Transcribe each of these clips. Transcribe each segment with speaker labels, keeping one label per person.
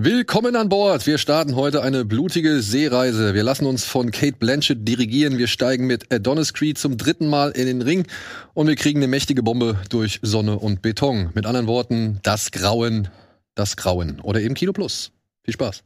Speaker 1: Willkommen an Bord. Wir starten heute eine blutige Seereise. Wir lassen uns von Kate Blanchett dirigieren. Wir steigen mit Adonis Creed zum dritten Mal in den Ring und wir kriegen eine mächtige Bombe durch Sonne und Beton. Mit anderen Worten, das Grauen, das Grauen oder eben Kino Plus. Viel Spaß.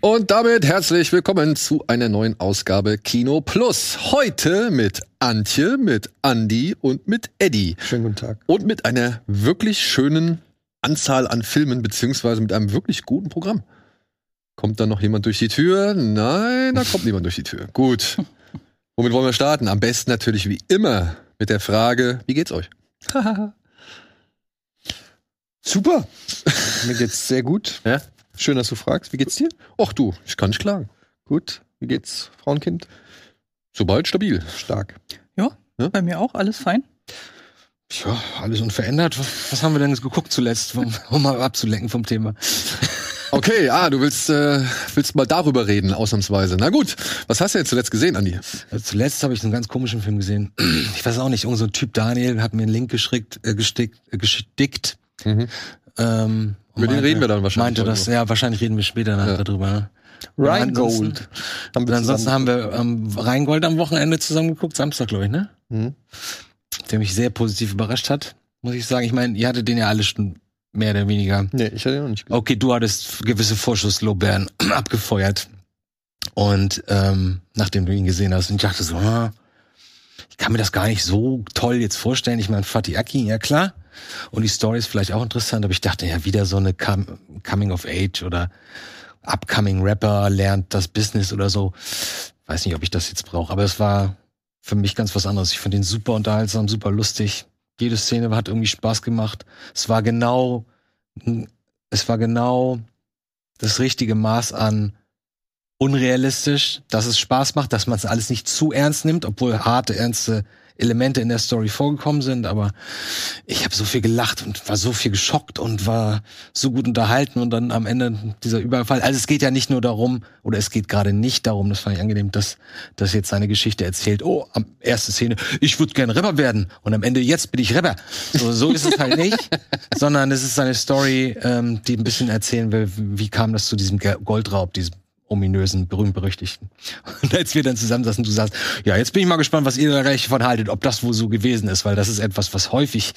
Speaker 1: Und damit herzlich willkommen zu einer neuen Ausgabe Kino Plus. Heute mit Antje, mit Andy und mit Eddie.
Speaker 2: Schönen guten Tag.
Speaker 1: Und mit einer wirklich schönen Anzahl an Filmen, beziehungsweise mit einem wirklich guten Programm. Kommt dann noch jemand durch die Tür? Nein, da kommt niemand durch die Tür. Gut. Womit wollen wir starten? Am besten natürlich wie immer mit der Frage, wie geht's euch?
Speaker 2: Super. Mir geht's sehr gut.
Speaker 1: Ja?
Speaker 2: Schön, dass du fragst. Wie geht's dir?
Speaker 1: Och du, ich kann nicht klagen.
Speaker 2: Gut. Wie geht's, Frauenkind?
Speaker 1: Sobald stabil.
Speaker 2: Stark.
Speaker 3: Ja,
Speaker 1: Ja?
Speaker 3: bei mir auch, alles fein.
Speaker 4: Ja, alles unverändert. Was was haben wir denn jetzt geguckt zuletzt, um, um mal abzulenken vom Thema?
Speaker 1: Okay, ah, du willst, äh, willst mal darüber reden, ausnahmsweise. Na gut, was hast du denn zuletzt gesehen, Andi?
Speaker 4: Also zuletzt habe ich so einen ganz komischen Film gesehen. Ich weiß auch nicht, irgend so ein Typ Daniel hat mir einen Link geschickt, äh, gestickt, äh, gestickt. Ähm, und
Speaker 1: Über den
Speaker 4: meinte-
Speaker 1: reden wir dann wahrscheinlich
Speaker 4: Meinte
Speaker 1: heute
Speaker 4: das, ja, wahrscheinlich reden wir später dann
Speaker 1: Ja.
Speaker 4: darüber. Ne?
Speaker 2: Ryan
Speaker 4: ansonsten-
Speaker 2: Gold. Haben
Speaker 4: Und
Speaker 2: wir
Speaker 4: ansonsten
Speaker 2: zusammen-
Speaker 4: haben wir ähm, Rheingold am Wochenende zusammengeguckt, Samstag, glaube ich, ne?
Speaker 2: Mhm.
Speaker 4: Der mich sehr positiv überrascht hat, muss ich sagen. Ich meine, ihr hattet den ja alle schon mehr oder weniger.
Speaker 2: Nee, ich hatte ihn noch nicht gesehen.
Speaker 4: Okay, du hattest gewisse Vorschusslorbeeren abgefeuert. Und ähm, nachdem du ihn gesehen hast, und ich dachte so, ah, ich kann mir das gar nicht so toll jetzt vorstellen. Ich meine, Fatih Akin, ja klar. Und die Story ist vielleicht auch interessant, aber ich dachte ja, wieder so eine Com Coming of Age oder Upcoming Rapper lernt das Business oder so. Weiß nicht, ob ich das jetzt brauche, aber es war für mich ganz was anderes. Ich fand ihn super unterhaltsam, super lustig. Jede Szene hat irgendwie Spaß gemacht. Es war genau es war genau das richtige Maß an unrealistisch, dass es Spaß macht, dass man es alles nicht zu ernst nimmt, obwohl harte, ernste Elemente in der Story vorgekommen sind. Aber ich habe so viel gelacht und war so viel geschockt und war so gut unterhalten und dann am Ende dieser Überfall. Also es geht ja nicht nur darum, oder es geht gerade nicht darum, das fand ich angenehm, dass das jetzt seine Geschichte erzählt. Oh, am erste Szene, ich würde gern Rapper werden und am Ende jetzt bin ich Rapper. So, so ist es halt nicht, sondern es ist eine Story, ähm, die ein bisschen erzählen will, wie kam das zu diesem Ge- Goldraub, diesem ominösen, berühmt-berüchtigten. Und als wir dann zusammensaßen, du sagst, ja, jetzt bin ich mal gespannt, was ihr da gleich von haltet, ob das wohl so gewesen ist, weil das ist etwas, was häufig,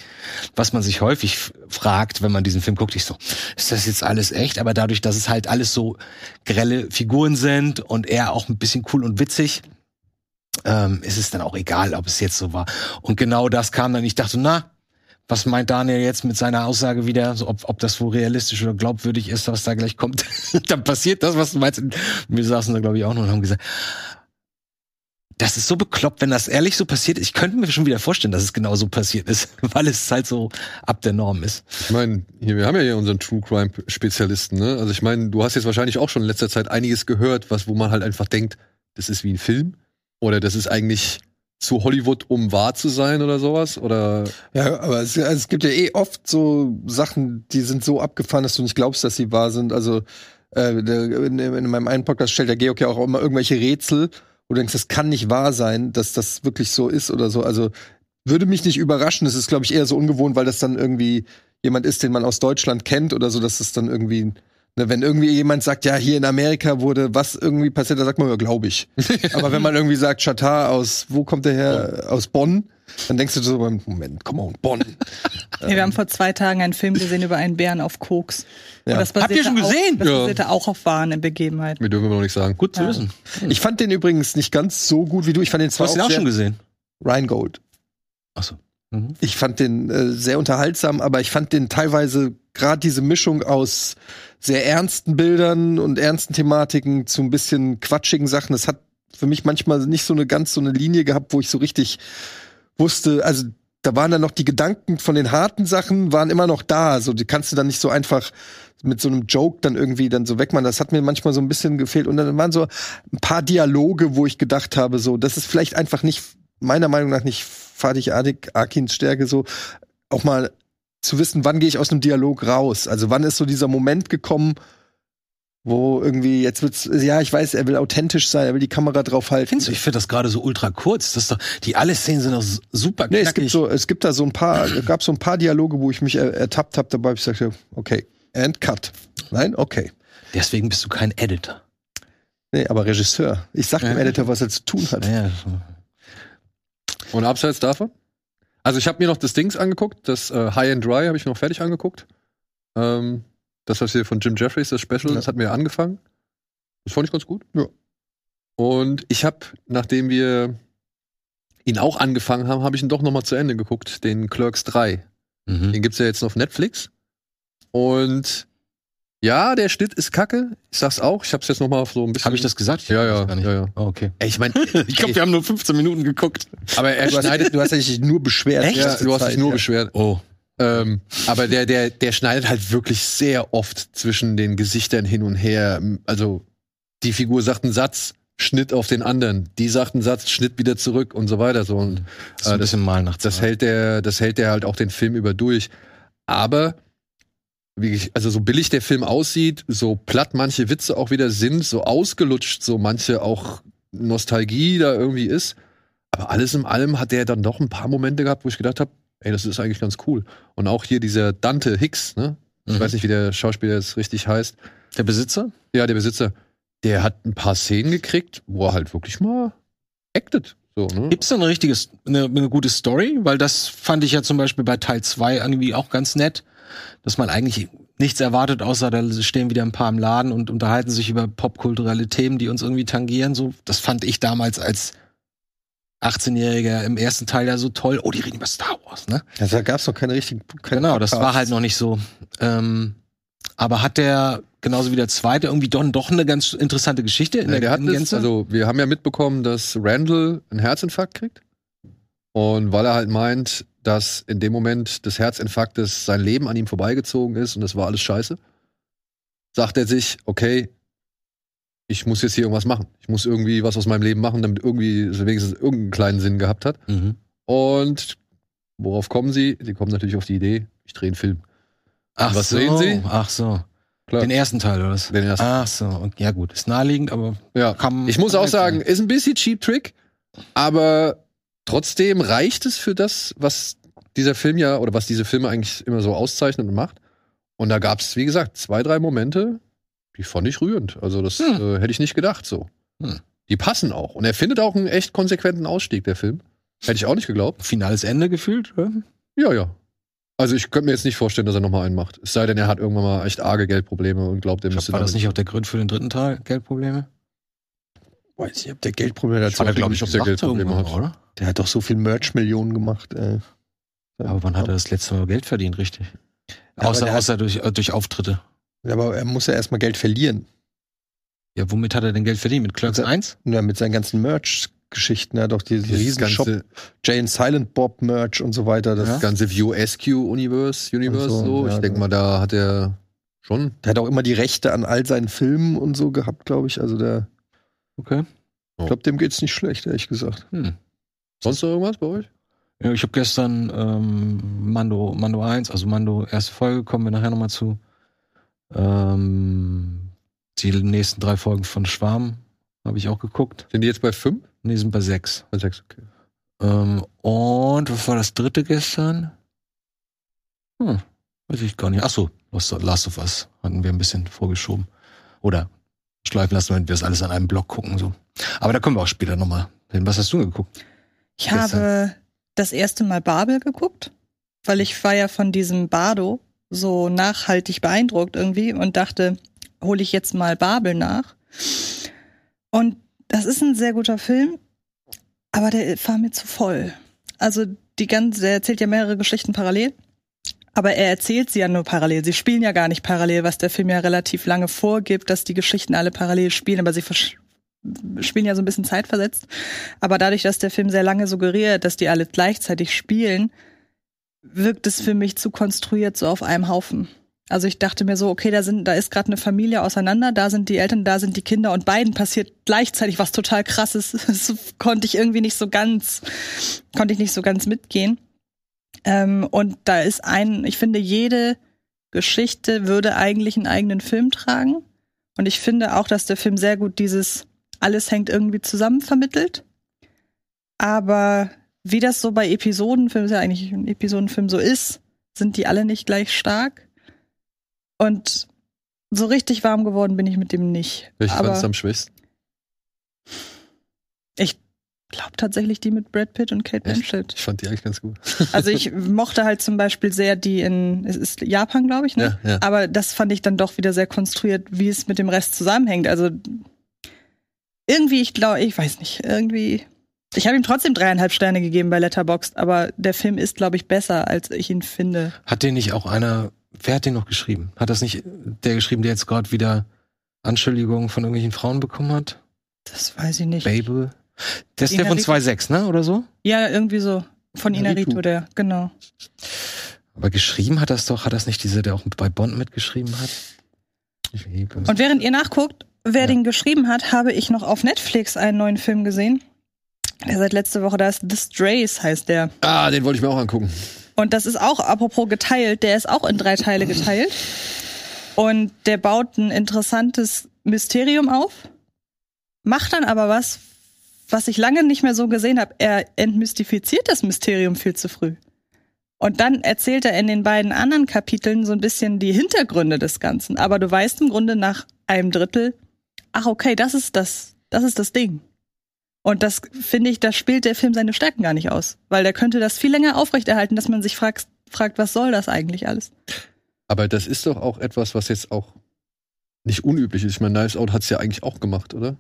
Speaker 4: was man sich häufig f- fragt, wenn man diesen Film guckt. Ich so, ist das jetzt alles echt? Aber dadurch, dass es halt alles so grelle Figuren sind und er auch ein bisschen cool und witzig, ähm, ist es dann auch egal, ob es jetzt so war. Und genau das kam dann, ich dachte, na, was meint Daniel jetzt mit seiner Aussage wieder, so, ob, ob das wohl realistisch oder glaubwürdig ist, was da gleich kommt? dann passiert das, was du meinst. Und wir saßen da, glaube ich, auch noch und haben gesagt, das ist so bekloppt, wenn das ehrlich so passiert ist. Ich könnte mir schon wieder vorstellen, dass es genau so passiert ist, weil es halt so ab der Norm ist.
Speaker 1: Ich meine, hier, wir haben ja hier unseren True Crime Spezialisten, ne? Also ich meine, du hast jetzt wahrscheinlich auch schon in letzter Zeit einiges gehört, was, wo man halt einfach denkt, das ist wie ein Film oder das ist eigentlich zu Hollywood, um wahr zu sein oder sowas oder
Speaker 2: Ja, aber es, also es gibt ja eh oft so Sachen, die sind so abgefahren, dass du nicht glaubst, dass sie wahr sind. Also äh, der, in, in meinem einen Podcast stellt der Georg ja auch immer irgendwelche Rätsel, wo du denkst, das kann nicht wahr sein, dass das wirklich so ist oder so. Also würde mich nicht überraschen. Es ist, glaube ich, eher so ungewohnt, weil das dann irgendwie jemand ist, den man aus Deutschland kennt oder so, dass es dann irgendwie. Ne, wenn irgendwie jemand sagt, ja, hier in Amerika wurde was irgendwie passiert, dann sagt man, ja, glaube ich. Aber wenn man irgendwie sagt, Chatar aus, wo kommt der her? Aus Bonn, dann denkst du so, Moment, come on, Bonn.
Speaker 3: Nee,
Speaker 4: Ähm.
Speaker 3: wir haben vor zwei Tagen einen Film gesehen über einen Bären auf Koks. Und
Speaker 2: Ja.
Speaker 4: Habt ihr schon
Speaker 3: basierte
Speaker 4: gesehen?
Speaker 3: Auch, das
Speaker 1: Ja.
Speaker 3: basierte auch auf wahren Begebenheiten.
Speaker 1: wir dürfen immer noch nichts sagen.
Speaker 4: Gut zu wissen.
Speaker 2: Ich fand den übrigens nicht ganz so gut wie du. Ich fand den
Speaker 4: Du
Speaker 2: zwar
Speaker 4: hast ihn auch
Speaker 2: sehr-
Speaker 4: schon gesehen.
Speaker 2: Rheingold.
Speaker 4: Achso.
Speaker 2: Ich fand den äh, sehr unterhaltsam, aber ich fand den teilweise gerade diese Mischung aus sehr ernsten Bildern und ernsten Thematiken zu ein bisschen quatschigen Sachen. Das hat für mich manchmal nicht so eine ganz so eine Linie gehabt, wo ich so richtig wusste, also da waren dann noch die Gedanken von den harten Sachen waren immer noch da. So, die kannst du dann nicht so einfach mit so einem Joke dann irgendwie dann so wegmachen. Das hat mir manchmal so ein bisschen gefehlt. Und dann waren so ein paar Dialoge, wo ich gedacht habe, so, das ist vielleicht einfach nicht, meiner Meinung nach nicht Fatih Adik, Akins Stärke, so, auch mal zu wissen, wann gehe ich aus einem Dialog raus? Also wann ist so dieser Moment gekommen, wo irgendwie, jetzt wird's, ja, ich weiß, er will authentisch sein, er will die Kamera drauf halten.
Speaker 4: Findest du, ich finde das gerade so ultra kurz. Das ist doch, die alle Szenen sind doch s- super
Speaker 2: Nee,
Speaker 4: knackig.
Speaker 2: es gibt so, es gibt da so ein paar, es gab so ein paar Dialoge, wo ich mich äh, ertappt habe dabei, ich sagte, okay, and cut. Nein, okay.
Speaker 4: Deswegen bist du kein Editor.
Speaker 2: Nee, aber Regisseur. Ich sag dem
Speaker 4: Ja.
Speaker 2: Editor, was er zu tun hat.
Speaker 4: Ja,
Speaker 1: Und abseits davon? Also ich habe mir noch das Dings angeguckt, das äh, High and Dry habe ich noch fertig angeguckt. Ähm, das was hier von Jim Jeffries, das Special,
Speaker 2: Ja.
Speaker 1: das hat mir angefangen. Das fand ich ganz gut.
Speaker 2: Ja.
Speaker 1: Und ich habe, nachdem wir ihn auch angefangen haben, habe ich ihn doch noch mal zu Ende geguckt, den Clerks 3.
Speaker 4: mhm.
Speaker 1: Den gibt's ja jetzt noch auf Netflix. Und ja, der Schnitt ist kacke. Ich sag's auch. Ich hab's jetzt noch mal so ein bisschen.
Speaker 4: Habe ich das gesagt? Ich
Speaker 1: Ja,
Speaker 4: weiß
Speaker 1: ja,
Speaker 4: gar nicht.
Speaker 1: ja, ja.
Speaker 4: Oh, okay.
Speaker 1: Ey, Ich meine,
Speaker 4: Ich glaube, wir haben nur 15 Minuten geguckt.
Speaker 1: aber er
Speaker 2: Du hast,
Speaker 1: schneidet.
Speaker 2: du hast dich nur beschwert.
Speaker 4: Echt?
Speaker 2: die
Speaker 1: Ja,
Speaker 2: ganze
Speaker 1: du hast dich
Speaker 2: Zeit,
Speaker 1: nur
Speaker 2: ja.
Speaker 1: beschwert.
Speaker 4: Oh.
Speaker 1: Ähm, aber der, der, der schneidet halt wirklich sehr oft zwischen den Gesichtern hin und her. Also die Figur sagt einen Satz, Schnitt auf den anderen. Die sagt einen Satz, Schnitt wieder zurück und so weiter. So. Und Äh,
Speaker 4: Ah, Das ist ein
Speaker 1: das-
Speaker 4: bisschen mal nach
Speaker 1: das hält der, das hält der halt auch den Film über durch. Aber wie ich, also so billig der Film aussieht, so platt manche Witze auch wieder sind, so ausgelutscht, so manche auch Nostalgie da irgendwie ist. Aber alles in allem hat der dann doch ein paar Momente gehabt, wo ich gedacht habe, ey, das ist eigentlich ganz cool. Und auch hier dieser Dante Hicks, ne? Ich
Speaker 4: Mhm.
Speaker 1: weiß nicht, wie der Schauspieler jetzt richtig heißt.
Speaker 4: Der Besitzer?
Speaker 1: Ja, der Besitzer, der hat ein paar Szenen gekriegt, wo er halt wirklich mal acted. So, ne?
Speaker 4: Gibt es da eine richtige, eine, eine gute Story? Weil das fand ich ja zum Beispiel bei Teil 2 irgendwie auch ganz nett, dass man eigentlich nichts erwartet, außer da stehen wieder ein paar im Laden und unterhalten sich über popkulturelle Themen, die uns irgendwie tangieren. So, das fand ich damals als 18-Jähriger im ersten Teil ja so toll. Oh, die reden über Star Wars, ne?
Speaker 2: Also da gab's noch keine richtigen. Keine
Speaker 4: Genau, das
Speaker 2: Podcasts.
Speaker 4: war halt noch nicht so. Ähm, aber hat der, genauso wie der zweite, irgendwie doch, doch eine ganz interessante Geschichte in
Speaker 1: Nee,
Speaker 4: der,
Speaker 1: der hat
Speaker 4: in
Speaker 1: es,
Speaker 4: Gänze?
Speaker 1: also wir haben ja mitbekommen, dass Randall einen Herzinfarkt kriegt. Und weil er halt meint, dass in dem Moment des Herzinfarktes sein Leben an ihm vorbeigezogen ist und das war alles scheiße, sagt er sich, okay, ich muss jetzt hier irgendwas machen. Ich muss irgendwie was aus meinem Leben machen, damit irgendwie es wenigstens irgendeinen kleinen Sinn gehabt hat.
Speaker 4: mhm.
Speaker 1: Und worauf kommen sie? Sie kommen natürlich auf die Idee, ich drehe einen Film.
Speaker 4: Ach
Speaker 1: Was
Speaker 4: so,
Speaker 1: sehen Sie?
Speaker 4: Ach so.
Speaker 1: Klar.
Speaker 4: Den ersten Teil, oder was?
Speaker 1: Den ersten.
Speaker 4: Ach so, und, ja gut, ist naheliegend, aber
Speaker 1: Also Ja.
Speaker 4: kann
Speaker 1: Ich muss
Speaker 4: kann
Speaker 1: auch
Speaker 4: nett
Speaker 1: sagen,
Speaker 4: sein.
Speaker 1: ist ein bisschen Cheap Trick, aber trotzdem reicht es für das, was dieser Film ja oder was diese Filme eigentlich immer so auszeichnet und macht. Und da gab es, wie gesagt, zwei, drei Momente, die fand ich rührend. Also das
Speaker 4: Hm.
Speaker 1: äh, hätte ich nicht gedacht so.
Speaker 4: Hm.
Speaker 1: Die passen auch. Und er findet auch einen echt konsequenten Ausstieg, der Film. Hätte ich auch nicht geglaubt.
Speaker 4: finales Ende gefühlt, oder?
Speaker 1: Ja, ja. Also ich könnte mir jetzt nicht vorstellen, dass er nochmal einen macht. Es sei denn, er hat irgendwann mal echt arge Geldprobleme und glaubt, er
Speaker 4: Ich glaub,
Speaker 1: müsste
Speaker 4: war das
Speaker 1: damit-
Speaker 4: nicht auch der Grund für den dritten Teil, Geldprobleme?
Speaker 2: Weiß ich, ob der Geldproblem dazu.
Speaker 1: War der,
Speaker 2: hat.
Speaker 1: glaub ich,
Speaker 4: auch
Speaker 1: ob der Geldprobleme hat.
Speaker 4: oder?
Speaker 2: Der hat doch so viel Merch-Millionen gemacht. Äh.
Speaker 4: Aber wann hat er das letzte Mal Geld verdient, richtig?
Speaker 2: Ja, aber
Speaker 4: außer
Speaker 2: der hat-
Speaker 4: außer durch, äh, durch Auftritte.
Speaker 2: Aber er muss ja erstmal Geld verlieren.
Speaker 4: Ja, womit hat er denn Geld verdient? Mit Clerks
Speaker 2: Also-
Speaker 4: 1?
Speaker 2: Ja, mit seinen ganzen Merch-Geschichten. Er hat auch diesen
Speaker 1: Dieses
Speaker 2: riesen
Speaker 1: ganze-
Speaker 2: Shop, Jay and Silent Bob Merch und so weiter. Das,
Speaker 4: Ja.
Speaker 1: ganze View SQ Universe, Universe
Speaker 2: Ach so,
Speaker 1: so, ich
Speaker 2: ja,
Speaker 1: denke
Speaker 2: ja.
Speaker 1: mal, da hat er schon.
Speaker 2: Der hat auch immer die Rechte an all seinen Filmen und so gehabt, glaube ich. Also der,
Speaker 4: Okay.
Speaker 2: ich glaube, dem geht's nicht schlecht, ehrlich gesagt.
Speaker 4: Hm.
Speaker 1: Sonst noch irgendwas bei euch?
Speaker 4: Ja, ich habe gestern ähm, Mando, Mando 1, also Mando erste Folge, kommen wir nachher nochmal zu. Ähm, die nächsten drei Folgen von Schwarm habe ich auch geguckt.
Speaker 1: Sind die jetzt bei fünf?
Speaker 4: Nee, sind bei sechs.
Speaker 1: Bei sechs, okay.
Speaker 4: Ähm, und was war das dritte gestern? Hm, weiß ich gar nicht. Achso, Last Last of Us hatten wir ein bisschen vorgeschoben. Oder schleifen lassen, wenn wir das alles an einem Block gucken. so. Aber da kommen wir auch später nochmal hin. Was hast du geguckt?
Speaker 3: Ich
Speaker 4: Gestern.
Speaker 3: habe das erste Mal Babel geguckt, weil ich war ja von diesem Bardo so nachhaltig beeindruckt irgendwie und dachte, hole ich jetzt mal Babel nach. Und das ist ein sehr guter Film, aber der war mir zu voll. Also die ganze, der erzählt ja mehrere Geschichten parallel, aber er erzählt sie ja nur parallel. Sie spielen ja gar nicht parallel, was der Film ja relativ lange vorgibt, dass die Geschichten alle parallel spielen, aber sie versch- spielen ja so ein bisschen zeitversetzt. Aber dadurch, dass der Film sehr lange suggeriert, dass die alle gleichzeitig spielen, wirkt es für mich zu konstruiert, so auf einem Haufen. Also ich dachte mir so, okay, da sind, da ist gerade eine Familie auseinander, da sind die Eltern, da sind die Kinder und beiden passiert gleichzeitig was total krasses. Das konnte ich irgendwie nicht so ganz, konnte ich nicht so ganz mitgehen. Ähm, und da ist ein, ich finde, jede Geschichte würde eigentlich einen eigenen Film tragen. Und ich finde auch, dass der Film sehr gut dieses alles hängt irgendwie zusammen vermittelt. Aber wie das so bei Episodenfilmen, ist ja eigentlich ein Episodenfilm so ist, sind die alle nicht gleich stark. Und so richtig warm geworden bin ich mit dem nicht.
Speaker 1: Ich fand es
Speaker 3: Aber
Speaker 1: am schwächsten.
Speaker 3: ich glaube tatsächlich die mit Brad Pitt und Kate
Speaker 1: Echt?
Speaker 3: Blanchett.
Speaker 1: Ich fand die eigentlich ganz gut.
Speaker 3: Also ich mochte halt zum Beispiel sehr die in, es ist Japan, glaube ich, ne?
Speaker 1: Ja, ja.
Speaker 3: Aber das fand ich dann doch wieder sehr konstruiert, wie es mit dem Rest zusammenhängt. Also irgendwie, ich glaube, ich weiß nicht, irgendwie. Ich habe ihm trotzdem dreieinhalb Sterne gegeben bei Letterboxd, aber der Film ist, glaube ich, besser, als ich ihn finde.
Speaker 4: Hat den nicht auch einer, wer hat den noch geschrieben? Hat das nicht der geschrieben, der jetzt gerade wieder Anschuldigungen von irgendwelchen Frauen bekommen hat?
Speaker 3: Das weiß ich nicht.
Speaker 4: Babel? Das ist der von
Speaker 3: Inarritu.
Speaker 4: 2.6, ne, oder so?
Speaker 3: Ja, irgendwie so. Von
Speaker 4: Inarritu.
Speaker 3: Inarito, der, genau.
Speaker 4: Aber geschrieben hat das doch, hat das nicht dieser, der auch bei Bond mitgeschrieben hat?
Speaker 3: Und während ihr nachguckt, wer
Speaker 4: Ja.
Speaker 3: den geschrieben hat, habe ich noch auf Netflix einen neuen Film gesehen. Der seit letzter Woche da ist. The Strays heißt der.
Speaker 1: Ah, den wollte ich mir auch angucken.
Speaker 3: Und das ist auch, apropos geteilt, der ist auch in drei Teile geteilt. Und der baut ein interessantes Mysterium auf, macht dann aber was, was ich lange nicht mehr so gesehen habe. Er entmystifiziert das Mysterium viel zu früh. Und dann erzählt er in den beiden anderen Kapiteln so ein bisschen die Hintergründe des Ganzen. Aber du weißt im Grunde nach einem Drittel, ach okay, das ist das, das ist das Ding. Und das finde ich, da spielt der Film seine Stärken gar nicht aus. Weil der könnte das viel länger aufrechterhalten, dass man sich fragt, fragt was soll das eigentlich alles?
Speaker 1: Aber das ist doch auch etwas, was jetzt auch nicht unüblich ist. Ich meine, Knives Out hat es ja eigentlich auch gemacht, oder?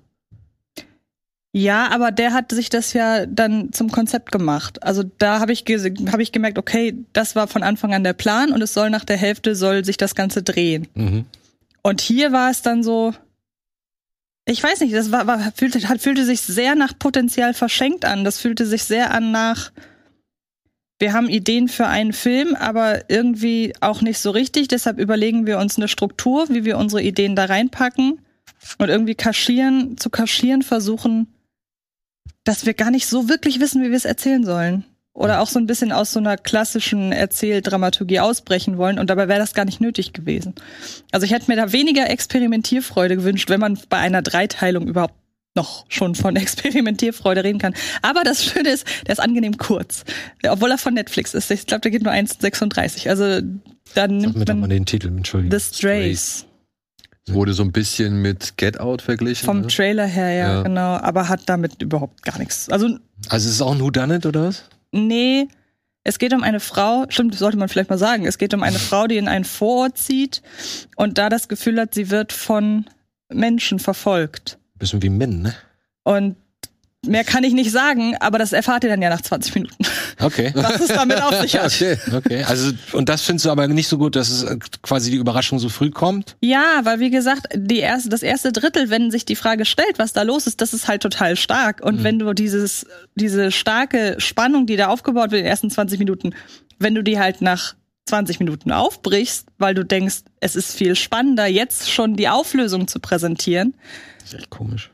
Speaker 3: Ja, aber der hat sich das ja dann zum Konzept gemacht. Also da habe ich, gese- hab ich gemerkt, okay, das war von Anfang an der Plan und es soll nach der Hälfte, soll sich das Ganze drehen.
Speaker 4: Mhm.
Speaker 3: Und hier war es dann so, ich weiß nicht, das war, war fühlte, hat, fühlte sich sehr nach Potenzial verschenkt an. Das fühlte sich sehr an nach, wir haben Ideen für einen Film, aber irgendwie auch nicht so richtig. Deshalb überlegen wir uns eine Struktur, wie wir unsere Ideen da reinpacken und irgendwie kaschieren, zu kaschieren versuchen, dass wir gar nicht so wirklich wissen, wie wir es erzählen sollen. Oder auch so ein bisschen aus so einer klassischen Erzähldramaturgie ausbrechen wollen und dabei wäre das gar nicht nötig gewesen. Also ich hätte mir da weniger Experimentierfreude gewünscht, wenn man bei einer Dreiteilung überhaupt noch schon von Experimentierfreude reden kann. Aber das Schöne ist, der ist angenehm kurz. Obwohl er von Netflix ist. Ich glaube, der geht nur 1,36. Also dann
Speaker 4: Sag mir
Speaker 3: nimmt
Speaker 4: doch mal
Speaker 3: man
Speaker 4: den Titel, Entschuldigung.
Speaker 3: The Strays.
Speaker 1: Wurde so ein bisschen mit Get Out verglichen.
Speaker 3: Vom
Speaker 1: ne?
Speaker 3: Trailer her, ja,
Speaker 1: Ja.
Speaker 3: genau. Aber hat damit überhaupt gar nichts. Also,
Speaker 4: Also ist es auch ein Whodunit, oder was?
Speaker 3: nee, es geht um eine Frau, stimmt, sollte man vielleicht mal sagen, es geht um eine Frau, die in einen Vorort zieht und da das Gefühl hat, sie wird von Menschen verfolgt.
Speaker 4: Bisschen wie Min, ne?
Speaker 3: Und mehr kann ich nicht sagen, aber das erfahrt ihr dann ja nach 20 Minuten,
Speaker 4: Okay.
Speaker 3: was es damit auf sich hat.
Speaker 1: Okay.
Speaker 4: Okay, also und das findest du aber nicht so gut, dass es äh, quasi die Überraschung so früh kommt.
Speaker 3: Ja, weil wie gesagt, die erste, das erste Drittel, wenn sich die Frage stellt, was da los ist, das ist halt total stark.
Speaker 1: Mhm.
Speaker 3: Und wenn du dieses, diese starke Spannung, die da aufgebaut wird in den ersten 20 Minuten, wenn du die halt nach 20 Minuten aufbrichst, weil du denkst, es ist viel spannender, jetzt schon die Auflösung zu präsentieren.
Speaker 4: Das ist echt komisch.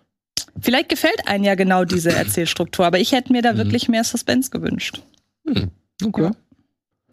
Speaker 3: Vielleicht gefällt einem ja genau diese Erzählstruktur, aber ich hätte mir
Speaker 1: Mhm.
Speaker 3: da wirklich mehr Suspense gewünscht.
Speaker 4: Okay.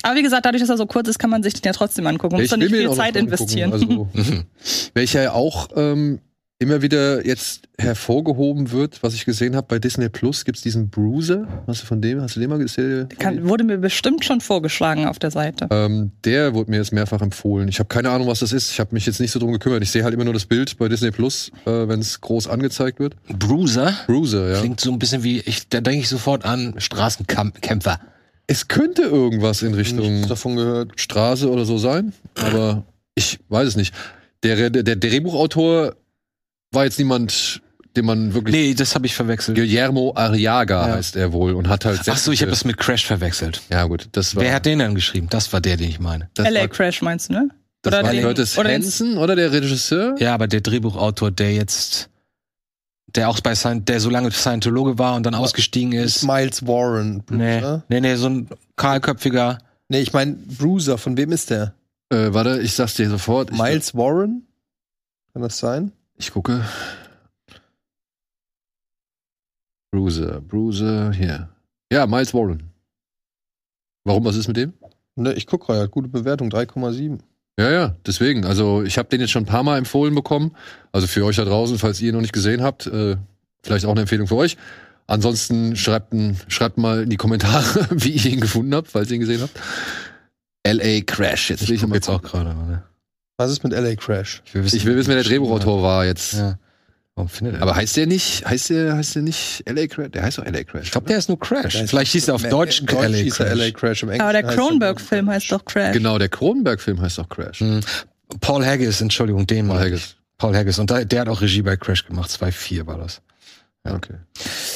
Speaker 3: Aber wie gesagt, dadurch, dass er so kurz ist, kann man sich den ja trotzdem angucken. Man muss
Speaker 1: Ich
Speaker 3: doch
Speaker 1: will
Speaker 3: nicht
Speaker 1: mir den
Speaker 3: viel
Speaker 1: auch noch
Speaker 3: Zeit
Speaker 1: angucken.
Speaker 3: investieren.
Speaker 1: Also,
Speaker 4: Mhm.
Speaker 1: welcher ja auch ähm, immer wieder jetzt hervorgehoben wird, was ich gesehen habe bei Disney Plus, gibt's diesen Bruiser. Hast du von dem, hast du den mal gesehen?
Speaker 3: Kann, wurde mir bestimmt schon vorgeschlagen auf der Seite.
Speaker 1: Ähm, der wurde mir jetzt mehrfach empfohlen. Ich habe keine Ahnung, was das ist. Ich habe mich jetzt nicht so drum gekümmert. Ich sehe halt immer nur das Bild bei Disney Plus, äh, wenn es groß angezeigt wird.
Speaker 4: Bruiser
Speaker 1: Bruiser, ja.
Speaker 4: klingt so ein bisschen wie, ich, da denke ich sofort an Straßenkämpfer.
Speaker 1: Es könnte irgendwas in
Speaker 2: Nichts
Speaker 1: Richtung
Speaker 2: davon gehört.
Speaker 1: Straße oder so sein, aber ich weiß es nicht. Der, der, der Drehbuchautor war jetzt niemand, den man wirklich.
Speaker 4: Nee, das habe ich verwechselt.
Speaker 1: Guillermo Arriaga
Speaker 4: Ja.
Speaker 1: heißt er wohl und hat halt.
Speaker 4: Ach so, ich habe
Speaker 1: das.
Speaker 4: das mit Crash verwechselt.
Speaker 1: Ja gut, das war.
Speaker 4: Wer hat den dann geschrieben? Das war der, den ich meine.
Speaker 1: das
Speaker 3: LA
Speaker 1: war,
Speaker 3: Crash meinst du, ne?
Speaker 1: das
Speaker 3: oder
Speaker 1: war
Speaker 3: den-
Speaker 1: Curtis
Speaker 3: oder den-
Speaker 1: Hansen oder der Regisseur?
Speaker 4: Ja, aber der Drehbuchautor, der jetzt, der auch bei Scient der so lange Scientologe war und dann ausgestiegen ist.
Speaker 2: Miles Warren.
Speaker 4: Nee,
Speaker 2: ne?
Speaker 4: nee, nee, so ein kahlköpfiger
Speaker 2: Nee, ich meine, Bruiser, von wem ist der?
Speaker 1: Äh, warte, ich sag's dir sofort. Ich,
Speaker 2: Miles Warren? Kann das sein?
Speaker 1: ich gucke. Bruiser, Bruiser, hier. Ja, Miles Warren. Warum, was ist mit dem?
Speaker 2: Ne, ich guck gerade, gute Bewertung, 3,7.
Speaker 1: Ja, ja, deswegen. Also ich habe den jetzt schon ein paar Mal empfohlen bekommen. Also für euch da draußen, falls ihr ihn noch nicht gesehen habt, äh, vielleicht auch eine Empfehlung für euch. Ansonsten schreibt, ein, schreibt mal in die Kommentare, wie ihr ihn gefunden habt, falls ihr ihn gesehen habt. LA Crash, jetzt will ich,
Speaker 4: guck
Speaker 1: mal
Speaker 4: jetzt auch
Speaker 1: gucken.
Speaker 4: gerade. warte.
Speaker 2: Was ist mit LA Crash?
Speaker 4: will wissen,
Speaker 1: Ich will wissen, wer der Drehbuchautor war jetzt.
Speaker 4: Ja. Warum findet er?
Speaker 1: Aber heißt der nicht, heißt der, heißt der nicht LA Crash? Der heißt doch LA Crash.
Speaker 4: ich glaube, der ist nur Crash.
Speaker 2: Der ist-
Speaker 4: Vielleicht hieß er auf
Speaker 2: Im
Speaker 4: Deutsch,
Speaker 2: Äh, Deutsch
Speaker 4: LA
Speaker 2: hieß er
Speaker 4: Crash.
Speaker 2: LA Crash. Im Englischen
Speaker 3: Aber der
Speaker 2: heißt er-
Speaker 3: Cronenberg-Film heißt doch Crash.
Speaker 1: genau, der Kronenberg-Film heißt doch Crash.
Speaker 4: Hm. Paul Haggis, Entschuldigung, den
Speaker 1: Mal
Speaker 4: meine ich.
Speaker 1: Haggis.
Speaker 4: Paul Haggis. Und da, der hat auch Regie bei Crash gemacht. 2-4 war das. Ja.
Speaker 1: Okay.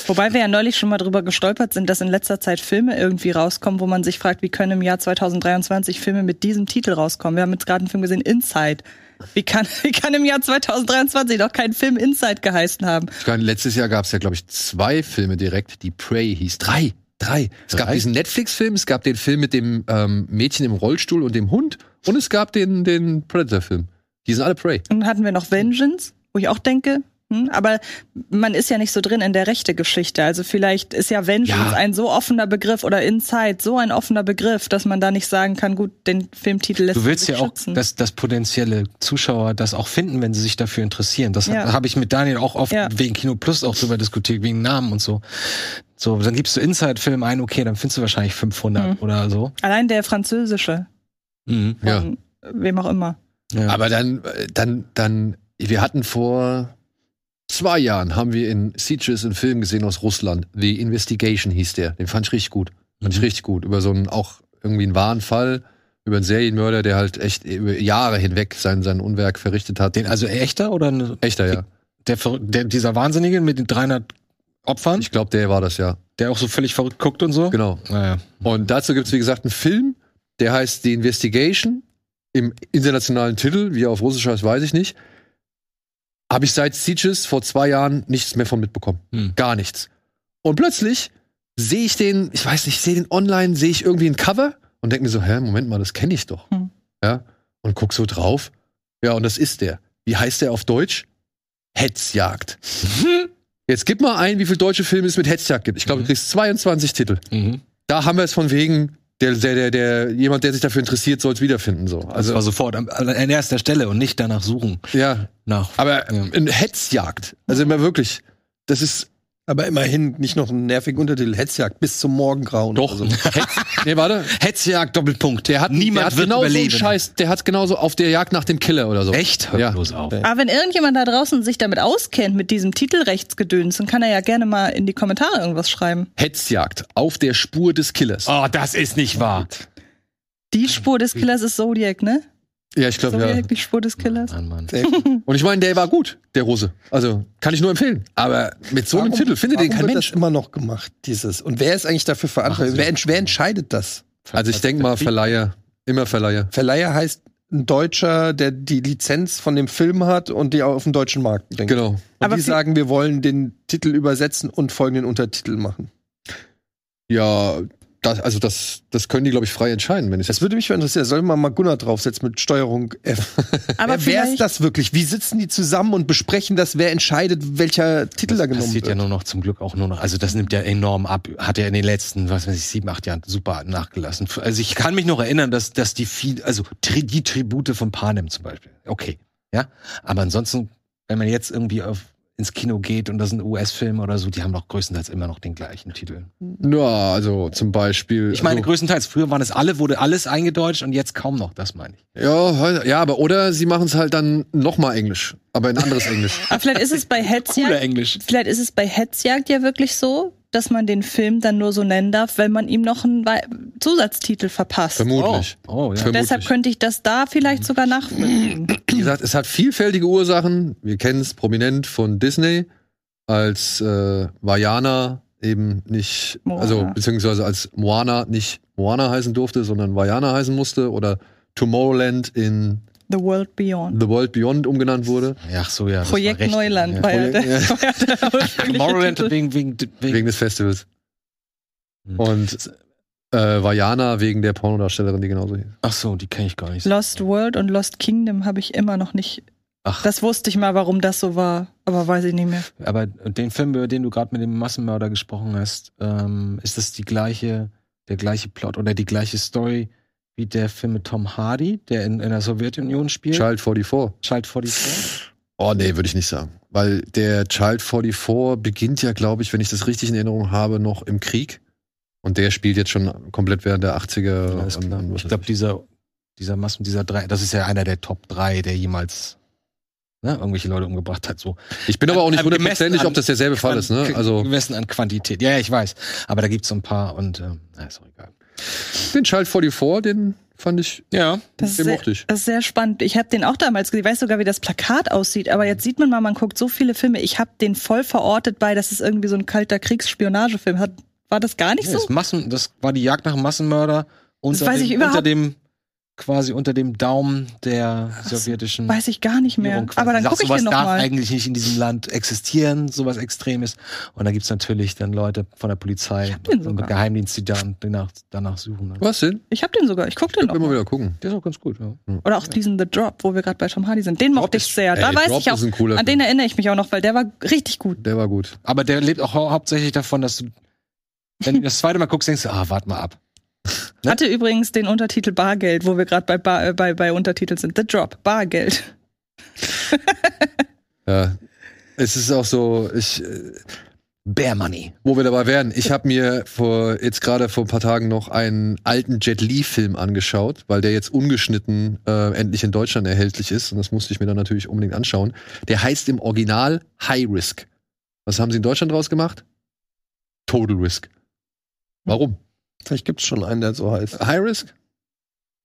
Speaker 3: Wobei wir ja neulich schon mal drüber gestolpert sind, dass in letzter Zeit Filme irgendwie rauskommen, wo man sich fragt, wie können im Jahr 2023 Filme mit diesem Titel rauskommen? Wir haben jetzt gerade einen Film gesehen, Inside. Wie kann, wie kann im Jahr 2023 noch kein Film Inside geheißen haben?
Speaker 1: Ich kann, letztes Jahr gab es ja, glaube ich, zwei Filme direkt, die Prey hieß. Drei. Drei. Es gab
Speaker 4: Drei?
Speaker 1: diesen Netflix-Film, es gab den Film mit dem ähm, Mädchen im Rollstuhl und dem Hund und es gab den, den Predator-Film. Die sind alle Prey.
Speaker 3: Und dann hatten wir noch Vengeance, wo ich auch denke, hm, aber man ist ja nicht so drin in der rechte Geschichte. Also vielleicht ist ja Vengeance
Speaker 1: Ja.
Speaker 3: ein so offener Begriff oder Inside so ein offener Begriff, dass man da nicht sagen kann, gut, den Filmtitel lässt
Speaker 4: Du willst
Speaker 3: sich
Speaker 4: ja auch,
Speaker 3: schützen.
Speaker 4: dass, dass potenzielle Zuschauer das auch finden, wenn sie sich dafür interessieren. Das
Speaker 3: Ja.
Speaker 4: habe ich mit Daniel auch oft
Speaker 3: Ja.
Speaker 4: wegen Kino Plus auch drüber diskutiert, wegen Namen und so. So, dann gibst du Inside-Film ein, okay, dann findest du wahrscheinlich 500
Speaker 3: Mhm.
Speaker 4: oder so.
Speaker 3: Allein der französische
Speaker 4: Mhm.
Speaker 1: Ja.
Speaker 3: von wem auch immer.
Speaker 4: Ja.
Speaker 1: Aber dann, äh, dann, dann, wir hatten vor zwei Jahren, haben wir in Sieges einen Film gesehen aus Russland. The Investigation hieß der. Den fand ich richtig gut. Fand ich
Speaker 4: Mhm.
Speaker 1: richtig gut. Über so einen, auch irgendwie einen wahren Fall, über einen Serienmörder, der halt echt über Jahre hinweg sein, sein Unwerk verrichtet hat.
Speaker 4: den, also echter oder ne-
Speaker 1: Echter, ja.
Speaker 4: der, verrück- der, dieser Wahnsinnige mit den 300 Opfern,
Speaker 1: Ich glaube, der war das, ja.
Speaker 4: der auch so völlig verrückt guckt und so? Ah,
Speaker 1: Genau.
Speaker 4: Naja.
Speaker 1: Und dazu gibt es, wie gesagt, einen Film, der heißt The Investigation. Im internationalen Titel, wie er auf Russisch heißt, weiß ich nicht. Habe ich seit Sieges vor zwei Jahren nichts mehr von mitbekommen.
Speaker 4: Hm.
Speaker 1: Gar nichts. Und plötzlich sehe ich den, ich weiß nicht, sehe den online, sehe ich irgendwie ein Cover und denke mir so, hä, Moment mal, das kenne ich doch.
Speaker 3: Hm.
Speaker 1: Ja. Und guck so drauf. Ja, und das ist der. Wie heißt der auf Deutsch? Hetzjagd. Jetzt gib mal ein, wie viele deutsche Filme es mit Hetzjagd gibt. Ich glaube,
Speaker 4: Mhm.
Speaker 1: du kriegst 22 Titel
Speaker 4: Mhm.
Speaker 1: da haben wir es von wegen, der, der, der, der, jemand, der sich dafür interessiert, soll es wiederfinden. So.
Speaker 4: Also
Speaker 1: Also,
Speaker 4: war sofort an, an erster Stelle und nicht danach suchen.
Speaker 1: ja.
Speaker 4: Nach.
Speaker 1: Aber
Speaker 4: Ja.
Speaker 1: eine Hetzjagd. Also immer wirklich. Das ist
Speaker 2: Aber immerhin nicht noch einen nervigen Untertitel. Hetzjagd bis zum Morgengrauen.
Speaker 1: doch.
Speaker 2: Also,
Speaker 1: Hetz, nee, warte.
Speaker 4: Hetzjagd Doppelpunkt.
Speaker 1: Der hat, der
Speaker 4: niemand
Speaker 1: hat
Speaker 4: wird
Speaker 1: genauso einen
Speaker 4: überleben.
Speaker 1: Scheiß, der hat genauso auf der Jagd nach dem Killer oder so.
Speaker 4: Echt? Hört
Speaker 1: Ja.
Speaker 4: bloß auf.
Speaker 2: Ja.
Speaker 3: Aber wenn irgendjemand da draußen sich damit auskennt, mit diesem Titelrechtsgedöns, dann kann er ja gerne mal in die Kommentare irgendwas schreiben.
Speaker 1: Hetzjagd. Auf der Spur des Killers.
Speaker 4: Oh, das ist nicht wahr.
Speaker 3: Die Spur des Killers ist Zodiac, ne?
Speaker 1: Ja, ich glaube,
Speaker 3: Zodiac,
Speaker 1: ja.
Speaker 3: die Spur des Killers.
Speaker 4: Mann, Mann.
Speaker 2: ey,
Speaker 1: Und ich meine, der war gut, der Russe. Also, kann ich nur empfehlen. Aber mit so einem Titel findet den
Speaker 2: warum
Speaker 1: kein
Speaker 2: wird
Speaker 1: Mensch.
Speaker 2: Das immer noch gemacht, dieses. Und wer ist eigentlich dafür verantwortlich?
Speaker 4: Machen
Speaker 2: Wer,
Speaker 4: Sie.
Speaker 2: entsch- wer entscheidet das?
Speaker 1: Also, ich denke mal, Verleiher. Immer Verleiher.
Speaker 2: Verleiher heißt ein Deutscher, der die Lizenz von dem Film hat und die auch auf den deutschen Markt bringt.
Speaker 1: Genau.
Speaker 2: Und
Speaker 3: Aber
Speaker 2: die
Speaker 3: viel-
Speaker 2: sagen, wir wollen den Titel übersetzen und folgenden Untertitel machen.
Speaker 1: Ja, das, also, das, das können die, glaube ich, frei entscheiden, wenn ich
Speaker 2: Das würde mich mal interessieren. Soll man mal Gunnar draufsetzen mit Steuerung F? wer,
Speaker 3: Aber
Speaker 2: wer ist
Speaker 3: vielleicht,
Speaker 2: das wirklich? Wie sitzen die zusammen und besprechen das? Wer entscheidet, welcher Titel da
Speaker 4: Das
Speaker 2: genommen
Speaker 4: passiert
Speaker 2: wird?
Speaker 4: ja nur noch zum Glück auch nur noch. Also das nimmt ja enorm ab. Hat ja in den letzten, was weiß ich, sieben, acht Jahren super nachgelassen. Also ich kann mich noch erinnern, dass, dass die viel, also tri, die Tribute von Panem zum Beispiel. Okay. Ja. Aber ansonsten, wenn man jetzt irgendwie auf, ins Kino geht und das sind US-Filme oder so, die haben doch größtenteils immer noch den gleichen Titel.
Speaker 1: Ja, also zum Beispiel.
Speaker 4: Ich meine
Speaker 1: also,
Speaker 4: größtenteils. Früher waren es alle, wurde alles eingedeutscht und jetzt kaum noch, das meine ich.
Speaker 1: ja, halt- ja, aber oder sie machen es halt dann nochmal Englisch, aber in anderes Englisch.
Speaker 3: aber vielleicht ist es bei Hetzjagd,
Speaker 4: Englisch.
Speaker 3: vielleicht ist es bei Hetzjagd ja wirklich so, dass man den Film dann nur so nennen darf, wenn man ihm noch einen wei- Zusatztitel verpasst.
Speaker 1: Vermutlich.
Speaker 4: Oh, oh ja.
Speaker 1: Für-
Speaker 3: Deshalb könnte ich das da vielleicht sogar nachvollziehen.
Speaker 1: Wie gesagt, es hat vielfältige Ursachen. Wir kennen es prominent von Disney, als äh, Vajana eben nicht,
Speaker 3: Moana.
Speaker 1: also beziehungsweise als Moana nicht Moana heißen durfte, sondern Vajana heißen musste oder Tomorrowland in
Speaker 3: The World Beyond.
Speaker 1: The World Beyond umgenannt wurde.
Speaker 4: Ja, ach so, ja. das war
Speaker 3: Projekt
Speaker 4: recht.
Speaker 3: Neuland
Speaker 4: Ja.
Speaker 3: war ja der,
Speaker 1: Projekt-
Speaker 3: war ja der ursprüngliche
Speaker 4: Tomorrowland
Speaker 3: Titel.
Speaker 4: wegen, wegen, wegen,
Speaker 1: Wegen des Festivals.
Speaker 4: Mhm.
Speaker 1: Und Äh, Vajana wegen der Pornodarstellerin, die genauso hieß.
Speaker 4: Ach so, die kenne ich gar nicht.
Speaker 3: Lost World und Lost Kingdom habe ich immer noch nicht.
Speaker 4: Ach.
Speaker 3: Das wusste ich mal, warum das so war, aber weiß ich nicht mehr.
Speaker 4: Aber den Film, über den du gerade mit dem Massenmörder gesprochen hast, ähm, ist das die gleiche, der gleiche Plot oder die gleiche Story wie der Film mit Tom Hardy, der in, in der Sowjetunion spielt?
Speaker 1: Child 44.
Speaker 4: Child 44?
Speaker 1: Oh nee, würde ich nicht sagen. Weil der Child 44 beginnt ja, glaube ich, wenn ich das richtig in Erinnerung habe, noch im Krieg. Und der spielt jetzt schon komplett während der 80er.
Speaker 4: Alles
Speaker 1: und-
Speaker 4: klar.
Speaker 1: und was
Speaker 4: Ich glaube,
Speaker 1: weiß ich.
Speaker 4: dieser, dieser Massen, dieser drei, das ist ja einer der Top drei, der jemals ne, irgendwelche Leute umgebracht hat. So
Speaker 1: ich bin aber auch nicht
Speaker 4: Am- am gemessen
Speaker 1: hundertprozentig, ob
Speaker 4: an
Speaker 1: das derselbe Fall ist. Ne?
Speaker 4: Quan-
Speaker 1: Also
Speaker 4: gemessen an Quantität. Ja, ja, ich weiß. Aber da gibt es so ein paar und ähm, na, ist auch egal.
Speaker 1: den Child 44, den fand ich,
Speaker 4: Ja.
Speaker 3: Das ist
Speaker 1: den
Speaker 3: sehr-
Speaker 1: mochte ich.
Speaker 3: Das ist sehr spannend. Ich habe den auch damals gesehen. Ich weiß sogar, wie das Plakat aussieht. Aber jetzt sieht man mal, man guckt so viele Filme. Ich habe den voll verortet bei, dass es irgendwie so ein kalter Kriegsspionagefilm hat. War das gar nicht
Speaker 4: Nee,
Speaker 3: so?
Speaker 4: das, Massen, das war die Jagd nach einem Massenmörder unter,
Speaker 3: weiß ich
Speaker 4: dem,
Speaker 3: überhaupt-
Speaker 4: unter dem quasi unter dem Daumen der sowjetischen
Speaker 3: Weiß ich gar nicht mehr.
Speaker 4: Regierung quasi.
Speaker 3: Aber dann
Speaker 4: Sagt,
Speaker 3: gucke ich
Speaker 4: sowas
Speaker 3: den
Speaker 4: darf
Speaker 3: nochmal.
Speaker 4: eigentlich nicht in diesem Land existieren, sowas Extremes. Und da gibt es natürlich dann Leute von der Polizei
Speaker 3: hab den
Speaker 4: und
Speaker 3: sogar.
Speaker 4: Geheimdienst, die dann danach, danach suchen. Ne?
Speaker 1: Was denn?
Speaker 3: Ich habe den sogar. Ich gucke den
Speaker 1: Ich will mal
Speaker 3: nochmal.
Speaker 1: wieder gucken.
Speaker 4: Der ist auch ganz gut, ja.
Speaker 3: Oder auch diesen The Drop, wo wir gerade bei Tom Hardy sind. Den mochte ich sehr. Da
Speaker 1: Ey,
Speaker 3: weiß
Speaker 1: Drop
Speaker 3: ich
Speaker 1: Ist ein
Speaker 3: auch.
Speaker 1: cooler
Speaker 3: An den
Speaker 1: Film.
Speaker 3: erinnere ich mich auch noch, weil der war richtig gut.
Speaker 1: Der war gut.
Speaker 4: Aber der lebt auch hau hauptsächlich davon, dass du, wenn du das zweite Mal guckst, denkst du, ah, warte mal ab. Ne?
Speaker 3: Hatte übrigens den Untertitel Bargeld, wo wir gerade bei, Bar, äh, bei, bei Untertitel sind. The Drop, Bargeld.
Speaker 1: Ja. Es ist auch so, ich,
Speaker 4: Bear Money.
Speaker 1: Wo wir dabei wären, ich habe mir vor jetzt gerade vor ein paar Tagen noch einen alten Jet Li-Film angeschaut, weil der jetzt ungeschnitten äh, endlich in Deutschland erhältlich ist. Und das musste ich mir dann natürlich unbedingt anschauen. Der heißt im Original High Risk. Was haben sie in Deutschland draus gemacht? Total Risk. Warum?
Speaker 2: Vielleicht gibt es schon einen, der so heißt.
Speaker 1: High Risk?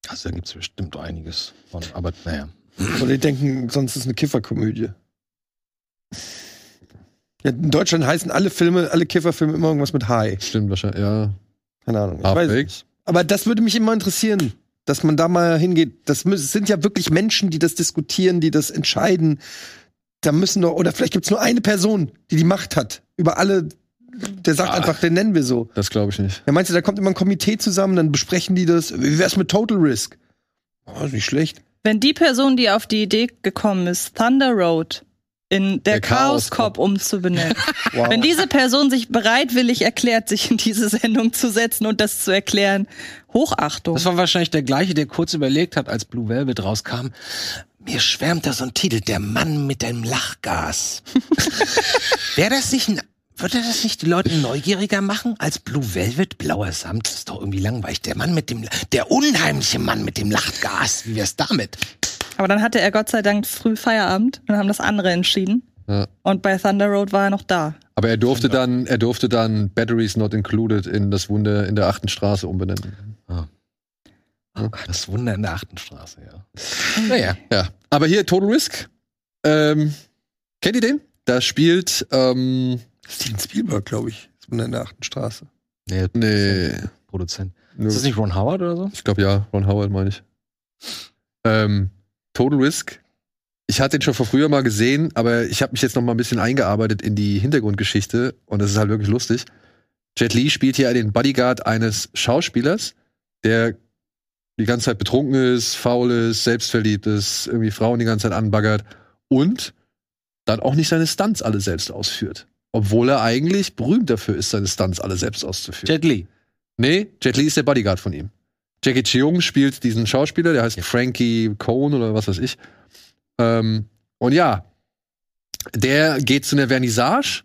Speaker 4: Also da gibt es bestimmt einiges von, aber naja.
Speaker 2: Und die denken, sonst ist eine Kifferkomödie. Ja, in Deutschland heißen alle Filme, alle Kifferfilme immer irgendwas mit High.
Speaker 1: Stimmt wahrscheinlich, ja.
Speaker 2: Keine Ahnung. Ich
Speaker 1: Half
Speaker 2: weiß es
Speaker 1: Baked?
Speaker 2: nicht. Aber das würde mich immer interessieren, dass man da mal hingeht. Das mü- es sind ja wirklich Menschen, die das diskutieren, die das entscheiden. Da müssen doch, oder vielleicht gibt es nur eine Person, die die Macht hat. Über alle, der sagt
Speaker 1: Ah.
Speaker 2: einfach, den nennen wir so.
Speaker 1: Das glaube ich nicht.
Speaker 2: Ja, meinst du, da kommt immer ein Komitee zusammen, dann besprechen die das. Wie wär's mit Total Risk? Oh, ist nicht schlecht.
Speaker 3: Wenn die Person, die auf die Idee gekommen ist, Thunder Road in der,
Speaker 1: Der Chaos
Speaker 3: Chaos
Speaker 1: Cop.
Speaker 3: Cop umzubenennen,
Speaker 2: Wow.
Speaker 3: wenn diese Person sich bereitwillig erklärt, sich in diese Sendung zu setzen und das zu erklären, Hochachtung.
Speaker 4: Das war wahrscheinlich der gleiche, der kurz überlegt hat, als Blue Velvet rauskam. Mir schwärmt da so ein Titel, der Mann mit dem Lachgas. Wäre das nicht ein, würde das nicht die Leute neugieriger machen als Blue Velvet? Blauer Samt ist doch irgendwie langweilig. Der Mann mit dem, der unheimliche Mann mit dem Lachgas. Wie wär's damit?
Speaker 3: Aber dann hatte er Gott sei Dank früh Feierabend und haben das andere entschieden.
Speaker 1: Ja.
Speaker 3: Und bei Thunder Road war er noch da.
Speaker 1: Aber er durfte dann, er durfte dann Batteries Not Included in das Wunder in der achten Straße umbenennen.
Speaker 4: Oh Gott, das Wunder in der achten Straße, ja. Naja.
Speaker 1: Ja. Aber hier Total Risk. Ähm, kennt ihr den? Da spielt ähm,
Speaker 2: Steven Spielberg, glaube ich. Ist in der achten Straße.
Speaker 4: Nee,
Speaker 1: Nee.
Speaker 4: Produzent.
Speaker 1: Nö.
Speaker 4: Ist das nicht Ron Howard oder so?
Speaker 1: Ich glaube ja, Ron Howard meine ich. Ähm, Total Risk. Ich hatte den schon vor früher mal gesehen, aber ich habe mich jetzt noch mal ein bisschen eingearbeitet in die Hintergrundgeschichte und das ist halt wirklich lustig. Jet Li spielt hier den Bodyguard eines Schauspielers, der die ganze Zeit betrunken ist, faul ist, selbstverliebt ist, irgendwie Frauen die ganze Zeit anbaggert und dann auch nicht seine Stunts alle selbst ausführt. Obwohl er eigentlich berühmt dafür ist, seine Stunts alle selbst auszuführen.
Speaker 4: Jet Li.
Speaker 1: Nee, Jet Li ist der Bodyguard von ihm. Jackie Cheung spielt diesen Schauspieler, der heißt
Speaker 4: Ja.
Speaker 1: Frankie Cohn oder was weiß ich. Ähm, und ja, der geht zu einer Vernissage,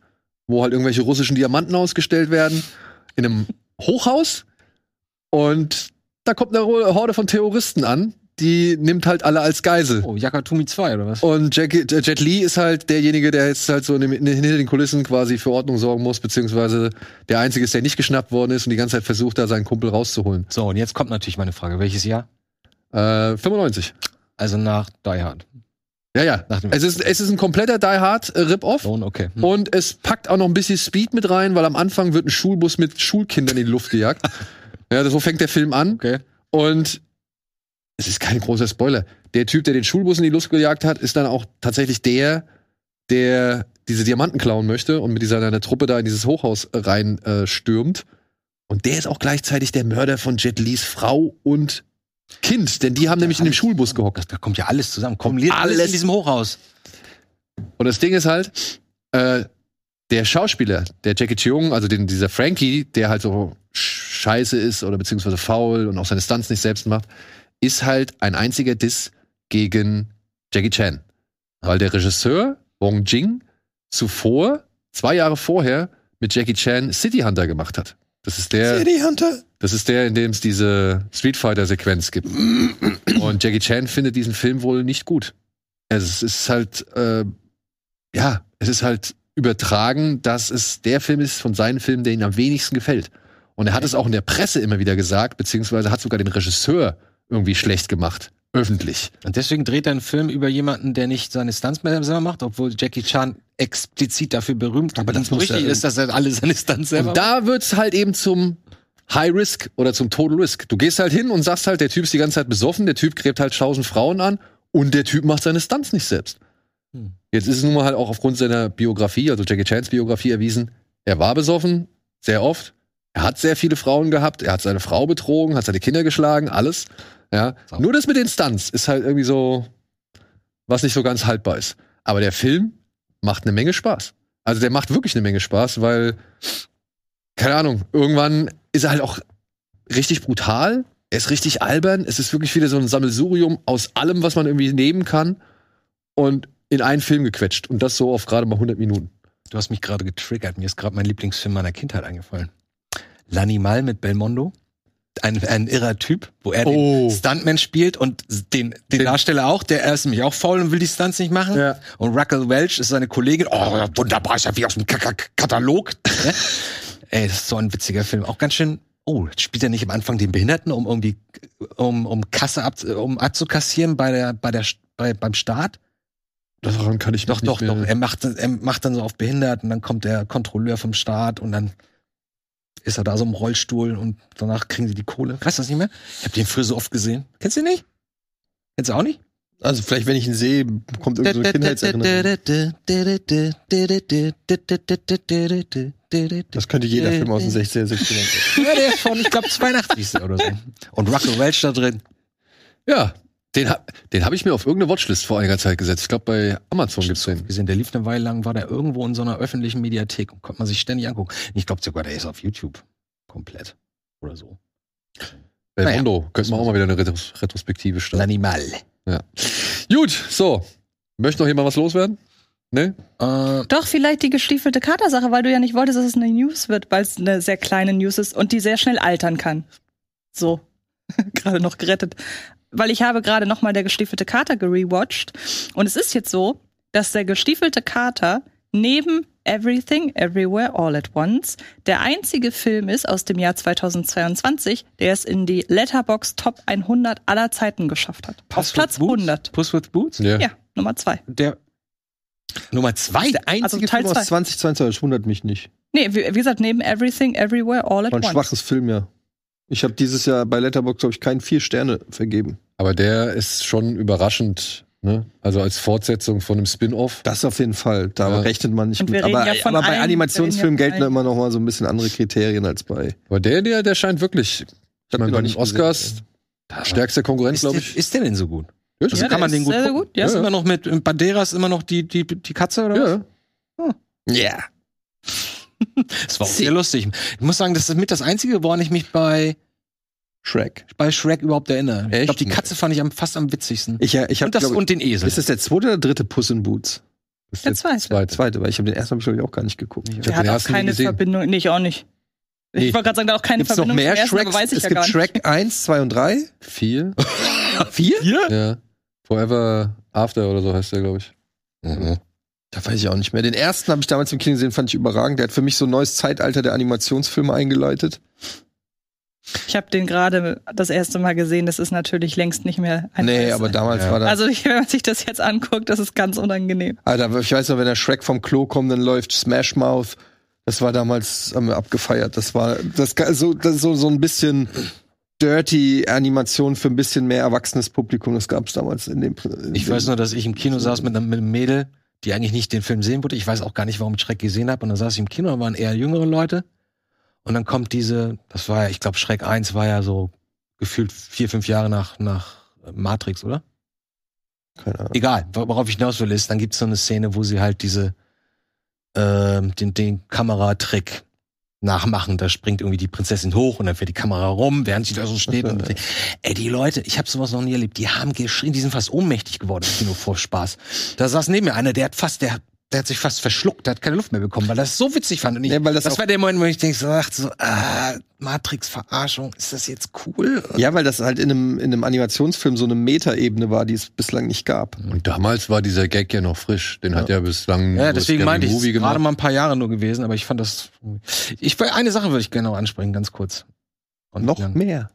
Speaker 1: wo halt irgendwelche russischen Diamanten ausgestellt werden, in einem Hochhaus. Und da kommt eine Horde von Terroristen an, die nimmt halt alle als Geisel.
Speaker 4: Oh, Yakatumi 2 oder was?
Speaker 1: Und Jack, äh, Jet Li ist halt derjenige, der jetzt halt so in dem, in, hinter den Kulissen quasi für Ordnung sorgen muss, beziehungsweise der Einzige ist, der nicht geschnappt worden ist und die ganze Zeit versucht, da seinen Kumpel rauszuholen.
Speaker 4: So, und jetzt kommt natürlich meine Frage. Welches Jahr?
Speaker 1: Äh, 95.
Speaker 4: Also nach Die Hard.
Speaker 1: Ja, ja.
Speaker 4: Nach dem
Speaker 1: Es ist, es ist ein kompletter Die Hard äh, Rip-Off.
Speaker 4: Oh, okay. Hm.
Speaker 1: Und es packt auch noch ein bisschen Speed mit rein, weil am Anfang wird ein Schulbus mit Schulkindern in die Luft gejagt. ja, so fängt der Film an.
Speaker 4: Okay.
Speaker 1: Und es ist kein großer Spoiler. Der Typ, der den Schulbus in die Luft gejagt hat, ist dann auch tatsächlich der, der diese Diamanten klauen möchte und mit dieser seiner Truppe da in dieses Hochhaus rein äh, stürmt. Und der ist auch gleichzeitig der Mörder von Jet Lees Frau und Kind, denn die haben nämlich in dem Schulbus gehockt.
Speaker 4: Das, da kommt ja alles zusammen. Kommt alles,
Speaker 1: Alles.
Speaker 4: in diesem Hochhaus.
Speaker 1: Und das Ding ist halt, äh, der Schauspieler, der Jackie Cheung, also den, dieser Frankie, der halt so scheiße ist oder beziehungsweise faul und auch seine Stunts nicht selbst macht, ist halt ein einziger Diss gegen Jackie Chan. Weil der Regisseur Wong Jing zuvor, zwei Jahre vorher, mit Jackie Chan City Hunter gemacht hat. Das ist der.
Speaker 2: City Hunter.
Speaker 1: Das ist der, in dem es diese Street Fighter-Sequenz gibt. Und Jackie Chan findet diesen Film wohl nicht gut. Es ist halt, äh, ja, es ist halt übertragen, dass es der Film ist von seinen Filmen, der ihm am wenigsten gefällt. Und er hat es auch in der Presse immer wieder gesagt, beziehungsweise hat sogar den Regisseur irgendwie schlecht gemacht. Öffentlich.
Speaker 4: Und deswegen dreht er einen Film über jemanden, der nicht seine Stunts mehr selber macht, obwohl Jackie Chan explizit dafür berühmt
Speaker 2: Aber das
Speaker 4: und
Speaker 2: muss
Speaker 4: richtig
Speaker 2: er-
Speaker 4: ist, dass er alle seine Stunts selber
Speaker 1: Und da wird's halt eben zum High Risk oder zum Total Risk. Du gehst halt hin und sagst halt, der Typ ist die ganze Zeit besoffen, der Typ gräbt halt tausend Frauen an und der Typ macht seine Stunts nicht selbst.
Speaker 4: Hm.
Speaker 1: Jetzt ist es nun mal halt auch aufgrund seiner Biografie, also Jackie Chans Biografie erwiesen, er war besoffen, sehr oft. Er hat sehr viele Frauen gehabt, er hat seine Frau betrogen, hat seine Kinder geschlagen, alles. Ja.
Speaker 4: Sau.
Speaker 1: Nur das mit den Stunts ist halt irgendwie so, was nicht so ganz haltbar ist. Aber der Film macht eine Menge Spaß. Also der macht wirklich eine Menge Spaß, weil, keine Ahnung, irgendwann ist er halt auch richtig brutal, er ist richtig albern, es ist wirklich wieder so ein Sammelsurium aus allem, was man irgendwie nehmen kann und in einen Film gequetscht und das so auf gerade mal 100 Minuten.
Speaker 4: Du hast mich gerade getriggert. Mir ist gerade mein Lieblingsfilm meiner Kindheit eingefallen. L'Animal mit Belmondo. Ein, ein irrer Typ, wo er
Speaker 1: Oh.
Speaker 4: den Stuntman spielt und den, den, Darsteller auch. Der er ist nämlich auch faul und will die Stunts nicht machen.
Speaker 1: Ja.
Speaker 4: Und Raquel Welch ist seine Kollegin. Oh, ja, wunderbar, ist ja wie aus dem K -K Katalog. Ne? Ey, das ist so ein witziger Film. Auch ganz schön. Oh, jetzt spielt er nicht am Anfang den Behinderten, um irgendwie um, um Kasse ab, um abzukassieren bei der bei der bei, beim Staat?
Speaker 1: Daran kann ich
Speaker 4: Doch, doch,
Speaker 1: mehr-
Speaker 4: doch. Er macht, er macht dann so auf behindert und dann kommt der Kontrolleur vom Staat und dann ist er da so im Rollstuhl und danach kriegen sie die Kohle. Weißt du das nicht mehr? Ich habe den früher so oft gesehen. Kennst du ihn nicht? Kennst du auch nicht?
Speaker 2: Also vielleicht, wenn ich ihn sehe, kommt irgendeine so eine Kindheitserinnerung.
Speaker 4: Das
Speaker 2: Das könnte jeder Film aus den 60er, 70er sein.
Speaker 4: ja, der ist von, ich glaube, 82. oder so. Und Ruckel Welch da drin.
Speaker 1: Ja, den, hab- den habe ich mir auf irgendeine Watchlist vor einiger Zeit gesetzt. Ich glaube, bei Amazon gibt's den.
Speaker 4: Wir sind, der lief eine Weile lang, war der irgendwo in so einer öffentlichen Mediathek und konnte man sich ständig angucken. Ich glaube sogar, der ist auf YouTube. Komplett. Oder so.
Speaker 1: Bei
Speaker 4: Naja.
Speaker 1: Mondo könnten wir auch mal wieder eine Retros Retrospektive starten.
Speaker 4: L'animal.
Speaker 1: Gut, so. Möchte noch jemand was loswerden? Ne?
Speaker 4: Äh,
Speaker 3: Doch, vielleicht die gestiefelte Katersache, weil du ja nicht wolltest, dass es eine News wird, weil es eine sehr kleine News ist und die sehr schnell altern kann. So, gerade noch gerettet. Weil ich habe gerade nochmal der gestiefelte Kater gerewatcht und es ist jetzt so, dass der gestiefelte Kater neben Everything, Everywhere, All at Once der einzige Film ist aus dem Jahr 2022, der es in die Letterbox Top 100 aller Zeiten geschafft hat. Auf
Speaker 4: Puss
Speaker 3: Platz
Speaker 4: with Boots?
Speaker 3: 100.
Speaker 4: Puss with Boots?
Speaker 1: Ja.
Speaker 3: Ja, Nummer zwei.
Speaker 4: Der Nummer zwei. Der
Speaker 3: Also
Speaker 2: Einzige
Speaker 3: Teil
Speaker 2: Film
Speaker 3: zwei.
Speaker 2: aus 2022 wundert mich nicht.
Speaker 3: Nee, wie, wie gesagt, neben Everything, Everywhere, All at
Speaker 2: War ein
Speaker 3: Once.
Speaker 2: schwaches Film, ja. Ich habe dieses Jahr bei Letterboxd, glaube ich, keinen vier Sterne vergeben.
Speaker 1: Aber der ist schon überraschend, ne? Also als Fortsetzung von einem Spin-off.
Speaker 2: Das auf jeden Fall. Da
Speaker 1: Ja.
Speaker 2: rechnet man nicht
Speaker 3: Und wir
Speaker 2: mit.
Speaker 3: reden
Speaker 2: Aber,
Speaker 3: ja von
Speaker 2: aber bei
Speaker 3: allen-
Speaker 2: Animationsfilmen
Speaker 3: wir reden ja
Speaker 2: gelten
Speaker 3: von
Speaker 2: da immer noch mal so ein bisschen andere Kriterien als bei.
Speaker 1: Aber der, der, der scheint wirklich. Ich
Speaker 2: hab
Speaker 1: meine,
Speaker 2: ihn noch
Speaker 1: bei den
Speaker 2: nicht
Speaker 1: Oscars
Speaker 2: gesehen.
Speaker 1: stärkster Konkurrent,
Speaker 4: ist,
Speaker 1: glaube
Speaker 4: der,
Speaker 1: ich.
Speaker 4: Also, ist der denn so gut?
Speaker 1: Ja,
Speaker 4: Also
Speaker 3: Ja,
Speaker 4: kann
Speaker 3: der
Speaker 4: man den
Speaker 3: ist
Speaker 4: gut
Speaker 3: sehr, sehr
Speaker 4: gucken?
Speaker 3: gut, ja.
Speaker 4: Ist immer noch mit äh, Banderas immer noch die, die, die Katze oder
Speaker 1: ja.
Speaker 2: Ja.
Speaker 4: was? Das war auch sehr lustig. Ich muss sagen, das ist mit das Einzige, woran ich mich bei,
Speaker 2: Shrek.
Speaker 4: bei Shrek überhaupt erinnere. Ich
Speaker 1: Echt?
Speaker 4: glaube, die Katze fand ich am, fast am witzigsten.
Speaker 2: Ich, äh, ich habe
Speaker 4: und, das, und den Esel.
Speaker 2: Ist das der zweite oder dritte Puss in Boots?
Speaker 1: Ist
Speaker 3: Der
Speaker 1: der
Speaker 3: zweite.
Speaker 1: zweite.
Speaker 2: Zweite, weil ich habe den ersten, glaube ich, auch gar nicht geguckt.
Speaker 4: Ich
Speaker 3: Der
Speaker 1: hab
Speaker 3: hat
Speaker 1: den
Speaker 3: auch
Speaker 1: ersten nie
Speaker 3: keine
Speaker 1: gesehen.
Speaker 3: Verbindung. Nee, ich auch nicht.
Speaker 2: Nee.
Speaker 3: Ich wollte gerade sagen, da hat auch keine
Speaker 2: Gibt es noch
Speaker 3: Verbindung
Speaker 2: mehr
Speaker 3: zum ersten,
Speaker 2: Shreks?
Speaker 3: aber weiß ich
Speaker 2: es
Speaker 3: ja
Speaker 2: gibt
Speaker 3: gar nicht.
Speaker 2: Shrek 1, 2 und 3.
Speaker 1: Vier?
Speaker 4: vier?
Speaker 1: ja. Forever After oder so heißt der, glaube ich.
Speaker 2: Da weiß ich auch nicht mehr. Den ersten habe ich damals im Kino gesehen, fand ich überragend. Der hat für mich so ein neues Zeitalter der Animationsfilme eingeleitet.
Speaker 3: Ich habe den gerade das erste Mal gesehen. Das ist natürlich längst nicht mehr ein
Speaker 2: nee,
Speaker 3: Weiß.
Speaker 2: aber damals
Speaker 4: Ja.
Speaker 2: war das.
Speaker 3: Also ich- wenn man sich das jetzt anguckt, das ist ganz unangenehm.
Speaker 2: Alter, ich weiß noch, wenn der Shrek vom Klo kommt, dann läuft Smash Mouth. Das war damals ähm, abgefeiert. Das war das ga- so das so so ein bisschen dirty Animation für ein bisschen mehr erwachsenes Publikum. Das gab's damals in dem. In
Speaker 4: Ich
Speaker 2: dem,
Speaker 4: weiß nur, dass ich im Kino saß mit einem, mit einem Mädel, die eigentlich nicht den Film sehen wollte. Ich weiß auch gar nicht, warum ich Shrek gesehen habe. Und dann saß ich im Kino, da waren eher jüngere Leute. Und dann kommt diese, das war ja, ich glaube, Schreck 1 war ja so gefühlt vier, fünf Jahre nach, nach äh, Matrix, oder?
Speaker 2: Keine Ahnung.
Speaker 4: Egal, worauf ich hinaus will, ist, dann gibt es so eine Szene, wo sie halt diese, ähm, den, den Kameratrick nachmachen. Da springt irgendwie die Prinzessin hoch und dann fährt die Kamera rum, während sie da so steht. Und Ey, die Leute, ich habe sowas noch nie erlebt. Die haben geschrien, die sind fast ohnmächtig geworden im Kino vor Spaß. Da saß neben mir einer, der hat fast, der, der hat sich fast verschluckt, der hat keine Luft mehr bekommen, weil er das so witzig fand. Und ich,
Speaker 2: Ja, weil das
Speaker 4: das
Speaker 2: auch-
Speaker 4: war der Moment, wo ich denk, so, dachte, so, ah, Matrix-Verarschung, ist das jetzt cool?
Speaker 2: Ja, weil das halt in einem, in einem Animationsfilm so eine Metaebene war, die es bislang nicht gab.
Speaker 1: Und damals war dieser Gag ja noch frisch. Den hat ja bislang
Speaker 4: Ja, deswegen
Speaker 1: Scary
Speaker 4: meinte ich, es
Speaker 1: Movie
Speaker 4: ist gerade
Speaker 1: gemacht.
Speaker 4: mal ein paar Jahre nur gewesen, aber ich fand das. Ich eine Sache würde ich gerne noch ansprechen, ganz kurz. Und
Speaker 2: Noch
Speaker 4: dann-
Speaker 2: mehr.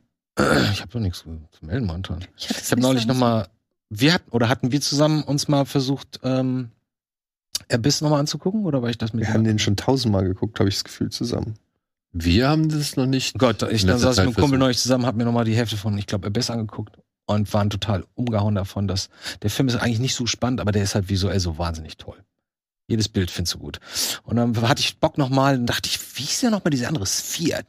Speaker 4: Ich habe doch nichts zu melden momentan.
Speaker 3: Ich habe
Speaker 4: Ich habe neulich noch mal, wir hatten oder hatten wir zusammen uns mal versucht, ähm, Abyss noch mal anzugucken oder war ich das mit?
Speaker 2: Wir
Speaker 4: dir?
Speaker 2: haben den schon tausendmal geguckt, habe ich das Gefühl zusammen.
Speaker 1: Wir haben das noch nicht.
Speaker 4: Gott, ich
Speaker 1: in
Speaker 4: dann
Speaker 1: letzter
Speaker 4: saß ich
Speaker 1: Zeit
Speaker 4: mit einem Kumpel
Speaker 1: versucht.
Speaker 4: neulich zusammen, hab mir noch mal die Hälfte von, ich glaube, Abyss angeguckt und waren total umgehauen davon, dass der Film ist eigentlich nicht so spannend, aber der ist halt visuell so wahnsinnig toll. Jedes Bild findest du gut. Und dann hatte ich Bock noch mal und dachte ich, wie ist denn noch mal diese andere Sphere?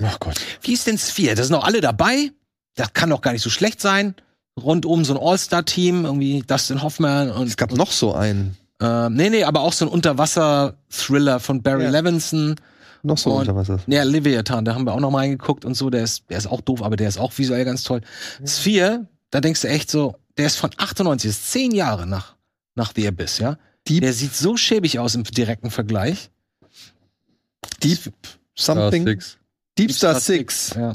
Speaker 1: Ach Gott.
Speaker 4: Wie ist denn Sphere? Da sind noch alle dabei. Das kann doch gar nicht so schlecht sein. Rundum so ein All-Star-Team, irgendwie Dustin Hoffman und.
Speaker 2: Es gab noch so einen.
Speaker 4: Ähm, nee, nee, aber auch so ein Unterwasser-Thriller von Barry
Speaker 2: Ja.
Speaker 4: Levinson.
Speaker 2: Noch so
Speaker 4: Und-
Speaker 2: unter Wasser.
Speaker 4: Ja, Leviathan, da haben wir auch noch mal reingeguckt und so. Der ist, der ist auch doof, aber der ist auch visuell ganz toll. Sphere, da denkst du echt so, der ist von 98, ist zehn Jahre nach, nach The Abyss, ja.
Speaker 2: Deep-
Speaker 4: Der sieht so schäbig aus im direkten Vergleich.
Speaker 2: Deep
Speaker 1: Star
Speaker 2: Something.
Speaker 1: Six.
Speaker 2: Deep Star Six.
Speaker 4: Ja.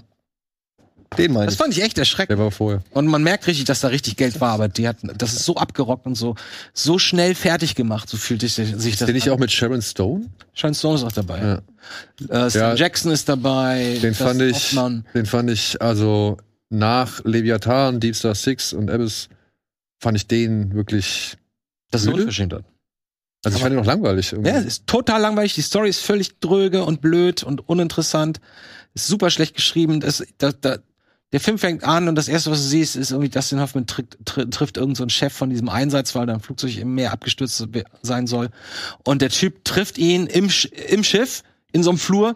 Speaker 2: Den meine
Speaker 4: Das
Speaker 2: ich.
Speaker 4: fand ich echt erschreckend.
Speaker 1: Der war vorher.
Speaker 4: Und man merkt richtig, dass da richtig Geld war, aber die hatten, das ist so abgerockt und so, so schnell fertig gemacht, so fühlt sich, sich das.
Speaker 1: Bin ich auch mit Sharon Stone?
Speaker 4: Sean Stone ist auch dabei. Äh, Stan
Speaker 1: Ja.
Speaker 4: Jackson ist dabei.
Speaker 1: Den
Speaker 4: Dustin
Speaker 1: fand ich-
Speaker 4: Hoffmann.
Speaker 1: Den fand ich, also nach Leviathan, Deep Star Six und Abyss, fand ich den wirklich.
Speaker 4: Das ist eine
Speaker 1: Müde?
Speaker 4: Unverschämtheit.
Speaker 1: Also ich fand ihn noch langweilig. Irgendwie.
Speaker 4: Ja, ist total langweilig. Die Story ist völlig dröge und blöd und uninteressant. Ist super schlecht geschrieben. Das, da, da, der Film fängt an und das erste, was du siehst, ist irgendwie, Dustin Hoffman trifft, tri- trifft irgend so einen Chef von diesem Einsatz, weil da ein Flugzeug im Meer abgestürzt sein soll. Und der Typ trifft ihn im, Sch- im Schiff, in so einem Flur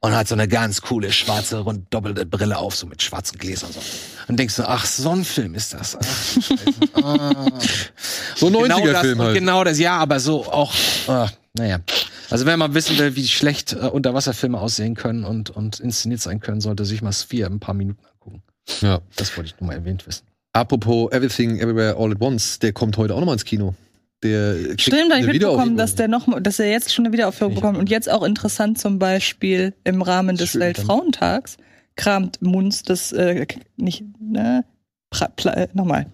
Speaker 4: und hat so eine ganz coole schwarze rund doppelte Brille auf, so mit schwarzen Gläsern. So. Und denkst du, ach, so ein Film ist das. Ach, scheiße. ah.
Speaker 1: so ein 90er-Film
Speaker 4: genau das,
Speaker 1: halt.
Speaker 4: Genau das, ja, aber so auch, äh, naja. Also wenn man wissen will, wie schlecht äh, Unterwasserfilme aussehen können und, und inszeniert sein können, sollte sich mal Sphere ein paar Minuten angucken.
Speaker 1: Ja.
Speaker 4: Das wollte ich nur mal erwähnt wissen.
Speaker 1: Apropos Everything Everywhere All at Once, der kommt heute auch nochmal ins Kino. Der kriegt
Speaker 3: Stimmt, habe ich
Speaker 1: eine
Speaker 3: mitbekommen,
Speaker 1: Wiederaufführung.
Speaker 3: dass der noch, dass er jetzt schon eine Wiederaufführung
Speaker 4: Ich-
Speaker 3: bekommt und jetzt auch interessant zum Beispiel im Rahmen des
Speaker 4: Schön, dann-
Speaker 3: Weltfrauentags kramt Munz das äh, k- nicht ne pra, pla, äh, nochmal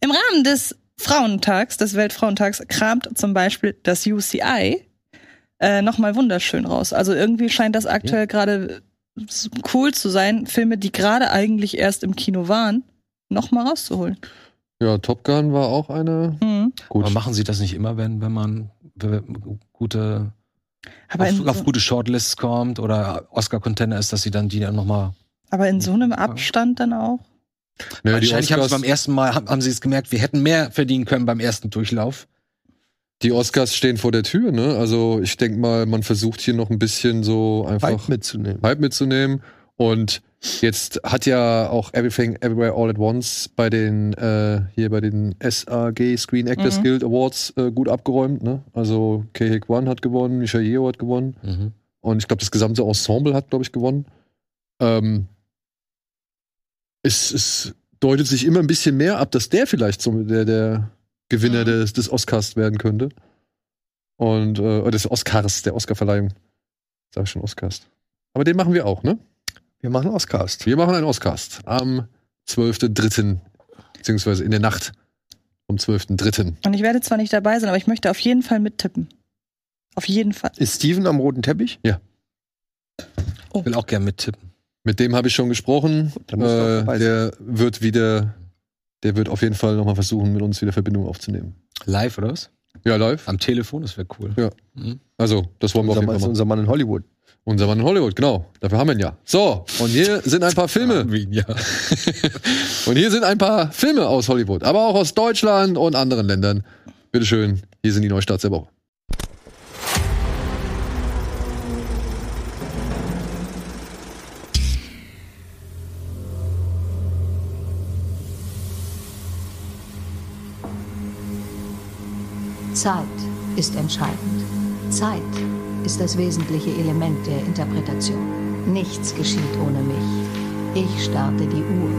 Speaker 3: im Rahmen des Frauentags des Weltfrauentags kramt zum Beispiel das UCI äh, nochmal wunderschön raus. Also irgendwie scheint das aktuell gerade s- cool zu sein, Filme, die gerade eigentlich erst im Kino waren, nochmal rauszuholen.
Speaker 1: Ja, Top Gun war auch eine.
Speaker 3: Mhm.
Speaker 1: Gut.
Speaker 4: Aber machen sie das nicht immer, wenn, wenn man w- w- gute,
Speaker 3: Aber
Speaker 4: auf,
Speaker 3: in so-
Speaker 4: auf gute Shortlists kommt oder Oscar-Contender ist, dass sie dann die dann nochmal.
Speaker 3: Aber in so einem Abstand dann auch?
Speaker 1: Naja, die,
Speaker 4: Wahrscheinlich haben sie
Speaker 1: Oscars,
Speaker 4: beim ersten Mal, haben, haben sie es gemerkt, wir hätten mehr verdienen können beim ersten Durchlauf.
Speaker 1: die Oscars stehen vor der Tür, ne? Also ich denke mal, man versucht hier noch ein bisschen so einfach
Speaker 2: Hype mitzunehmen.
Speaker 1: Hype mitzunehmen. Und jetzt hat ja auch Everything Everywhere All at Once bei den äh, hier bei den SAG Screen Actors
Speaker 3: Mhm.
Speaker 1: Guild Awards äh, gut abgeräumt. Ne? Also Kehik One hat gewonnen, Michelle Yeoh hat gewonnen und ich glaube das gesamte Ensemble hat glaube ich gewonnen. Ähm, es, es deutet sich immer ein bisschen mehr ab, dass der vielleicht so der, der Gewinner
Speaker 3: Mhm.
Speaker 1: des, des Oscars werden könnte. Und äh, des Oscars, der Oscarverleihung. Sag ich schon Oscars. Aber den machen wir auch, ne?
Speaker 2: Wir machen Oscars.
Speaker 1: Wir machen einen Oscast am 12.3. beziehungsweise in der Nacht vom 12.3.
Speaker 3: Und ich werde zwar nicht dabei sein, aber ich möchte auf jeden Fall mittippen. Auf jeden Fall.
Speaker 2: Ist Steven am roten Teppich?
Speaker 4: Ich will auch gerne mittippen.
Speaker 1: Mit dem habe ich schon gesprochen.
Speaker 2: dann musst du auch
Speaker 1: äh,
Speaker 2: dabei sein.
Speaker 1: der wird wieder, der wird auf jeden Fall nochmal versuchen, mit uns wieder Verbindung aufzunehmen.
Speaker 4: Live oder was?
Speaker 1: Ja, live.
Speaker 4: Am Telefon, das wäre cool.
Speaker 1: Ja.
Speaker 4: Mhm.
Speaker 1: Also, das wollen wir auf
Speaker 2: Unser
Speaker 1: jeden
Speaker 2: Mann,
Speaker 1: Fall
Speaker 2: ist
Speaker 1: machen.
Speaker 2: unser Mann in Hollywood.
Speaker 1: Unser Mann in Hollywood, genau. Dafür haben wir ihn ja. So, und hier sind ein paar Filme.
Speaker 4: Wien, ja.
Speaker 1: Und hier sind ein paar Filme aus Hollywood, aber auch aus Deutschland und anderen Ländern. Bitteschön, hier sind die Neustarts der Woche.
Speaker 5: Zeit ist entscheidend. Zeit ist das wesentliche Element der Interpretation. Nichts geschieht ohne mich. Ich starte die Uhr.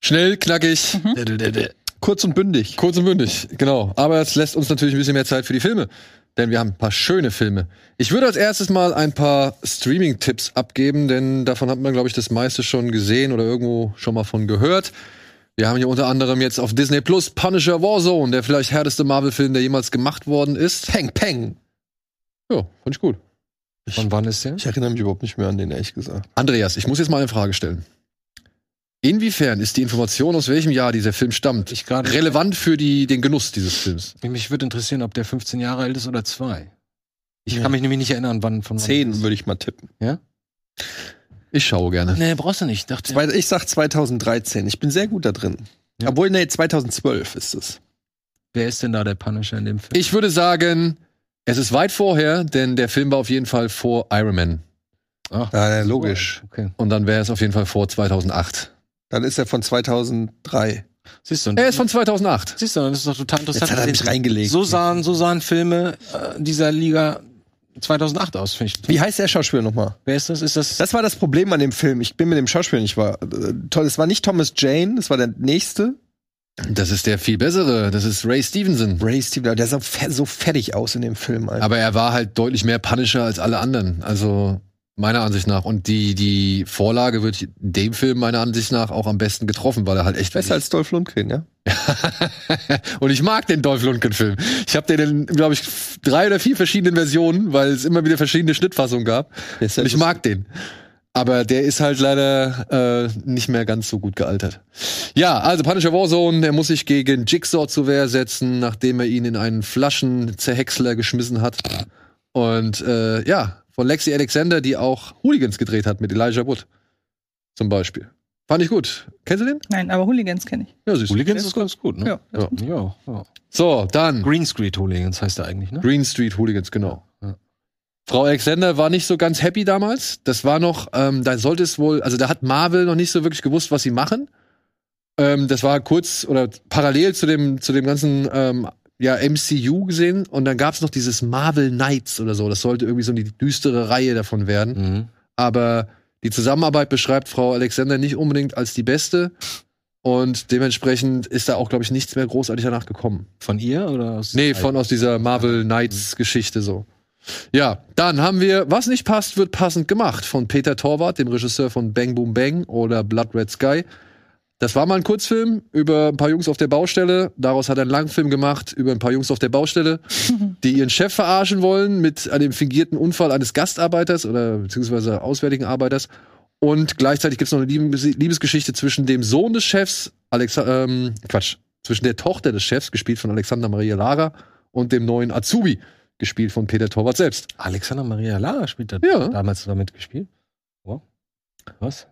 Speaker 1: Schnell, knackig,
Speaker 2: Kurz und bündig.
Speaker 1: kurz und bündig, genau. Aber es lässt uns natürlich ein bisschen mehr Zeit für die Filme, denn wir haben ein paar schöne Filme. Ich würde als erstes mal ein paar Streaming-Tipps abgeben, denn davon hat man, glaube ich, das meiste schon gesehen oder irgendwo schon mal von gehört. Wir haben hier unter anderem jetzt auf Disney Plus Punisher Warzone, der vielleicht härteste Marvel-Film, der jemals gemacht worden ist.
Speaker 2: Peng, peng.
Speaker 1: Ja, fand ich gut.
Speaker 4: Von wann ist der?
Speaker 2: Ich erinnere mich überhaupt nicht mehr an den, ehrlich gesagt.
Speaker 1: Andreas, ich muss jetzt mal eine Frage stellen. Inwiefern ist die Information, aus welchem Jahr dieser Film stammt,
Speaker 4: Ich gerade.
Speaker 1: relevant für die, den Genuss dieses Films?
Speaker 4: Mich würde interessieren, ob der 15 Jahre alt ist oder zwei. Ich
Speaker 2: Ja.
Speaker 4: kann mich nämlich nicht erinnern, wann von wann
Speaker 2: Zehn
Speaker 4: das ist.
Speaker 2: würde ich mal tippen.
Speaker 1: Ich schaue gerne.
Speaker 4: Nee, brauchst du nicht. Ich Dachte,
Speaker 2: Zwei- Ich sag 2013. Ich bin sehr gut da drin.
Speaker 4: Ja.
Speaker 2: Obwohl, nee, 2012 ist es.
Speaker 4: wer ist denn da der Punisher in dem Film?
Speaker 1: Ich würde sagen, es ist weit vorher, denn der Film war auf jeden Fall vor Iron Man.
Speaker 4: Ach,
Speaker 2: Ja,
Speaker 4: Okay.
Speaker 1: Und dann wäre es auf jeden Fall vor 2008.
Speaker 2: Dann ist er von 2003.
Speaker 4: Siehst du, und-
Speaker 1: Er ist von 2008.
Speaker 4: siehst du, das ist doch total interessant.
Speaker 2: Jetzt hat er mich reingelegt.
Speaker 4: so sahen, so sahen Filme äh, dieser Liga 2008 aus, finde ich.
Speaker 2: Wie heißt der Schauspieler nochmal?
Speaker 4: Wer ist das? Ist das?
Speaker 2: Das war das Problem an dem Film. Ich bin mit dem Schauspieler nicht wahr. äh, Toll, es war nicht Thomas Jane, das war der nächste.
Speaker 1: Das ist der viel bessere. Das ist Ray Stevenson.
Speaker 2: Ray Steven, der sah fe so fertig aus in dem Film. Alter.
Speaker 1: Aber er war halt deutlich mehr Punisher als alle anderen. Also meiner Ansicht nach. Und die, die Vorlage wird in dem Film meiner Ansicht nach auch am besten getroffen, weil er halt echt
Speaker 2: Besser als Dolph Lundgren, ja?
Speaker 1: Und ich mag den Dolph Lundgren-Film. Ich habe den, glaube ich, f- drei oder vier verschiedenen Versionen, weil es immer wieder verschiedene Schnittfassungen gab.
Speaker 2: Der ist ja
Speaker 1: Und ich
Speaker 2: lustig.
Speaker 1: mag den. Aber der ist halt leider äh, nicht mehr ganz so gut gealtert. Ja, also Punisher Warzone, der muss sich gegen Jigsaw zur Wehr setzen, nachdem er ihn in einen Flaschenzerhäcksler geschmissen hat. Und äh, ja, von Lexi Alexander, die auch Hooligans gedreht hat mit Elijah Wood. Zum Beispiel. Fand ich gut. Kennst du den?
Speaker 3: Nein, aber Hooligans kenne ich.
Speaker 1: Ja, süß.
Speaker 4: Hooligans ist ganz gut, ne?
Speaker 2: Ja.
Speaker 1: Ja.
Speaker 4: Ja. ja.
Speaker 1: So, dann.
Speaker 4: Green Street Hooligans heißt er eigentlich, ne?
Speaker 1: Green Street Hooligans, genau.
Speaker 4: Ja.
Speaker 1: Frau Alexander war nicht so ganz happy damals. Das war noch, ähm, da sollte es wohl, also da hat Marvel noch nicht so wirklich gewusst, was sie machen. Ähm, das war kurz oder parallel zu dem, zu dem ganzen ähm, ja, MCU gesehen. Und dann gab es noch dieses Marvel Knights oder so. Das sollte irgendwie so eine düstere Reihe davon werden
Speaker 4: Mhm.
Speaker 1: aber die Zusammenarbeit beschreibt Frau Alexander nicht unbedingt als die beste. Und dementsprechend ist da auch, glaube ich, nichts mehr großartig danach gekommen.
Speaker 4: Von ihr oder aus
Speaker 1: Nee, von aus dieser Marvel Knights Geschichte so. Ja, dann haben wir Was nicht passt, wird passend gemacht von Peter Torwart, dem Regisseur von Bang Boom Bang oder Blood Red Sky. Das war mal ein Kurzfilm über ein paar Jungs auf der Baustelle. Daraus hat er einen Langfilm gemacht über ein paar Jungs auf der Baustelle, die ihren Chef verarschen wollen mit einem fingierten Unfall eines Gastarbeiters oder beziehungsweise auswärtigen Arbeiters. Und gleichzeitig gibt es noch eine Liebes Liebesgeschichte zwischen dem Sohn des Chefs, Alexa ähm, Quatsch, zwischen der Tochter des Chefs, gespielt von Alexander Maria Lara, und dem neuen Azubi, gespielt von Peter Torwart selbst.
Speaker 4: Alexander Maria Lara spielt da
Speaker 1: Ja.
Speaker 4: damals damit gespielt. Wow. Was?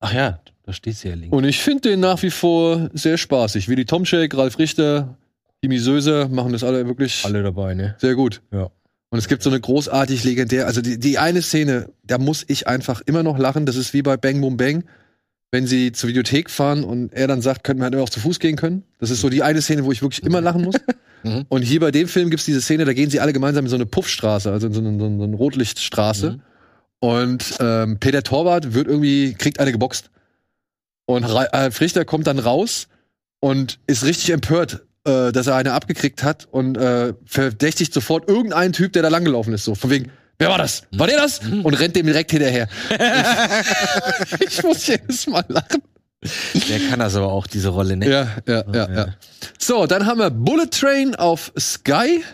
Speaker 4: Ach ja, da steht sie ja links.
Speaker 1: Und ich finde den nach wie vor sehr spaßig. Willi Tomczek, Ralf Richter, Jimmy Söse machen das alle wirklich
Speaker 4: Alle dabei, ne?
Speaker 1: sehr gut.
Speaker 4: Ja.
Speaker 1: Und es gibt so eine großartig legendäre, also die, die eine Szene, da muss ich einfach immer noch lachen. Das ist wie bei Bang Boom Bang, wenn sie zur Videothek fahren und er dann sagt, könnten wir halt auch zu Fuß gehen können. Das ist so die eine Szene, wo ich wirklich immer lachen muss.
Speaker 4: Mhm.
Speaker 1: Und hier bei dem Film gibt es diese Szene, da gehen sie alle gemeinsam in so eine Puffstraße, also in so eine, so eine, so eine Rotlichtstraße.
Speaker 4: Mhm.
Speaker 1: Und ähm, Peter Torwart wird irgendwie, kriegt eine geboxt. Und Ra- Ralf Richter kommt dann raus und ist richtig empört, äh, dass er eine abgekriegt hat und äh, verdächtigt sofort irgendeinen Typ, der da langgelaufen ist. So von wegen, wer war das? War der das? Und rennt dem direkt hinterher. ich muss jedes Mal lachen.
Speaker 4: Der kann das aber auch, diese Rolle, ne?
Speaker 1: Ja, ja, ja, ja. So, dann haben wir Bullet Train auf Sky.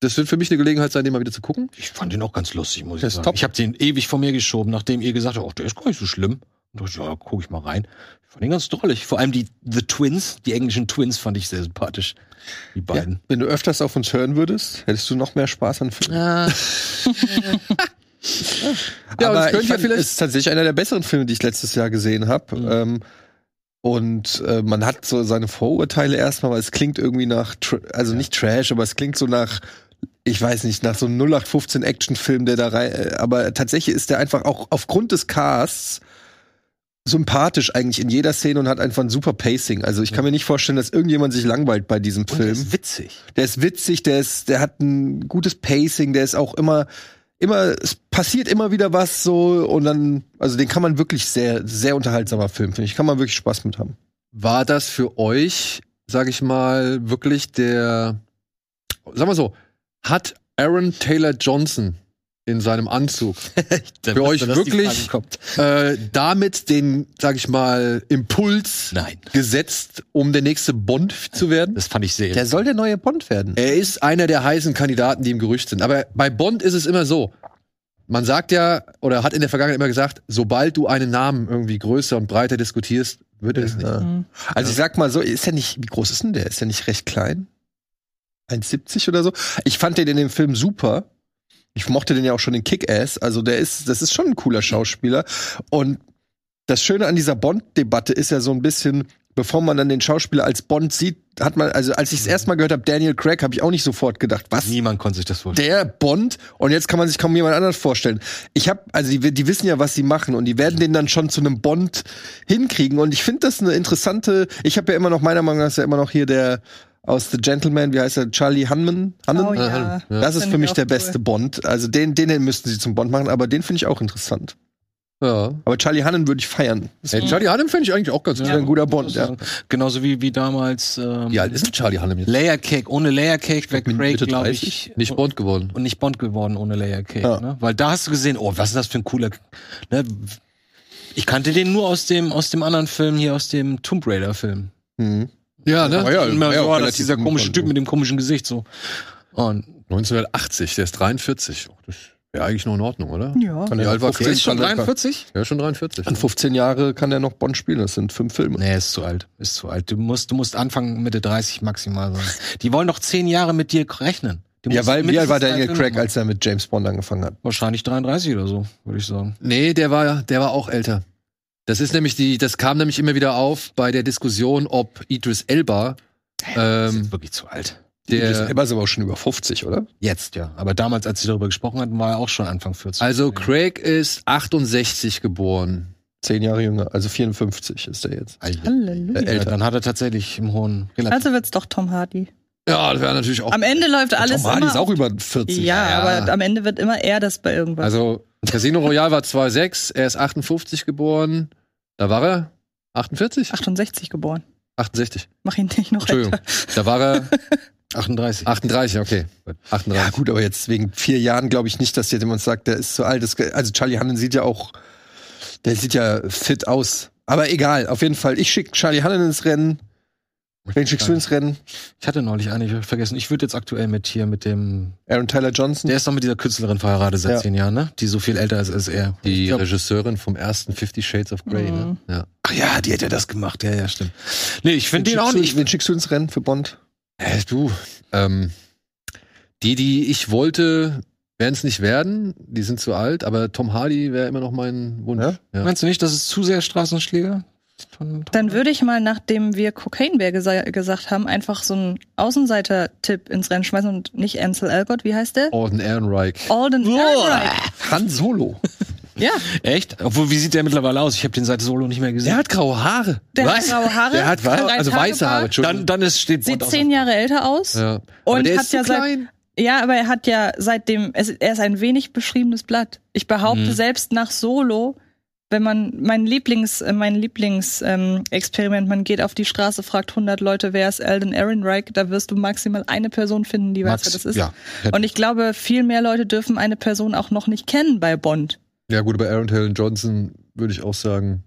Speaker 1: Das wird für mich eine Gelegenheit sein, den mal wieder zu gucken.
Speaker 4: Ich fand den auch ganz lustig, muss
Speaker 2: Der
Speaker 4: ich
Speaker 2: ist
Speaker 4: sagen.
Speaker 2: top.
Speaker 4: Ich habe den ewig vor mir geschoben, nachdem ihr gesagt habt, oh, der ist gar nicht so schlimm. Und dachte ich, ja, guck ich mal rein. Ich fand den ganz drollig. Vor allem die The Twins, die englischen Twins fand ich sehr sympathisch. Die
Speaker 2: Ja.
Speaker 4: beiden. Ah.
Speaker 2: Wenn du öfters auf uns hören würdest, hättest du noch mehr Spaß an Filmen.
Speaker 4: Ja.
Speaker 1: Ja,
Speaker 2: aber
Speaker 1: das könnte
Speaker 2: ich
Speaker 1: ja
Speaker 2: fand,
Speaker 1: vielleicht- Mhm.
Speaker 2: ist tatsächlich einer der besseren Filme, die ich letztes Jahr gesehen habe. Ähm, und äh, man hat so seine Vorurteile erstmal, weil es klingt irgendwie nach, Tr- also nicht Trash, aber es klingt so nach, ich weiß nicht, nach so einem 0815 Actionfilm, der da rein, äh, aber tatsächlich ist der einfach auch aufgrund des Casts sympathisch eigentlich in jeder Szene und hat einfach ein super Pacing. Also ich kann mir nicht vorstellen, dass irgendjemand sich langweilt bei diesem
Speaker 4: Und der
Speaker 2: Film.
Speaker 4: ist witzig.
Speaker 2: Der ist witzig, der ist, der hat ein gutes Pacing, der ist auch immer, immer, es passiert immer wieder was so und dann, also den kann man wirklich sehr, sehr unterhaltsamer Film, finde ich. Kann man wirklich Spaß mit haben.
Speaker 1: War das für euch, sag ich mal, wirklich der, sag mal so, hat Aaron Taylor Johnson in seinem Anzug
Speaker 4: Da
Speaker 1: Für
Speaker 4: weißt
Speaker 1: euch
Speaker 4: du, dass die
Speaker 1: wirklich-
Speaker 4: Frage kommt.
Speaker 1: äh, damit den, sag ich mal, Impuls
Speaker 4: Nein,
Speaker 1: gesetzt, um der nächste Bond zu werden?
Speaker 4: das fand ich sehr.
Speaker 2: Der soll der neue Bond werden.
Speaker 1: Er ist einer der heißen Kandidaten, die im Gerücht sind. Aber bei Bond ist es immer so. Man sagt ja, oder hat in der Vergangenheit immer gesagt, sobald du einen Namen irgendwie größer und breiter diskutierst, wird er es nicht.
Speaker 2: Ja.
Speaker 3: Mhm.
Speaker 2: Also ich sag mal so, ist er nicht, wie groß ist denn der? Ist er nicht recht klein? 1,70 oder so? Ich fand den in dem Film super. Ich mochte den ja auch schon in Kick-Ass. Also der ist, das ist schon ein cooler Schauspieler. Und das Schöne an dieser Bond-Debatte ist ja so ein bisschen, bevor man dann den Schauspieler als Bond sieht, hat man, also als ich es erstmal gehört habe, Daniel Craig, habe ich auch nicht sofort gedacht, was
Speaker 4: Niemand konnte sich das vorstellen.
Speaker 2: der Bond und jetzt kann man sich kaum jemand anders vorstellen. Ich habe also die, die wissen ja, was sie machen und die werden den dann schon zu einem Bond hinkriegen und ich finde das eine interessante, ich habe ja immer noch meiner Meinung nach ist ja immer noch hier der aus The Gentleman, wie heißt er, Charlie Hunman, Hunman?
Speaker 3: Oh ja.
Speaker 2: Das ist
Speaker 3: Find
Speaker 2: für
Speaker 3: ich
Speaker 2: mich
Speaker 3: auch
Speaker 2: der
Speaker 3: cool.
Speaker 2: beste Bond. Also den den müssten sie zum Bond machen, aber den finde ich auch interessant.
Speaker 1: Ja.
Speaker 2: Aber Charlie Hunman würde ich feiern. Das
Speaker 1: Hey, Charlie Hunnam finde ich eigentlich auch ganz
Speaker 2: ist
Speaker 1: gut.
Speaker 2: ein guter Bond, ja.
Speaker 4: Genauso wie, wie damals ähm,
Speaker 1: Wie alt ist denn Charlie Hunnam jetzt?
Speaker 4: Layer Cake. Ohne Layer Cake wäre
Speaker 2: mit
Speaker 4: Craig,
Speaker 2: Mitte
Speaker 4: glaube
Speaker 2: 30.
Speaker 4: ich,
Speaker 1: Nicht Bond geworden.
Speaker 4: und nicht Bond geworden ohne Layer Cake.
Speaker 2: Ja.
Speaker 4: Ne? Weil da hast du gesehen, oh, was ist das für ein cooler. Ne? Ich kannte den nur aus dem, aus dem anderen Film hier, aus dem Tomb Raider-Film.
Speaker 2: Mhm.
Speaker 1: Ja,
Speaker 4: Ne? Immer so, ah, das ist dieser komische Typ mit
Speaker 1: dem
Speaker 4: dem komischen Gesicht so. Und
Speaker 1: 1980, der ist 43. Och, Das wäre eigentlich noch in Ordnung, oder?
Speaker 3: Ja.
Speaker 2: Kann er
Speaker 1: Wie alt war
Speaker 2: auf
Speaker 1: Craig?
Speaker 2: Ist schon
Speaker 4: 43?
Speaker 1: Ja, schon 43.
Speaker 2: An
Speaker 1: ne?
Speaker 2: 15 Jahre kann er noch Bond spielen, das sind fünf Filme.
Speaker 4: Nee, ist zu alt. Ist zu alt. Du musst, du musst anfangen Mitte 30 maximal sein. Die wollen noch zehn Jahre mit dir rechnen. Du
Speaker 2: Ja,
Speaker 4: musst
Speaker 2: weil wie alt
Speaker 4: mindestens
Speaker 2: war
Speaker 4: drei
Speaker 2: Daniel
Speaker 4: Filme
Speaker 2: Craig,
Speaker 4: machen.
Speaker 2: als er mit James Bond angefangen hat?
Speaker 4: Wahrscheinlich 33 oder so, würde ich sagen.
Speaker 1: Nee, der war, der war auch älter. Das ist nämlich die, das kam nämlich immer wieder auf bei der Diskussion, ob Idris Elba,
Speaker 4: Das ist
Speaker 1: ähm,
Speaker 2: Hm.
Speaker 4: jetzt wirklich zu alt.
Speaker 2: Idris
Speaker 1: der,
Speaker 2: Elba ist aber auch schon über 50, oder?
Speaker 4: Jetzt, ja. Aber damals, als sie darüber gesprochen hatten, war er auch schon Anfang 40.
Speaker 1: also Craig ist 68 geboren.
Speaker 2: Zehn Jahre jünger, also 54 ist er jetzt.
Speaker 4: Alter.
Speaker 3: Halleluja.
Speaker 4: Ja, dann hat er tatsächlich im hohen relativ.
Speaker 3: Also wird's doch Tom Hardy.
Speaker 1: Ja, das wäre natürlich auch.
Speaker 3: Am Ende läuft alles
Speaker 2: Tom Hardy
Speaker 3: immer
Speaker 2: ist auch über 40.
Speaker 3: ja,
Speaker 1: Ja.
Speaker 3: aber am Ende wird immer er das bei irgendwas.
Speaker 1: Also, Casino Royale war 2,6, er ist 58 geboren. Da war er 48?
Speaker 3: 68 geboren.
Speaker 1: 68.
Speaker 3: Mach ihn nicht noch
Speaker 1: Entschuldigung.
Speaker 3: älter.
Speaker 1: Da war er
Speaker 4: 38.
Speaker 1: 38, okay.
Speaker 2: Ja,
Speaker 1: 38.
Speaker 2: gut, aber jetzt wegen vier Jahren glaube ich nicht, dass jetzt jemand sagt, der ist zu alt. Das, also Charlie Hannon sieht ja auch, der sieht ja fit aus. Aber egal, auf jeden Fall. Ich schicke Charlie Hannon ins Rennen. Wen schickst du ins Rennen?
Speaker 4: Ich hatte neulich eine, ich hab vergessen. Ich würde jetzt aktuell mit hier, mit dem.
Speaker 2: Aaron Tyler Johnson.
Speaker 4: Der ist noch mit dieser Künstlerin verheiratet seit
Speaker 2: Ja.
Speaker 4: zehn Jahren, ne? Die so viel älter ist als er.
Speaker 1: Die
Speaker 4: Ich glaub, Mhm.
Speaker 1: Regisseurin vom ersten Fifty Shades of Grey, ne? Ja.
Speaker 4: ach ja, die hat ja das gemacht. Ja, ja, stimmt. Nee, ich
Speaker 2: Wen
Speaker 4: finde den auch
Speaker 2: schickst du-
Speaker 4: nicht.
Speaker 2: Wen schickst du ins Rennen für Bond?
Speaker 1: Äh, du, ähm, die, die ich wollte, werden es nicht werden. Die sind zu alt, aber Tom Hardy wäre immer noch mein Wunsch. Ja?
Speaker 4: Meinst du nicht, das ist zu sehr Straßenschläger? Von-
Speaker 3: Dann würde ich mal, nachdem wir Cocaine Bear gesa gesagt haben, einfach so einen Außenseiter-Tipp ins Rennen schmeißen und nicht Ansel Elgort, wie heißt der?
Speaker 1: Alden Ehrenreich.
Speaker 3: Alden Ehrenreich.
Speaker 2: Han Solo.
Speaker 3: Ja,
Speaker 4: Echt? Obwohl, wie sieht der mittlerweile aus? Ich habe den seit Solo nicht mehr gesehen.
Speaker 1: Der hat graue Haare.
Speaker 3: der hat graue Haare.
Speaker 1: Der hat was?
Speaker 3: drei
Speaker 1: Also
Speaker 3: Tage
Speaker 1: weiße Haare,
Speaker 3: Bart,
Speaker 1: Entschuldigung.
Speaker 4: dann ist, steht
Speaker 3: Sieht
Speaker 4: Bond
Speaker 3: zehn Jahre älter aus.
Speaker 1: ja. Aber
Speaker 3: Und
Speaker 1: der
Speaker 3: hat
Speaker 1: ist
Speaker 3: ja
Speaker 1: zu
Speaker 3: seit-
Speaker 1: klein.
Speaker 3: Ja, aber er hat ja seitdem, es, er ist ein wenig beschriebenes Blatt. Ich behaupte
Speaker 4: Mhm.
Speaker 3: selbst nach Solo, wenn man mein Lieblings, äh, mein Lieblingsexperiment, ähm, Experiment, man geht auf die Straße, fragt 100 Leute, wer ist Alden Ehrenreich, da wirst du maximal eine Person finden, die weiß,
Speaker 4: Max,
Speaker 3: wer das ist.
Speaker 4: Ja.
Speaker 3: Und ich glaube, viel mehr Leute dürfen eine Person auch noch nicht kennen bei Bond.
Speaker 1: Ja, gut, bei Aaron Taylor Johnson würde ich auch sagen,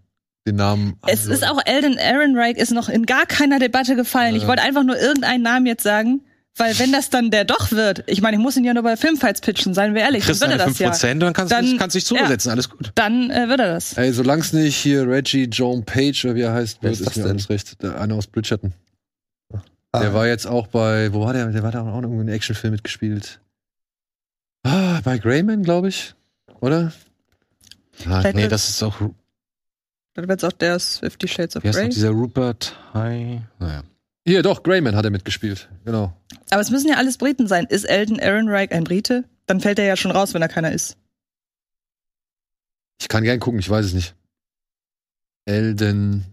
Speaker 1: den Namen.
Speaker 3: Es
Speaker 4: Also
Speaker 3: ist auch Alden Ehrenreich ist noch in gar keiner Debatte gefallen.
Speaker 4: Äh.
Speaker 3: Ich wollte einfach nur irgendeinen Namen jetzt sagen, weil wenn das dann der doch wird, ich meine, ich muss ihn ja nur bei Filmfights pitchen, seien wir ehrlich,
Speaker 4: kriegst
Speaker 3: dann
Speaker 4: deine
Speaker 3: wird er das
Speaker 4: 5%,
Speaker 3: ja.
Speaker 4: Prozent, dann kannst
Speaker 3: Dann-
Speaker 4: du kannst dich zusetzen, alles gut.
Speaker 3: Dann äh, wird er das.
Speaker 1: Ey, solang's nicht hier Reggie Joan Page oder wie er heißt,
Speaker 2: Wer
Speaker 1: wird,
Speaker 2: ist
Speaker 1: ist
Speaker 2: das
Speaker 1: mir
Speaker 2: denn? Ah.
Speaker 1: alles recht. Der eine aus Bridgerton. Der war jetzt auch bei, wo war der? Der war da auch in irgendeinem Actionfilm mitgespielt. Ah, bei Greyman, glaube ich. Oder?
Speaker 4: Ah,
Speaker 3: Vielleicht
Speaker 4: nee,
Speaker 3: ist-
Speaker 4: das ist auch, wie
Speaker 3: Dann wird's auch der ist Fifty Shades of
Speaker 4: heißt noch
Speaker 3: Grey.
Speaker 4: dieser Rupert High? Naja.
Speaker 1: Hier, doch, Greyman hat er mitgespielt. Genau.
Speaker 3: Aber es müssen ja alles Briten sein. Ist Elton Ehrenreich ein Brite? Dann fällt er ja schon raus, wenn er keiner ist.
Speaker 1: Ich kann gern gucken, ich weiß es nicht. Elden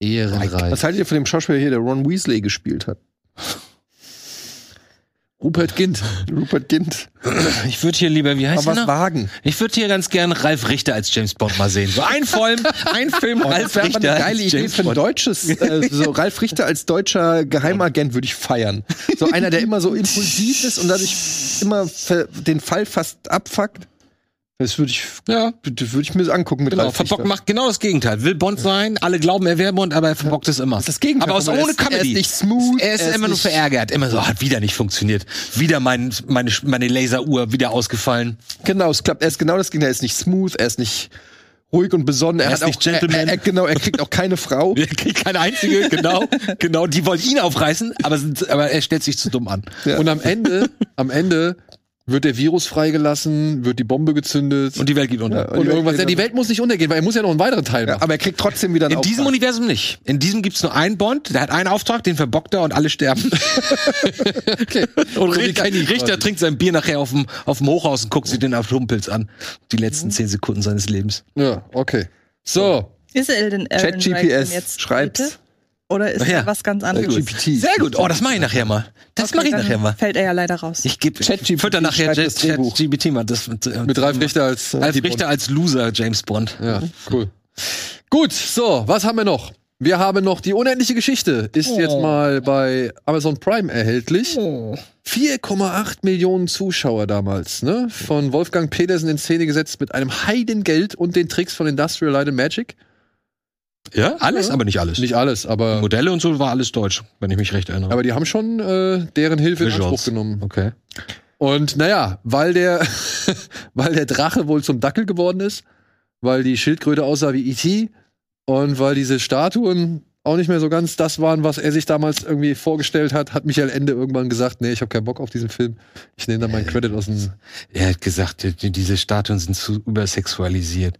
Speaker 1: Ehrenreich.
Speaker 2: Was haltet ihr von dem Schauspieler hier, der Ron Weasley gespielt hat?
Speaker 1: Rupert Gint.
Speaker 2: Rupert Gint.
Speaker 4: Ich würde hier lieber, wie heißt
Speaker 2: Aber
Speaker 4: der
Speaker 2: was
Speaker 4: noch?
Speaker 2: wagen.
Speaker 4: Ich würde hier ganz gern Ralf Richter als James Bond mal sehen. So ein Film, ein Film
Speaker 2: Oh,
Speaker 4: Ralf
Speaker 2: das wäre aber
Speaker 4: Richter
Speaker 2: eine geile
Speaker 4: als
Speaker 2: Idee
Speaker 4: James
Speaker 2: für ein
Speaker 4: Bond.
Speaker 2: deutsches, äh, so Ralf Richter als deutscher Geheimagent würde ich feiern. So einer, der immer so impulsiv ist und dadurch immer ver- den Fall fast abfuckt. Das würde ich,
Speaker 4: Ja.
Speaker 2: das würde ich mir angucken mit
Speaker 4: Genau,
Speaker 2: Ralf Richter.
Speaker 4: verbockt macht genau das Gegenteil. Will Bond sein, alle glauben, er wäre Bond, aber er verbockt es immer.
Speaker 2: ist das Gegenteil,
Speaker 4: Aber aus
Speaker 2: aber er
Speaker 4: ohne
Speaker 2: ist- er ist
Speaker 4: Comedy.
Speaker 2: nicht smooth,
Speaker 4: Er ist,
Speaker 2: er ist
Speaker 4: immer nur
Speaker 2: nicht-
Speaker 4: verärgert. Immer so, hat wieder nicht funktioniert. Wieder mein, meine, meine Laseruhr wieder ausgefallen.
Speaker 2: Genau, es klappt. Er ist genau das Gegenteil. Er ist nicht smooth, er ist nicht ruhig und besonnen. Er,
Speaker 4: Er
Speaker 2: hat
Speaker 4: ist
Speaker 2: auch,
Speaker 4: nicht Gentleman.
Speaker 2: Er, er, genau, er kriegt auch keine Frau.
Speaker 4: Er kriegt keine einzige, genau. genau, die wollen ihn aufreißen, aber, sind, aber er stellt sich zu dumm an.
Speaker 2: Ja.
Speaker 1: Und am Ende, am Ende wird der Virus freigelassen, wird die Bombe gezündet
Speaker 4: Und die Welt geht unter.
Speaker 2: Ja,
Speaker 1: und
Speaker 2: die Welt
Speaker 1: irgendwas.
Speaker 2: geht
Speaker 1: Ja, die
Speaker 2: unter.
Speaker 1: Welt muss nicht untergehen, weil er muss ja noch einen weiteren Teil
Speaker 2: Ja,
Speaker 1: machen.
Speaker 2: aber er kriegt trotzdem wieder einen
Speaker 4: In diesem
Speaker 2: Auftrag.
Speaker 4: Universum nicht. In diesem gibt's nur einen Bond, der hat einen Auftrag, den verbockt er und alle sterben. Und
Speaker 1: So wie
Speaker 4: Richter,
Speaker 1: Kenny
Speaker 4: Richter
Speaker 1: quasi.
Speaker 4: trinkt sein Bier nachher auf dem, auf dem Hochhaus und guckt sich den Atompilz an. Die letzten zehn Sekunden seines Lebens.
Speaker 1: Ja, okay. So,
Speaker 3: Ist Elton Ehrenreich denn
Speaker 2: ChatGPS
Speaker 3: jetzt
Speaker 2: schreibt's.
Speaker 3: Brite? Oder ist
Speaker 4: Ja.
Speaker 3: er was ganz anderes?
Speaker 2: GPT.
Speaker 4: Sehr gut. Oh, das mache ich nachher mal. Das
Speaker 3: Okay,
Speaker 4: mache ich
Speaker 3: dann
Speaker 4: nachher mal.
Speaker 3: Fällt er ja leider raus.
Speaker 4: Ich gebe
Speaker 2: ChatGPT
Speaker 4: fütter nachher
Speaker 2: schreibt das Drehbuch.
Speaker 4: ChatGPT mal das mit, äh,
Speaker 1: mit Ralf Richter als
Speaker 4: Ralf
Speaker 1: Anti-Bond.
Speaker 4: Richter als Loser James Bond.
Speaker 1: Ja, cool. Gut, so, was haben wir noch? Wir haben noch die unendliche Geschichte. Ist
Speaker 4: Oh.
Speaker 1: jetzt mal bei Amazon Prime erhältlich. 4,8 Millionen Zuschauer damals, ne? Von Wolfgang Petersen in Szene gesetzt mit einem Heidengeld und den Tricks von Industrial Light and Magic.
Speaker 4: Ja, alles, aber nicht alles.
Speaker 1: Nicht alles, aber,
Speaker 4: Modelle und so war alles deutsch, wenn ich mich recht erinnere.
Speaker 1: aber die haben schon äh, deren Hilfe in
Speaker 4: Visuals.
Speaker 1: Anspruch genommen.
Speaker 4: okay.
Speaker 1: Und naja, weil der, weil der Drache wohl zum Dackel geworden ist, weil die Schildkröte aussah wie E.T. und weil diese Statuen auch nicht mehr so ganz das waren, was er sich damals irgendwie vorgestellt hat, hat Michael Ende irgendwann gesagt, nee, ich habe keinen Bock auf diesen Film. Ich nehme dann meinen Credit aus dem...
Speaker 4: Er hat gesagt, die- die- diese Statuen sind zu übersexualisiert.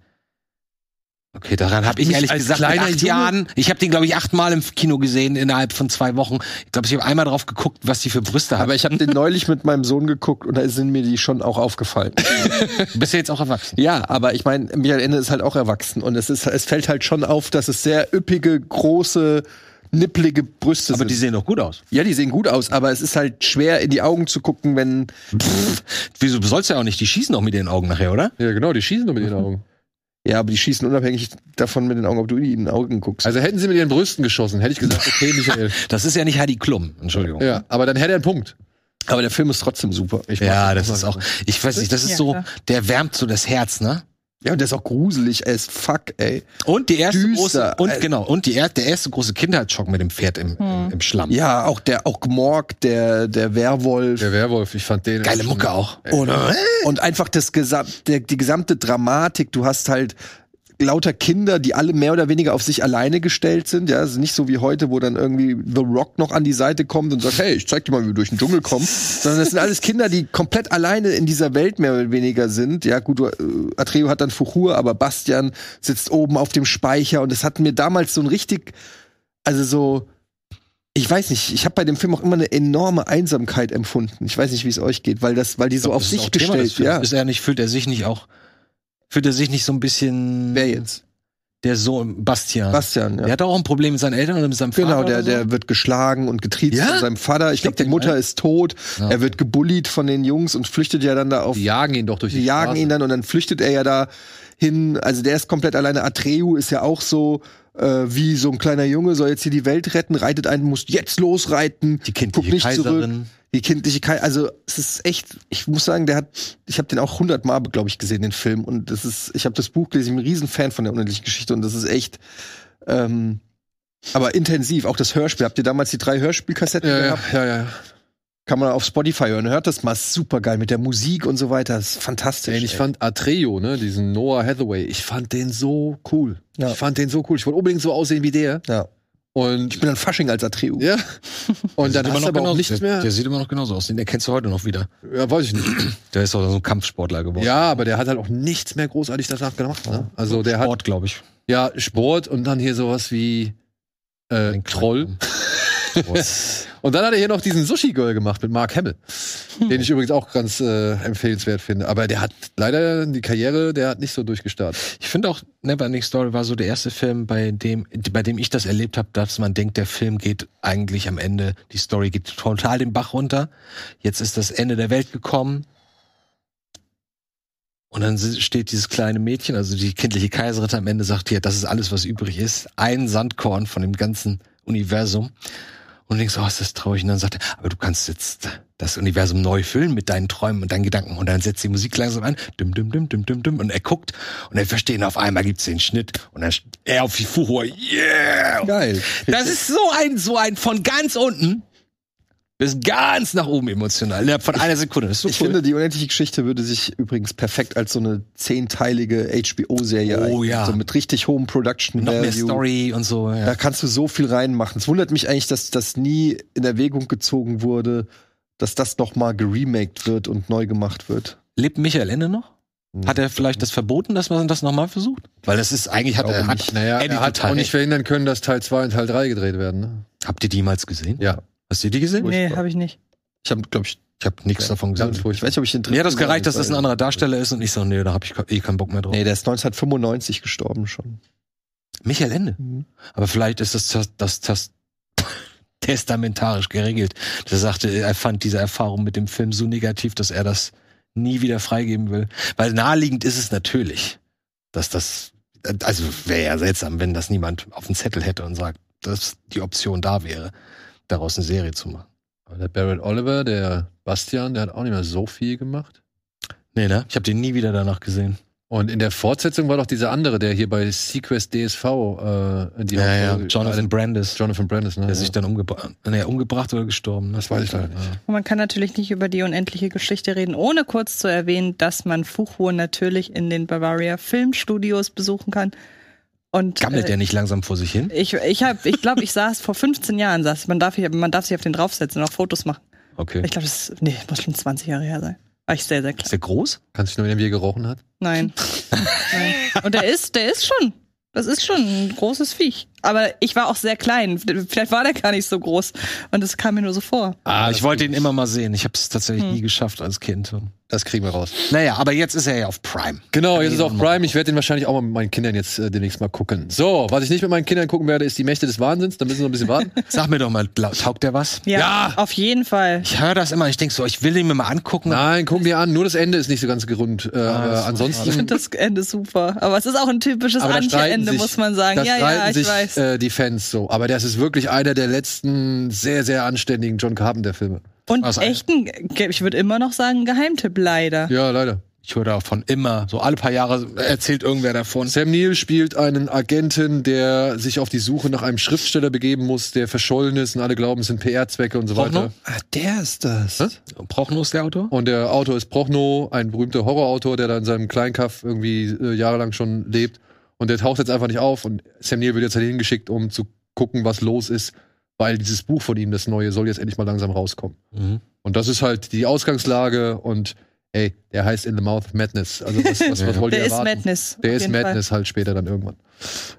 Speaker 4: Okay, daran habe ich
Speaker 1: Mich
Speaker 4: ehrlich
Speaker 1: als
Speaker 4: gesagt mit
Speaker 1: kleiner
Speaker 4: acht
Speaker 1: Junge-
Speaker 4: Jahren, ich habe den glaube ich achtmal im Kino gesehen innerhalb von zwei Wochen. Ich glaube, ich habe einmal drauf geguckt, was die für Brüste haben.
Speaker 2: Aber ich habe den neulich mit meinem Sohn geguckt und da sind mir die schon auch aufgefallen.
Speaker 4: Du bist ja jetzt auch erwachsen.
Speaker 2: Ja, aber ich meine, Michael Ende ist halt auch erwachsen und es ist, es fällt halt schon auf, dass es sehr üppige, große, nipplige Brüste
Speaker 4: Aber
Speaker 2: sind.
Speaker 4: die sehen doch gut aus.
Speaker 2: ja, die sehen gut aus, aber es ist halt schwer in die Augen zu gucken, wenn
Speaker 4: Wieso sollst du ja auch nicht? Die schießen auch mit den Augen nachher, oder?
Speaker 1: Ja, genau, die schießen nur mit ihren Augen.
Speaker 2: ja, aber die schießen unabhängig davon mit den Augen, ob du in die Augen guckst.
Speaker 1: Also hätten sie mit ihren Brüsten geschossen, hätte ich gesagt, okay, Michael.
Speaker 4: Das ist ja nicht Heidi Klum, Entschuldigung.
Speaker 1: Ja, aber dann hätte er einen Punkt.
Speaker 2: aber der Film ist trotzdem super. Ich mag
Speaker 4: Ja,
Speaker 2: den
Speaker 4: das
Speaker 2: total.
Speaker 4: ist auch, ich weiß nicht, das ist
Speaker 3: Ja,
Speaker 4: so,
Speaker 3: klar.
Speaker 4: der wärmt so das Herz, ne?
Speaker 2: Ja, und der ist auch gruselig as fuck, ey.
Speaker 4: Und die erste
Speaker 2: Düster.
Speaker 4: große, und
Speaker 2: Äh,
Speaker 4: genau, und die, er- der erste große Kindheitsschock mit dem Pferd im,
Speaker 3: Hm.
Speaker 4: im, im Schlamm.
Speaker 2: Ja, auch der auch Morg, der der Werwolf
Speaker 1: Der Werwolf, ich fand den...
Speaker 4: Geile Mucke auch.
Speaker 2: und, und einfach das gesam- der, die gesamte Dramatik, du hast halt lauter Kinder, die alle mehr oder weniger auf sich alleine gestellt sind, ja, also nicht so wie heute, wo dann irgendwie The Rock noch an die Seite kommt und sagt, hey, ich zeig dir mal, wie wir durch den Dschungel kommen, sondern das sind alles Kinder, die komplett alleine in dieser Welt mehr oder weniger sind. Ja, gut, äh, Atreo hat dann Fuchur, aber Bastian sitzt oben auf dem Speicher und das hat mir damals so ein richtig also so ich weiß nicht, ich habe bei dem Film auch immer eine enorme Einsamkeit empfunden. Ich weiß nicht, wie es euch geht, weil das weil die so auf
Speaker 4: Das ist auch
Speaker 2: sich
Speaker 4: Thema des
Speaker 2: gestellt,
Speaker 4: Films.
Speaker 2: ja.
Speaker 4: Ist er nicht, fühlt er sich nicht auch, fühlt er sich nicht so ein bisschen.
Speaker 2: Wer jetzt?
Speaker 4: Der Sohn, Bastian.
Speaker 2: Bastian,
Speaker 4: Der
Speaker 2: ja.
Speaker 4: hat auch ein Problem mit seinen Eltern oder mit seinem Vater.
Speaker 2: Genau, der,
Speaker 4: oder so.
Speaker 2: der wird geschlagen und getriezt
Speaker 4: Ja?
Speaker 2: von seinem Vater. Ich glaube, die Mutter ist tot.
Speaker 4: Ja.
Speaker 2: Er wird gebullied von den Jungs und flüchtet ja dann da auf.
Speaker 1: Die jagen ihn doch durch die,
Speaker 2: Die jagen
Speaker 1: Straße.
Speaker 2: ihn dann und dann flüchtet er ja da hin. Also der ist komplett alleine. Atreu ist ja auch so äh, wie so ein kleiner Junge, soll jetzt hier die Welt retten, reitet einen, muss jetzt losreiten.
Speaker 4: Die kindliche Kaiserin.
Speaker 2: Die kindliche Kai, also es ist echt, ich muss sagen, der hat, ich habe den auch hundertmal, glaube ich, gesehen, den Film. Und das ist, ich habe das Buch gelesen, ich bin ein Riesenfan von der unendlichen Geschichte und das ist echt, ähm, aber intensiv, auch das Hörspiel. Habt ihr damals die drei Hörspielkassetten
Speaker 1: Ja, ja,
Speaker 2: gehabt?
Speaker 1: ja, ja.
Speaker 2: Kann man auf Spotify hören, hört das mal super geil mit der Musik und so weiter. Das ist fantastisch.
Speaker 1: Ey, ich fand Atreo, ne, diesen Noah Hathaway, ich fand den so cool.
Speaker 2: Ja.
Speaker 1: Ich fand den so cool. Ich wollte unbedingt so aussehen wie der.
Speaker 2: ja.
Speaker 1: Und
Speaker 2: Ich bin ein Fasching als Atreu.
Speaker 1: ja, und dann
Speaker 4: Der sieht immer
Speaker 1: hast du
Speaker 4: noch
Speaker 1: aber auch
Speaker 4: genauso-
Speaker 1: nichts
Speaker 4: der,
Speaker 1: mehr.
Speaker 4: der sieht immer noch genauso aus. Den erkennst du heute noch wieder.
Speaker 1: Ja, weiß ich nicht.
Speaker 4: Der ist doch so ein Kampfsportler geworden.
Speaker 1: Ja, aber der hat halt auch nichts mehr großartig danach gemacht. Ne? Also der hat
Speaker 4: Sport, glaube ich.
Speaker 1: ja Sport und dann hier sowas wie äh, Troll. Und dann hat er hier noch diesen Sushi Girl gemacht mit Mark Hamill,
Speaker 4: Hm.
Speaker 1: den ich übrigens auch ganz äh, empfehlenswert finde. Aber der hat leider die Karriere, der hat nicht so durchgestartet.
Speaker 4: Ich finde auch, Neverending Story war so der erste Film, bei dem, bei dem ich das erlebt habe, dass man denkt, der Film geht eigentlich am Ende, die Story geht total den Bach runter. Jetzt ist das Ende der Welt gekommen. Und dann si- steht dieses kleine Mädchen, also die kindliche Kaiserin am Ende sagt hier, das ist alles, was übrig ist. Ein Sandkorn von dem ganzen Universum. Und du denkst, oh, ist das traurig. Und dann sagt er, aber du kannst jetzt das Universum neu füllen mit deinen Träumen und deinen Gedanken. Und dann setzt die Musik langsam an. Dum, dum, dum, dum, dum, dum. Und er guckt und er versteht, und auf einmal gibt's den Schnitt. Und dann st- er auf die Fuhur. Yeah!
Speaker 2: Geil.
Speaker 4: Das ist so ein, so ein von ganz unten bis ganz nach oben emotional. Innerhalb von einer Sekunde. Das ist so
Speaker 2: Ich
Speaker 4: cool.
Speaker 2: finde, die unendliche Geschichte würde sich übrigens perfekt als so eine zehnteilige HBO-Serie
Speaker 4: Oh,
Speaker 2: eignen.
Speaker 4: ja.
Speaker 2: So mit richtig hohem Production
Speaker 4: noch mehr
Speaker 2: Value.
Speaker 4: Story und so. Ja.
Speaker 2: Da kannst du so viel reinmachen. Es wundert mich eigentlich, dass das nie in Erwägung gezogen wurde, dass das nochmal geremaked wird und neu gemacht wird.
Speaker 4: Lebt Michael Ende noch?
Speaker 1: Hm.
Speaker 4: Hat er vielleicht das verboten, dass man das nochmal versucht? Weil das ist eigentlich hat er
Speaker 1: Glaube
Speaker 4: hat,
Speaker 1: nicht. naja,
Speaker 4: Eddie
Speaker 1: er hat
Speaker 4: total
Speaker 1: auch nicht
Speaker 4: recht.
Speaker 1: verhindern können, dass Teil 2 und Teil 3 gedreht werden. Ne?
Speaker 4: Habt ihr die jemals gesehen?
Speaker 1: Ja,
Speaker 4: Hast du die gesehen?
Speaker 3: Nee, habe ich nicht.
Speaker 2: Ich habe, glaube ich,
Speaker 4: Ich habe nichts davon
Speaker 1: ganz
Speaker 2: ich
Speaker 4: gesehen.
Speaker 2: weiß
Speaker 1: furchtbar.
Speaker 2: nicht, ob ich den dritten.
Speaker 4: Mir hat das gereicht, dass
Speaker 2: gesehen
Speaker 4: das ein
Speaker 2: habe.
Speaker 4: anderer Darsteller ist und ich so, nee, da habe ich eh keinen Bock mehr drauf.
Speaker 2: Nee, der ist 1995 gestorben schon. Mhm.
Speaker 4: Michael Ende. Aber vielleicht ist das, das, das, das testamentarisch geregelt. Der sagte, er fand diese Erfahrung mit dem Film so negativ, dass er das nie wieder freigeben will. Weil naheliegend ist es natürlich, dass das, also wäre ja seltsam, wenn das niemand auf dem Zettel hätte und sagt, dass die Option da wäre, daraus eine Serie zu machen.
Speaker 1: Aber der Barrett Oliver, der Bastian, der hat auch nicht mehr so viel gemacht.
Speaker 4: Nee, ne? Ich habe den nie wieder danach gesehen.
Speaker 1: Und in der Fortsetzung war doch dieser andere, der hier bei Sequest DSV äh, die Hauptrolle-
Speaker 4: Jonathan Brandis,
Speaker 1: Jonathan Brandis, ne?
Speaker 4: der sich dann umgebracht, nee, umgebracht oder gestorben. ne?
Speaker 1: Das weiß ich leider nicht.
Speaker 4: Ja.
Speaker 3: Und man kann natürlich nicht über die unendliche Geschichte reden, ohne kurz zu erwähnen, dass man Fuchur natürlich in den Bavaria Filmstudios besuchen kann. Und
Speaker 4: Gammelt
Speaker 3: äh,
Speaker 4: der nicht langsam vor sich hin?
Speaker 3: ich, ich hab, ich glaube, ich saß vor 15 Jahren, saß, man darf, hier- man darf sich auf den draufsetzen und auch Fotos machen.
Speaker 4: Okay.
Speaker 3: Ich glaube, das ist, nee, muss schon 20 Jahre her sein. War ich sehr, sehr klein.
Speaker 4: Ist der groß?
Speaker 1: Kannst du dich nur erinnern, wie er gerochen hat?
Speaker 3: Nein. Nein. Und der ist, der ist schon. Das ist schon ein großes Viech. Aber ich war auch sehr klein. Vielleicht war der gar nicht so groß. Und es kam mir nur so vor.
Speaker 4: Ah, ich wollte ihn immer mal sehen. Ich habe es tatsächlich nie geschafft als Kind. Und-
Speaker 1: Das kriegen wir raus.
Speaker 4: Naja, aber jetzt ist er ja auf Prime.
Speaker 1: Genau, jetzt ist es auf Prime. Ich werde den wahrscheinlich auch mal mit meinen Kindern jetzt äh, demnächst mal gucken. So, was ich nicht mit meinen Kindern gucken werde, ist die Mächte des Wahnsinns. Da müssen wir noch ein bisschen warten.
Speaker 4: Sag mir doch mal, gla- taugt der was?
Speaker 3: Ja, auf jeden Fall.
Speaker 4: Ich höre das immer. Ich denk so, ich will ihn mir mal angucken.
Speaker 1: Nein, gucken wir an. Nur das Ende ist nicht so ganz gerund. Äh, aber
Speaker 3: Ich
Speaker 1: ansonsten.
Speaker 3: finde das Ende super. Aber es ist auch ein typisches
Speaker 1: Aber da streiten
Speaker 3: Antje-Ende,
Speaker 1: sich,
Speaker 3: muss man sagen.
Speaker 1: da
Speaker 3: Ja,
Speaker 1: streiten
Speaker 3: ja, ich
Speaker 1: sich,
Speaker 3: weiß.
Speaker 1: Äh, die Fans so. Aber das ist wirklich einer der letzten sehr, sehr anständigen John Carpenter-Filme.
Speaker 3: Und
Speaker 4: was ein-
Speaker 3: echten, ich würde immer noch sagen, Geheimtipp leider.
Speaker 1: Ja, leider.
Speaker 4: Ich höre davon immer. So alle paar Jahre erzählt irgendwer davon.
Speaker 1: Sam Neill spielt einen Agenten, der sich auf die Suche nach einem Schriftsteller begeben muss, der verschollen ist und alle glauben, es sind PR-Zwecke und so
Speaker 4: Prochnow?
Speaker 1: weiter.
Speaker 2: Ah, der ist das.
Speaker 4: Prochnow ist der Autor?
Speaker 1: Und der Autor ist Prochnow, ein berühmter Horrorautor, der da in seinem Kleinkaff irgendwie äh, jahrelang schon lebt. Und der taucht jetzt einfach nicht auf. Und Sam Neill wird jetzt halt hingeschickt, um zu gucken, was los ist, weil dieses Buch von ihm, das neue, soll jetzt endlich mal langsam rauskommen.
Speaker 4: Mhm.
Speaker 1: Und das ist halt die Ausgangslage. Und ey, der heißt In the Mouth of Madness. Also was, was, was wollt ihr
Speaker 3: Der ist
Speaker 1: erwarten?
Speaker 3: Madness.
Speaker 1: Der
Speaker 3: auf
Speaker 1: ist
Speaker 3: jeden Fall.
Speaker 1: Madness halt später dann irgendwann.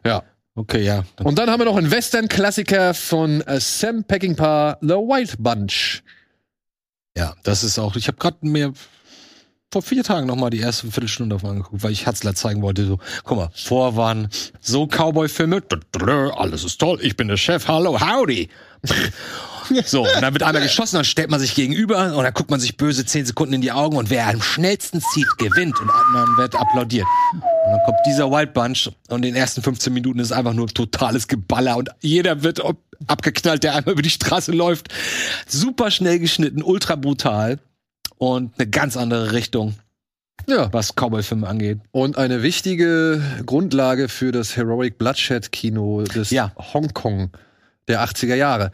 Speaker 1: Ja.
Speaker 4: Okay, ja. Dann
Speaker 1: Und dann haben wir noch einen Western-Klassiker von äh, Sam Peckinpah, The Wild Bunch.
Speaker 4: Ja, das ist auch. Ich habe gerade mir vor vier Tagen nochmal die erste Viertelstunde davon angeguckt, weil ich Hatzler zeigen wollte. So, guck mal, Vorwarn, so Cowboy-Filme, dö, dö, dö, alles ist toll, ich bin der Chef, hallo, howdy. So, und dann wird einmal geschossen, dann stellt man sich gegenüber und dann guckt man sich böse zehn Sekunden in die Augen und wer am schnellsten zieht, gewinnt und dann wird applaudiert. Und dann kommt dieser Wild Bunch und in den ersten 15 Minuten ist einfach nur totales Geballer und jeder wird ob- abgeknallt, der einmal über die Straße läuft. Super schnell geschnitten, ultra brutal und eine ganz andere Richtung,
Speaker 1: Ja.
Speaker 4: was Cowboy-Filme angeht.
Speaker 1: Und eine wichtige Grundlage für das Heroic Bloodshed Kino des
Speaker 4: Ja.
Speaker 1: Hongkong der 80er Jahre.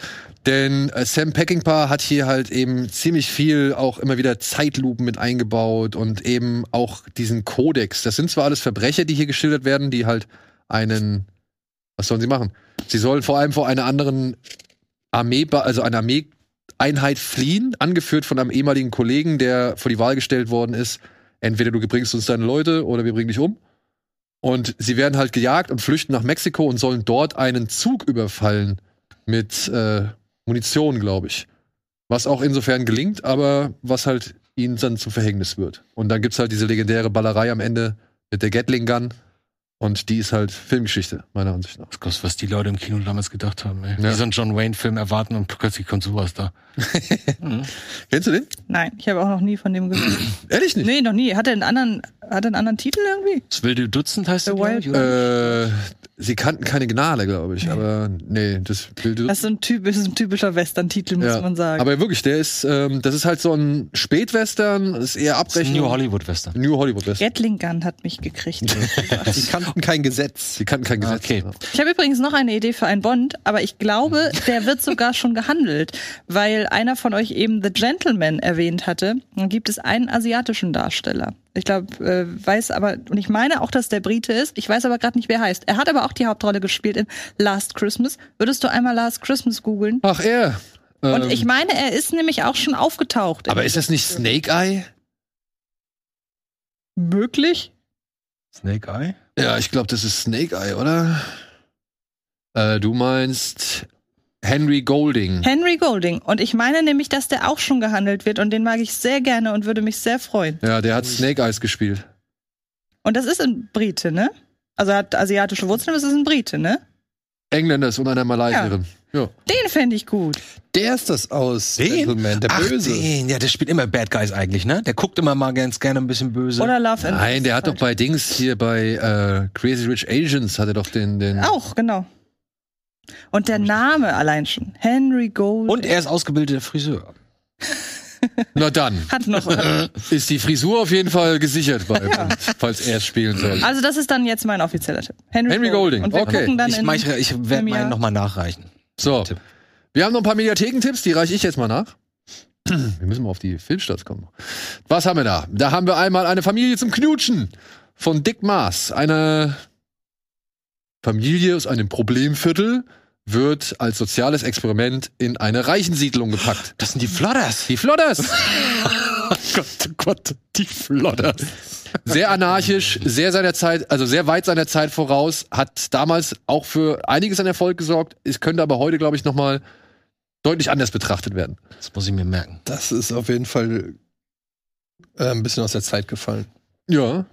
Speaker 1: Denn äh, Sam Peckinpah hat hier halt eben ziemlich viel auch immer wieder Zeitlupen mit eingebaut und eben auch diesen Kodex. Das sind zwar alles Verbrecher, die hier geschildert werden, die halt einen, was sollen sie machen? Sie sollen vor allem vor einer anderen Armee, also einer Armeeeinheit fliehen, angeführt von einem ehemaligen Kollegen, der vor die Wahl gestellt worden ist. Entweder du bringst uns deine Leute oder wir bringen dich um. Und sie werden halt gejagt und flüchten nach Mexiko und sollen dort einen Zug überfallen mit äh, Munition, glaube ich. Was auch insofern gelingt, aber was halt ihnen dann zum Verhängnis wird. Und dann gibt's halt diese legendäre Ballerei am Ende mit der Gatling Gun. Und die ist halt Filmgeschichte, meiner Ansicht nach.
Speaker 4: Das kostet, was die Leute im Kino damals gedacht haben. Ey.
Speaker 1: Ja.
Speaker 4: Die so einen John Wayne-Film erwarten und plötzlich kommt sowas da. Mhm.
Speaker 1: Kennst du den?
Speaker 3: Nein, ich habe auch noch nie von dem gehört.
Speaker 1: Ehrlich nicht?
Speaker 3: nee, noch nie. Hat er einen anderen, hat er einen anderen Titel irgendwie?
Speaker 4: Das wilde Dutzend heißt
Speaker 3: The
Speaker 4: der, glaub
Speaker 3: Wild-
Speaker 4: ich, oder?
Speaker 1: Äh, sie kannten keine Gnade, glaube ich. Aber nee, das Bild
Speaker 3: Das ist so ein, typ, ist ein typischer Western-Titel, muss
Speaker 1: Ja,
Speaker 3: man sagen.
Speaker 1: Aber wirklich, der ist, ähm, das ist halt so ein Spätwestern, ist eher
Speaker 4: Das ist ein
Speaker 1: Abrechnung.
Speaker 4: New Hollywood Western.
Speaker 1: New Hollywood Western.
Speaker 3: Gatling Gun hat mich gekriegt.
Speaker 2: Die kannten kein Gesetz.
Speaker 1: Sie kannten kein Gesetz.
Speaker 4: Okay.
Speaker 3: Ich habe übrigens noch eine Idee für einen Bond, aber ich glaube, der wird sogar schon gehandelt, weil einer von euch eben The Gentleman erwähnt hatte. Dann gibt es einen asiatischen Darsteller. Ich glaube, äh, weiß aber, und ich meine auch, dass der Brite ist. Ich weiß aber gerade nicht, wer heißt. Er hat aber auch die Hauptrolle gespielt in Last Christmas. Würdest du einmal Last Christmas googeln?
Speaker 1: Ach, er. Ähm,
Speaker 3: Und ich meine, er ist nämlich auch schon aufgetaucht.
Speaker 1: aber ist das nicht Snake Eye?
Speaker 3: möglich?
Speaker 4: Snake Eye?
Speaker 1: Ja, ich glaube, das ist Snake Eye, oder? Äh, du meinst Henry Golding.
Speaker 3: Henry Golding. Und ich meine nämlich, dass der auch schon gehandelt wird und den mag ich sehr gerne und würde mich sehr freuen.
Speaker 1: ja, der hat Snake Eyes gespielt.
Speaker 3: Und das ist ein Brite, ne? Also er hat asiatische Wurzeln, aber es ist ein Brite, ne?
Speaker 1: Engländer ist und einer Malaysierin. Ja.
Speaker 3: Den fände ich gut.
Speaker 2: Der ist das aus
Speaker 4: Den?
Speaker 2: Gentleman, der
Speaker 4: Ach,
Speaker 2: Böse.
Speaker 4: den. Ja, der spielt immer Bad Guys eigentlich, ne? Der guckt immer mal ganz gerne ein bisschen böse.
Speaker 3: Oder Love and
Speaker 1: Nein, der hat doch bei Dings hier bei äh, Crazy Rich Asians hat er doch den den
Speaker 3: Auch, genau. Und der Name allein schon. Henry Golding.
Speaker 4: und er ist ausgebildeter Friseur.
Speaker 1: Na dann
Speaker 3: hat noch. also
Speaker 1: ist die Frisur auf jeden Fall gesichert bei Bond, falls er es spielen soll.
Speaker 3: Also das ist dann jetzt mein offizieller Tipp. Henry,
Speaker 1: Henry Golding,
Speaker 3: Und wir
Speaker 1: okay.
Speaker 3: gucken dann
Speaker 4: ich äh,
Speaker 3: in,
Speaker 4: mach- ich werde
Speaker 3: im Jahr-
Speaker 4: meinen nochmal nachreichen.
Speaker 1: So.
Speaker 4: Tipp.
Speaker 1: Wir haben noch ein paar Mediathekentipps, die reiche ich jetzt mal nach. Wir müssen mal auf die Filmstarts kommen. Was haben wir da? Da haben wir einmal eine Familie zum Knutschen von Dick Maas. Eine Familie aus einem Problemviertel wird als soziales Experiment in eine Reichensiedlung gepackt.
Speaker 4: Das sind die Flodders.
Speaker 1: Die Flodders. Gott, Gott, die Flodders. Sehr anarchisch, sehr seiner Zeit, also sehr weit seiner Zeit voraus, hat damals auch für einiges an Erfolg gesorgt. Es könnte aber heute, glaube ich, noch mal deutlich anders betrachtet werden.
Speaker 4: Das muss ich mir merken.
Speaker 2: Das ist auf jeden Fall äh, ein bisschen aus der Zeit gefallen.
Speaker 1: Ja.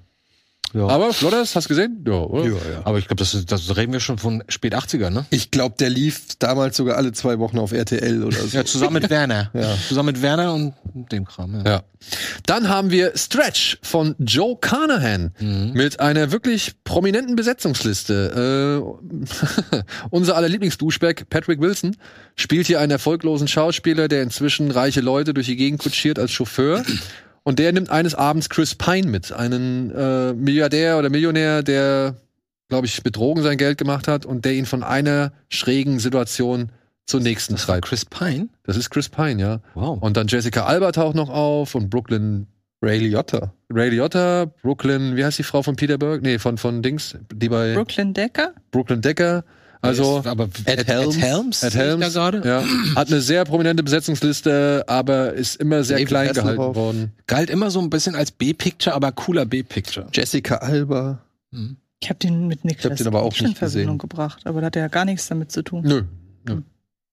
Speaker 4: Ja.
Speaker 1: Aber Flodders, hast du gesehen? Ja, oder?
Speaker 4: Aber ich glaube, das, ist- das reden wir schon von spät 80er, ne?
Speaker 2: Ich glaube, der lief damals sogar alle zwei Wochen auf RTL oder so.
Speaker 4: Ja, zusammen mit Werner.
Speaker 2: Ja.
Speaker 4: Zusammen mit Werner und dem Kram. Ja.
Speaker 1: Ja. Dann haben wir Stretch von Joe Carnahan
Speaker 4: Mhm.
Speaker 1: mit einer wirklich prominenten Besetzungsliste. Äh, unser aller Lieblingsduschback Patrick Wilson spielt hier einen erfolglosen Schauspieler, der inzwischen reiche Leute durch die Gegend kutschiert als Chauffeur. Und der nimmt eines Abends Chris Pine mit, einen äh, Milliardär oder Millionär, der, glaube ich, mit Drogen sein Geld gemacht hat und der ihn von einer schrägen Situation zur nächsten treibt.
Speaker 4: Chris Pine?
Speaker 1: Das ist Chris Pine, ja.
Speaker 4: Wow.
Speaker 1: Und dann Jessica Alba taucht noch auf und Brooklyn
Speaker 2: Ray Liotta.
Speaker 1: Ray Liotta, Brooklyn, wie heißt die Frau von Peter Berg? Nee, von, von Dings, die bei
Speaker 3: Brooklyn Decker.
Speaker 1: Brooklyn Decker. Also,
Speaker 4: Yes, aber
Speaker 2: Ed Helms.
Speaker 4: Helms?
Speaker 1: Ed
Speaker 4: sehe ich
Speaker 1: Helms.
Speaker 4: Da gerade?
Speaker 1: ja, hat eine sehr prominente Besetzungsliste, aber ist immer sehr
Speaker 2: David
Speaker 1: klein
Speaker 2: Hasselhoff.
Speaker 1: gehalten worden.
Speaker 4: Galt immer so ein bisschen als B-Picture, aber cooler B-Picture.
Speaker 2: Jessica Alba.
Speaker 4: Mhm.
Speaker 3: Ich habe den mit Nick
Speaker 2: Ich hab den aber auch nicht
Speaker 3: Verbindung
Speaker 2: gesehen.
Speaker 3: gebracht, aber da hat er ja gar nichts damit zu tun.
Speaker 1: Nö, nö.
Speaker 4: Hm.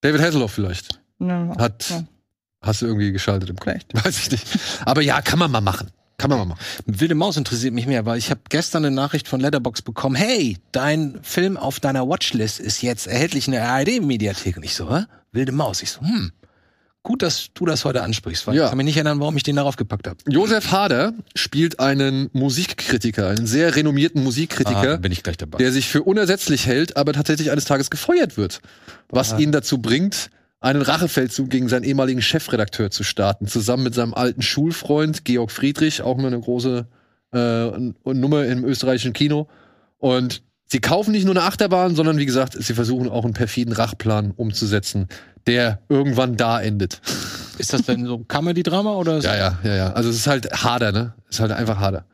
Speaker 1: David Hasselhoff vielleicht.
Speaker 3: Ne, auch
Speaker 1: Hat,
Speaker 3: Ja.
Speaker 1: hast du irgendwie geschaltet im Kopf?
Speaker 3: Vielleicht.
Speaker 1: Weiß ich nicht. Aber ja, kann man mal machen. Kann man mal machen.
Speaker 4: Wilde Maus interessiert mich mehr, weil ich habe gestern eine Nachricht von Letterbox bekommen. Hey, dein Film auf deiner Watchlist ist jetzt erhältlich in der ARD-Mediathek. Und ich so, hä? Wilde Maus. Ich so, hm. Gut, dass du das heute ansprichst, weil
Speaker 1: Ja.
Speaker 4: ich kann mich nicht erinnern, warum ich den darauf gepackt habe.
Speaker 1: Josef Hader spielt einen Musikkritiker, einen sehr renommierten Musikkritiker.
Speaker 4: Ah, bin ich gleich dabei.
Speaker 1: der sich für unersetzlich hält, aber tatsächlich eines Tages gefeuert wird. Was ihn dazu bringt, einen Rachefeldzug gegen seinen ehemaligen Chefredakteur zu starten, zusammen mit seinem alten Schulfreund Georg Friedrich, auch immer eine große äh, N- Nummer im österreichischen Kino. Und sie kaufen nicht nur eine Achterbahn, sondern wie gesagt, sie versuchen auch einen perfiden Rachplan umzusetzen, der irgendwann da endet.
Speaker 4: ist das denn so ein Comedy-Drama oder? ist-
Speaker 1: Ja, ja, ja, ja. Also es ist halt harder, ne? Es ist halt einfach harder.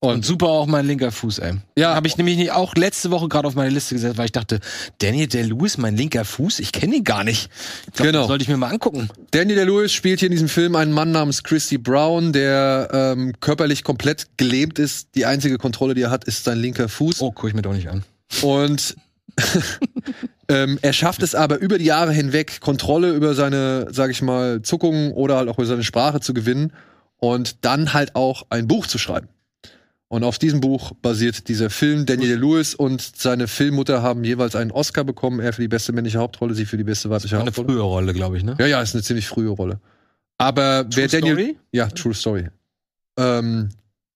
Speaker 4: Und super auch mein linker Fuß, ey. Ja, habe ich nämlich nicht auch letzte Woche gerade auf meine Liste gesetzt, weil ich dachte, Daniel Day Lewis, mein linker Fuß, ich kenne ihn gar nicht. Ich glaub,
Speaker 1: Genau.
Speaker 4: das Sollte ich mir mal angucken.
Speaker 1: Danny DeLewis spielt hier in diesem Film einen Mann namens Christy Brown, der ähm, körperlich komplett gelähmt ist. Die einzige Kontrolle, die er hat, ist sein linker Fuß.
Speaker 4: Oh, guck ich mir doch nicht an.
Speaker 1: Und ähm, er schafft es aber über die Jahre hinweg, Kontrolle über seine, sag ich mal, Zuckungen oder halt auch über seine Sprache zu gewinnen und dann halt auch ein Buch zu schreiben. Und auf diesem Buch basiert dieser Film. Daniel Lewis und seine Filmmutter haben jeweils einen Oscar bekommen. Er für die beste männliche Hauptrolle, sie für die beste weibliche
Speaker 4: War eine
Speaker 1: Hauptrolle.
Speaker 4: frühe Rolle, glaube ich, ne?
Speaker 1: Ja, ja, ist eine ziemlich frühe Rolle. Aber wer Daniel. Ja, True Story. Ähm,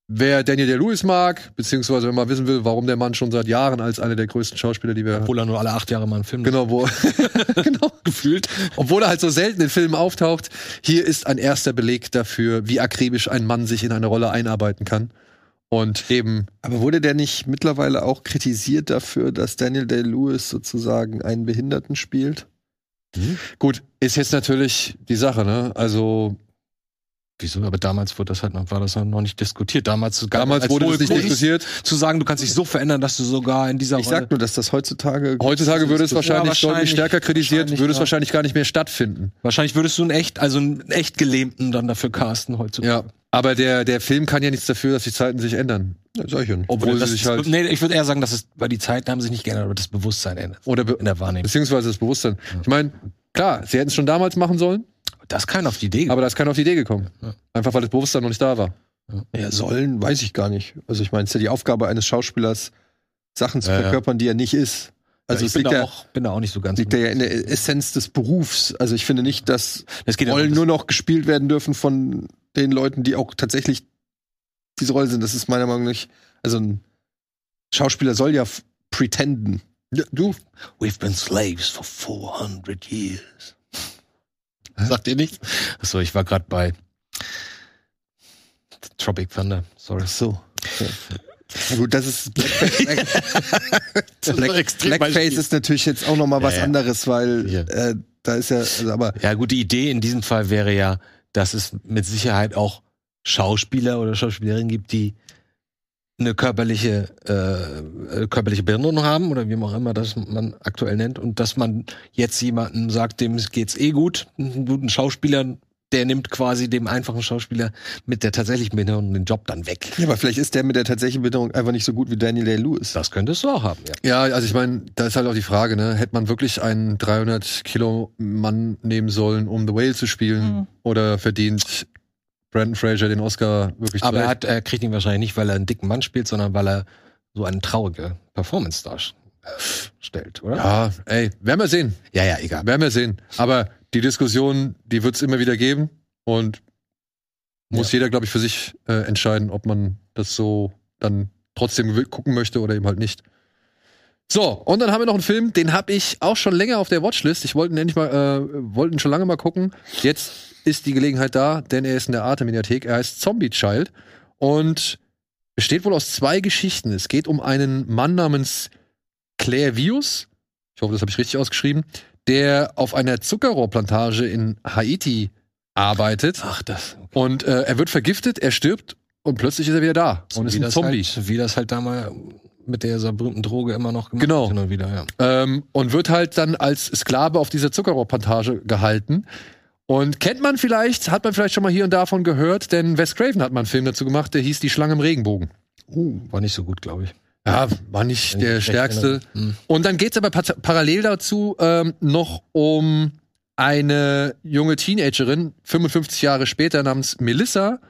Speaker 1: wer Daniel Day Lewis mag, beziehungsweise wenn man wissen will, warum der Mann schon seit Jahren als einer der größten Schauspieler, die wir
Speaker 4: Obwohl er nur alle acht Jahre mal einen Film
Speaker 1: genau wo, genau,
Speaker 4: gefühlt.
Speaker 1: obwohl er halt so selten in Filmen auftaucht, hier ist ein erster Beleg dafür, wie akribisch ein Mann sich in eine Rolle einarbeiten kann und eben
Speaker 2: Aber wurde der nicht mittlerweile auch kritisiert dafür, dass Daniel Day-Lewis sozusagen einen Behinderten spielt?
Speaker 1: gut ist jetzt natürlich die Sache, ne? Also
Speaker 4: Wieso? Aber damals wurde das halt noch, war das noch nicht diskutiert. Damals, gab
Speaker 1: damals
Speaker 4: als
Speaker 1: wurde es nicht
Speaker 4: Hohlgrund
Speaker 1: diskutiert.
Speaker 4: Zu sagen, du kannst dich so verändern, dass du sogar in dieser
Speaker 2: Ich
Speaker 4: Rolle.
Speaker 2: sag nur, dass das heutzutage.
Speaker 1: Heutzutage würde es
Speaker 2: Ja,
Speaker 1: wahrscheinlich,
Speaker 4: wahrscheinlich.
Speaker 1: deutlich stärker kritisiert,
Speaker 2: Wahrscheinlich,
Speaker 1: würde es
Speaker 2: ja.
Speaker 1: wahrscheinlich gar nicht mehr stattfinden.
Speaker 4: Wahrscheinlich würdest du einen echt, also einen echt Gelähmten dann dafür casten
Speaker 1: Ja,
Speaker 4: heutzutage.
Speaker 1: aber der, der Film kann ja nichts dafür, dass die Zeiten sich ändern.
Speaker 2: Ja, sag ich schon.
Speaker 1: Obwohl
Speaker 4: das,
Speaker 1: sie sich
Speaker 4: das-
Speaker 1: halt.
Speaker 4: nee, ich würde eher sagen, dass es, weil die Zeiten haben sich nicht geändert, aber das Bewusstsein ändert.
Speaker 1: Oder be
Speaker 4: In der Wahrnehmung.
Speaker 1: beziehungsweise das Bewusstsein. Ich meine, klar, sie hätten es schon damals machen sollen,
Speaker 4: Das kann auf die Idee.
Speaker 1: aber da ist keiner auf die Idee gekommen.
Speaker 4: Ja.
Speaker 1: Einfach weil das Bewusstsein noch nicht da war.
Speaker 2: Oh, Ja, sollen, weiß ich gar nicht. Also ich meine, es ist ja die Aufgabe eines Schauspielers, Sachen zu
Speaker 4: Ja, ja.
Speaker 2: verkörpern, die er nicht ist. Also
Speaker 4: also ich
Speaker 2: es
Speaker 4: bin
Speaker 2: liegt
Speaker 4: da,
Speaker 2: ja,
Speaker 4: auch, bin da auch nicht so ganz.
Speaker 2: liegt ja in der Essenz des Berufs. Also ich finde nicht, dass
Speaker 4: es geht ja
Speaker 2: Rollen
Speaker 4: um
Speaker 2: nur noch gespielt werden dürfen von den Leuten, die auch tatsächlich diese Rolle sind. Das ist meiner Meinung nach, nicht- also ein Schauspieler soll ja f- pretenden.
Speaker 1: du?
Speaker 4: das- We've been slaves for 400 years. Sagt ihr nichts? Achso, ich war gerade bei Tropic Thunder. Sorry.
Speaker 2: so. Na gut, das ist Blackface. Black, Blackface ist natürlich jetzt auch noch mal was
Speaker 4: Ja, ja.
Speaker 2: anderes, weil
Speaker 4: Ja.
Speaker 2: äh, da ist ja, also, aber
Speaker 4: Ja, gut, die Idee in diesem Fall wäre ja, dass es mit Sicherheit auch Schauspieler oder Schauspielerinnen gibt, die eine körperliche, äh, äh, körperliche Behinderung haben oder wie auch immer das man aktuell nennt und dass man jetzt jemandem sagt, dem geht's eh gut, einen guten Schauspieler, der nimmt quasi dem einfachen Schauspieler mit der tatsächlichen Behinderung den Job dann weg.
Speaker 2: Ja, aber vielleicht ist der mit der tatsächlichen Behinderung einfach nicht so gut wie Daniel Day-Lewis.
Speaker 4: Das könntest du auch haben, ja.
Speaker 1: Ja, also ich meine, da ist halt auch die Frage, ne? Hätte man wirklich einen 300 Kilo Mann nehmen sollen, um The Whale zu spielen?
Speaker 3: Mhm.
Speaker 1: Oder verdient Brandon Fraser den Oscar wirklich
Speaker 4: Aber er,
Speaker 1: gleich?
Speaker 4: hat, er kriegt ihn wahrscheinlich nicht, weil er einen dicken Mann spielt, sondern weil er so eine traurige Performance darstellt, oder?
Speaker 1: Ja, ey, werden wir sehen.
Speaker 4: ja, ja egal.
Speaker 1: Werden wir sehen. Aber die Diskussion, die wird es immer wieder geben und muss jeder, glaube ich, für sich äh, entscheiden, ob man das so dann trotzdem wi- gucken möchte oder eben halt nicht. So, und dann haben wir noch einen Film, den habe ich auch schon länger auf der Watchlist. Ich wollte ihn endlich mal, äh, wollten schon lange mal gucken. Jetzt ist die Gelegenheit da, denn er ist in der Arte-Mediathek. Er heißt Zombie Child und besteht wohl aus zwei Geschichten. Es geht um einen Mann namens Clairvius. Ich hoffe, das habe ich richtig ausgeschrieben der auf einer Zuckerrohrplantage in Haiti arbeitet
Speaker 4: Ach, das.
Speaker 1: und äh, er wird vergiftet, er stirbt und plötzlich ist er wieder da und ist ein
Speaker 4: das
Speaker 1: Zombie.
Speaker 4: Halt, wie das halt damals mit dieser berühmten Droge immer noch gemacht
Speaker 1: Genau.
Speaker 4: wird, hin und wieder, ja.
Speaker 1: Ähm, und wird halt dann als Sklave auf dieser Zuckerrohrplantage gehalten. Und kennt man vielleicht, hat man vielleicht schon mal hier und davon gehört, denn Wes Craven hat mal einen Film dazu gemacht, der hieß Die Schlange im Regenbogen.
Speaker 4: War nicht so gut, glaube ich.
Speaker 1: Ja, war nicht
Speaker 4: Wenn
Speaker 1: der
Speaker 4: ich mich recht
Speaker 1: stärkste.
Speaker 4: erinnere. Hm.
Speaker 1: Und dann geht's aber par- parallel dazu ähm, noch um eine junge Teenagerin, 55 Jahre später, namens Melissa,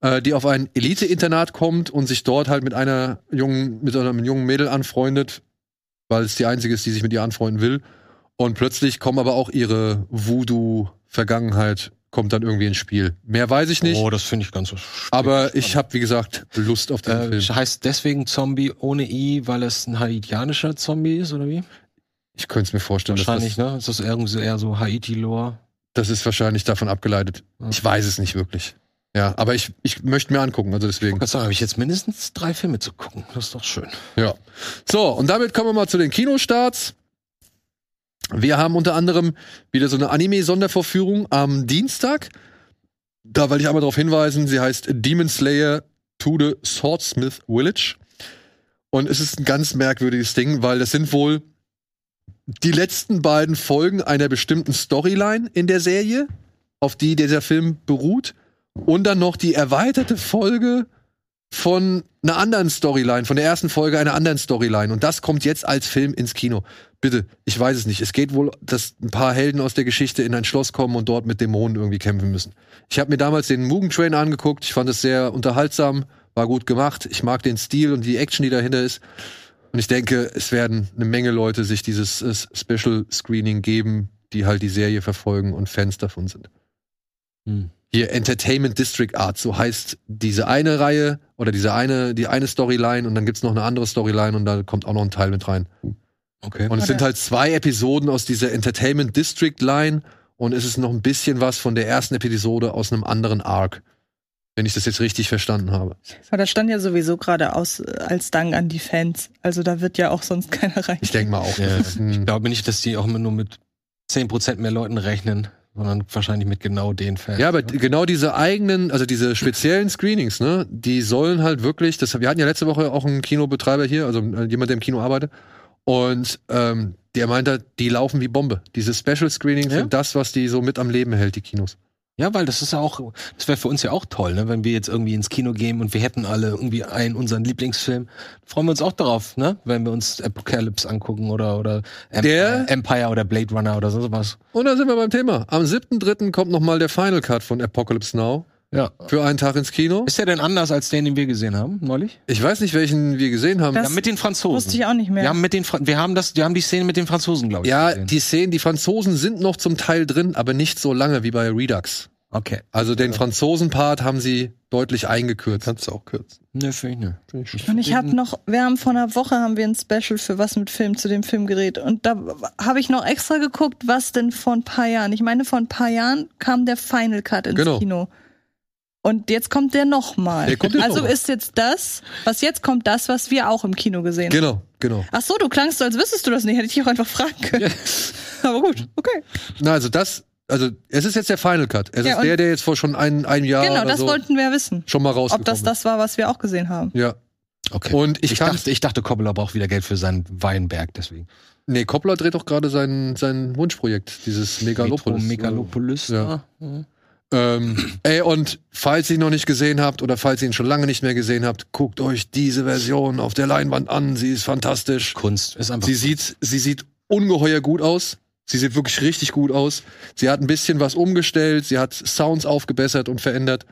Speaker 1: äh, die auf ein Elite-Internat kommt und sich dort halt mit einer jungen, mit einem jungen Mädel anfreundet, weil es die einzige ist, die sich mit ihr anfreunden will. Und plötzlich kommen aber auch ihre Voodoo-Vergangenheit, kommt dann irgendwie ins Spiel. Mehr weiß ich nicht,
Speaker 4: Oh, das finde ich ganz so spannend.
Speaker 1: aber ich habe, wie gesagt, Lust auf diesen
Speaker 4: Äh,
Speaker 1: Film.
Speaker 4: heißt deswegen Zombie ohne I, weil es ein haitianischer Zombie ist, oder wie?
Speaker 1: Ich könnte es mir vorstellen, dass das
Speaker 4: Wahrscheinlich, ne? Ist das irgendwie so eher so Haiti-Lore?
Speaker 1: Das ist wahrscheinlich davon abgeleitet.
Speaker 4: Ja.
Speaker 1: Ich weiß es nicht wirklich. Ja, aber ich, ich möchte mir angucken, also deswegen.
Speaker 4: Gott sei Dank habe ich jetzt mindestens drei Filme zu gucken. Das ist doch schön.
Speaker 1: Ja. So, und damit kommen wir mal zu den Kinostarts. Wir haben unter anderem wieder so eine Anime-Sondervorführung am Dienstag. Da will ich einmal darauf hinweisen, sie heißt Demon Slayer to the Swordsmith Village. Und es ist ein ganz merkwürdiges Ding, weil das sind wohl die letzten beiden Folgen einer bestimmten Storyline in der Serie, auf die dieser Film beruht. Und dann noch die erweiterte Folge von einer anderen Storyline, von der ersten Folge einer anderen Storyline. Und das kommt jetzt als Film ins Kino. Bitte, ich weiß es nicht. Es geht wohl, dass ein paar Helden aus der Geschichte in ein Schloss kommen und dort mit Dämonen irgendwie kämpfen müssen. Ich habe mir damals den Mugen Train angeguckt. Ich fand es sehr unterhaltsam, war gut gemacht. Ich mag den Stil und die Action, die dahinter ist. Und ich denke, es werden eine Menge Leute sich dieses äh, Special Screening geben, die halt die Serie verfolgen und Fans davon sind.
Speaker 4: Hm.
Speaker 1: Hier Entertainment District Art, so heißt diese eine Reihe oder diese eine, die eine Storyline und dann gibt's noch eine andere Storyline und da kommt auch noch ein Teil mit rein.
Speaker 4: Okay.
Speaker 1: Und es sind
Speaker 3: Oder-
Speaker 1: halt zwei Episoden aus dieser Entertainment District Line und es ist noch ein bisschen was von der ersten Episode aus einem anderen Arc. Wenn ich das jetzt richtig verstanden habe.
Speaker 3: Aber das stand ja sowieso gerade aus äh, als Dank an die Fans. Also da wird ja auch sonst keiner rein.
Speaker 1: Ich denke mal auch. Hm.
Speaker 4: Ja.
Speaker 1: Das ist ein,
Speaker 4: Ich glaube nicht, dass die auch immer nur mit 10% mehr Leuten rechnen, sondern wahrscheinlich mit genau den Fans.
Speaker 1: Ja, aber genau diese eigenen, also diese speziellen Screenings, ne, die sollen halt wirklich, das, wir hatten ja letzte Woche auch einen Kinobetreiber hier, also äh, jemand, der im Kino arbeitet, und ähm, der meinte, die laufen wie Bombe. Diese Special Screenings
Speaker 4: Ja.
Speaker 1: sind das, was die so mit am Leben hält, die Kinos.
Speaker 4: Ja, weil das ist ja auch, das wäre für uns ja auch toll, ne? wenn wir jetzt irgendwie ins Kino gehen und wir hätten alle irgendwie einen unseren Lieblingsfilm. Freuen wir uns auch darauf, ne? wenn wir uns Apocalypse angucken oder, oder Empire,
Speaker 1: Der-
Speaker 4: Empire oder Blade Runner oder so was.
Speaker 1: Und da sind wir beim Thema. Am 7.3. kommt nochmal der Final Cut von Apocalypse Now
Speaker 4: Ja.
Speaker 1: für einen Tag ins Kino.
Speaker 4: Ist der denn anders als den, den wir gesehen haben neulich?
Speaker 1: Ich weiß nicht, welchen wir gesehen haben.
Speaker 3: Das-
Speaker 4: Ja, mit den Franzosen.
Speaker 3: Wusste ich auch nicht mehr.
Speaker 4: Wir haben mit den, Fran- wir haben das, wir haben die Szene mit den Franzosen, glaube ich.
Speaker 1: Ja,
Speaker 4: gesehen.
Speaker 1: die Szenen, die Franzosen sind noch zum Teil drin, aber nicht so lange wie bei Redux.
Speaker 4: okay.
Speaker 1: Also den Franzosen-Part haben sie deutlich eingekürzt.
Speaker 2: Kannst du auch kürzen.
Speaker 4: Ne, finde ich nicht.
Speaker 2: Finde ich
Speaker 3: Und ich habe noch, wir haben vor einer Woche haben wir ein Special für was mit Film zu dem Film geredet. Und da habe ich noch extra geguckt, was denn vor ein paar Jahren. Ich meine, vor ein paar Jahren kam der Final Cut ins
Speaker 1: Genau.
Speaker 3: Kino. Und jetzt kommt der nochmal.
Speaker 1: Der kommt jetzt
Speaker 3: Also
Speaker 1: noch mal.
Speaker 3: ist jetzt das, was jetzt kommt, das, was wir auch im Kino gesehen haben.
Speaker 1: Genau, genau.
Speaker 3: Ach so, du klangst so, als wüsstest du das nicht. Hätte ich dich auch einfach fragen können. Aber gut, okay.
Speaker 1: Na, also das, also es ist jetzt der Final Cut. Es
Speaker 3: Ja,
Speaker 1: ist
Speaker 3: und-
Speaker 1: der, der jetzt vor schon ein, ein Jahr
Speaker 3: genau,
Speaker 1: oder
Speaker 3: das
Speaker 1: so
Speaker 3: wollten wir ja wissen.
Speaker 1: schon mal rausgekommen
Speaker 3: Ob das das war, was wir auch gesehen haben.
Speaker 1: ist. Ja.
Speaker 4: Okay.
Speaker 1: Und ich,
Speaker 4: ich,
Speaker 1: kann.
Speaker 4: dachte, ich dachte, Coppola braucht wieder Geld für seinen Weinberg, deswegen.
Speaker 1: Nee, Koppler dreht doch gerade sein, sein Wunschprojekt, dieses Megalopolis.
Speaker 4: Megalopolis. ne?
Speaker 1: Ja.
Speaker 4: Ja.
Speaker 1: Ähm, ey, und falls ihr ihn noch nicht gesehen habt oder falls ihr ihn schon lange nicht mehr gesehen habt, guckt euch diese Version auf der Leinwand an. Sie ist fantastisch.
Speaker 4: Kunst ist einfach.
Speaker 1: Sie sieht, sie sieht ungeheuer gut aus. Sie sieht wirklich richtig gut aus. Sie hat ein bisschen was umgestellt. Sie hat Sounds aufgebessert und verändert.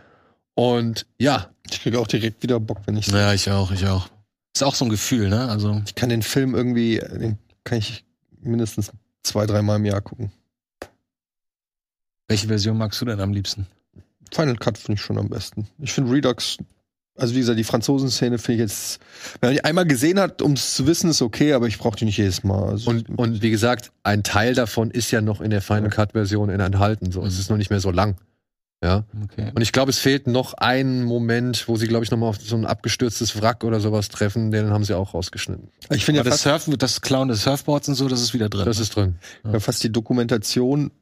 Speaker 1: Und ja,
Speaker 2: Ich kriege auch direkt wieder Bock, wenn ich.
Speaker 4: Ja, ich auch, ich auch. Ist auch so ein Gefühl, ne? Also
Speaker 2: Ich kann den Film irgendwie, äh, den kann ich mindestens zwei, dreimal im Jahr gucken.
Speaker 4: Welche Version magst du denn am liebsten?
Speaker 2: Final Cut finde ich schon am besten. Ich finde Redux, also wie gesagt, die Franzosen-Szene finde ich jetzt, wenn man die einmal gesehen hat, um es zu wissen, ist okay, aber ich brauche die nicht jedes Mal. Also
Speaker 1: Und, und wie gesagt, ein Teil davon ist ja noch in der Final Cut Version in enthalten. So, es ist noch nicht mehr so lang. Ja.
Speaker 4: Okay.
Speaker 1: Und ich glaube, es fehlt noch ein Moment, wo sie, glaube ich, nochmal auf so ein abgestürztes Wrack oder sowas treffen. Den haben sie auch rausgeschnitten.
Speaker 2: ich finde
Speaker 4: Ja,
Speaker 2: ja
Speaker 4: das
Speaker 2: fast,
Speaker 4: Surfen, das Klauen des Surfboards und so, das ist wieder drin.
Speaker 1: Das ist drin.
Speaker 2: ja, fast die Dokumentation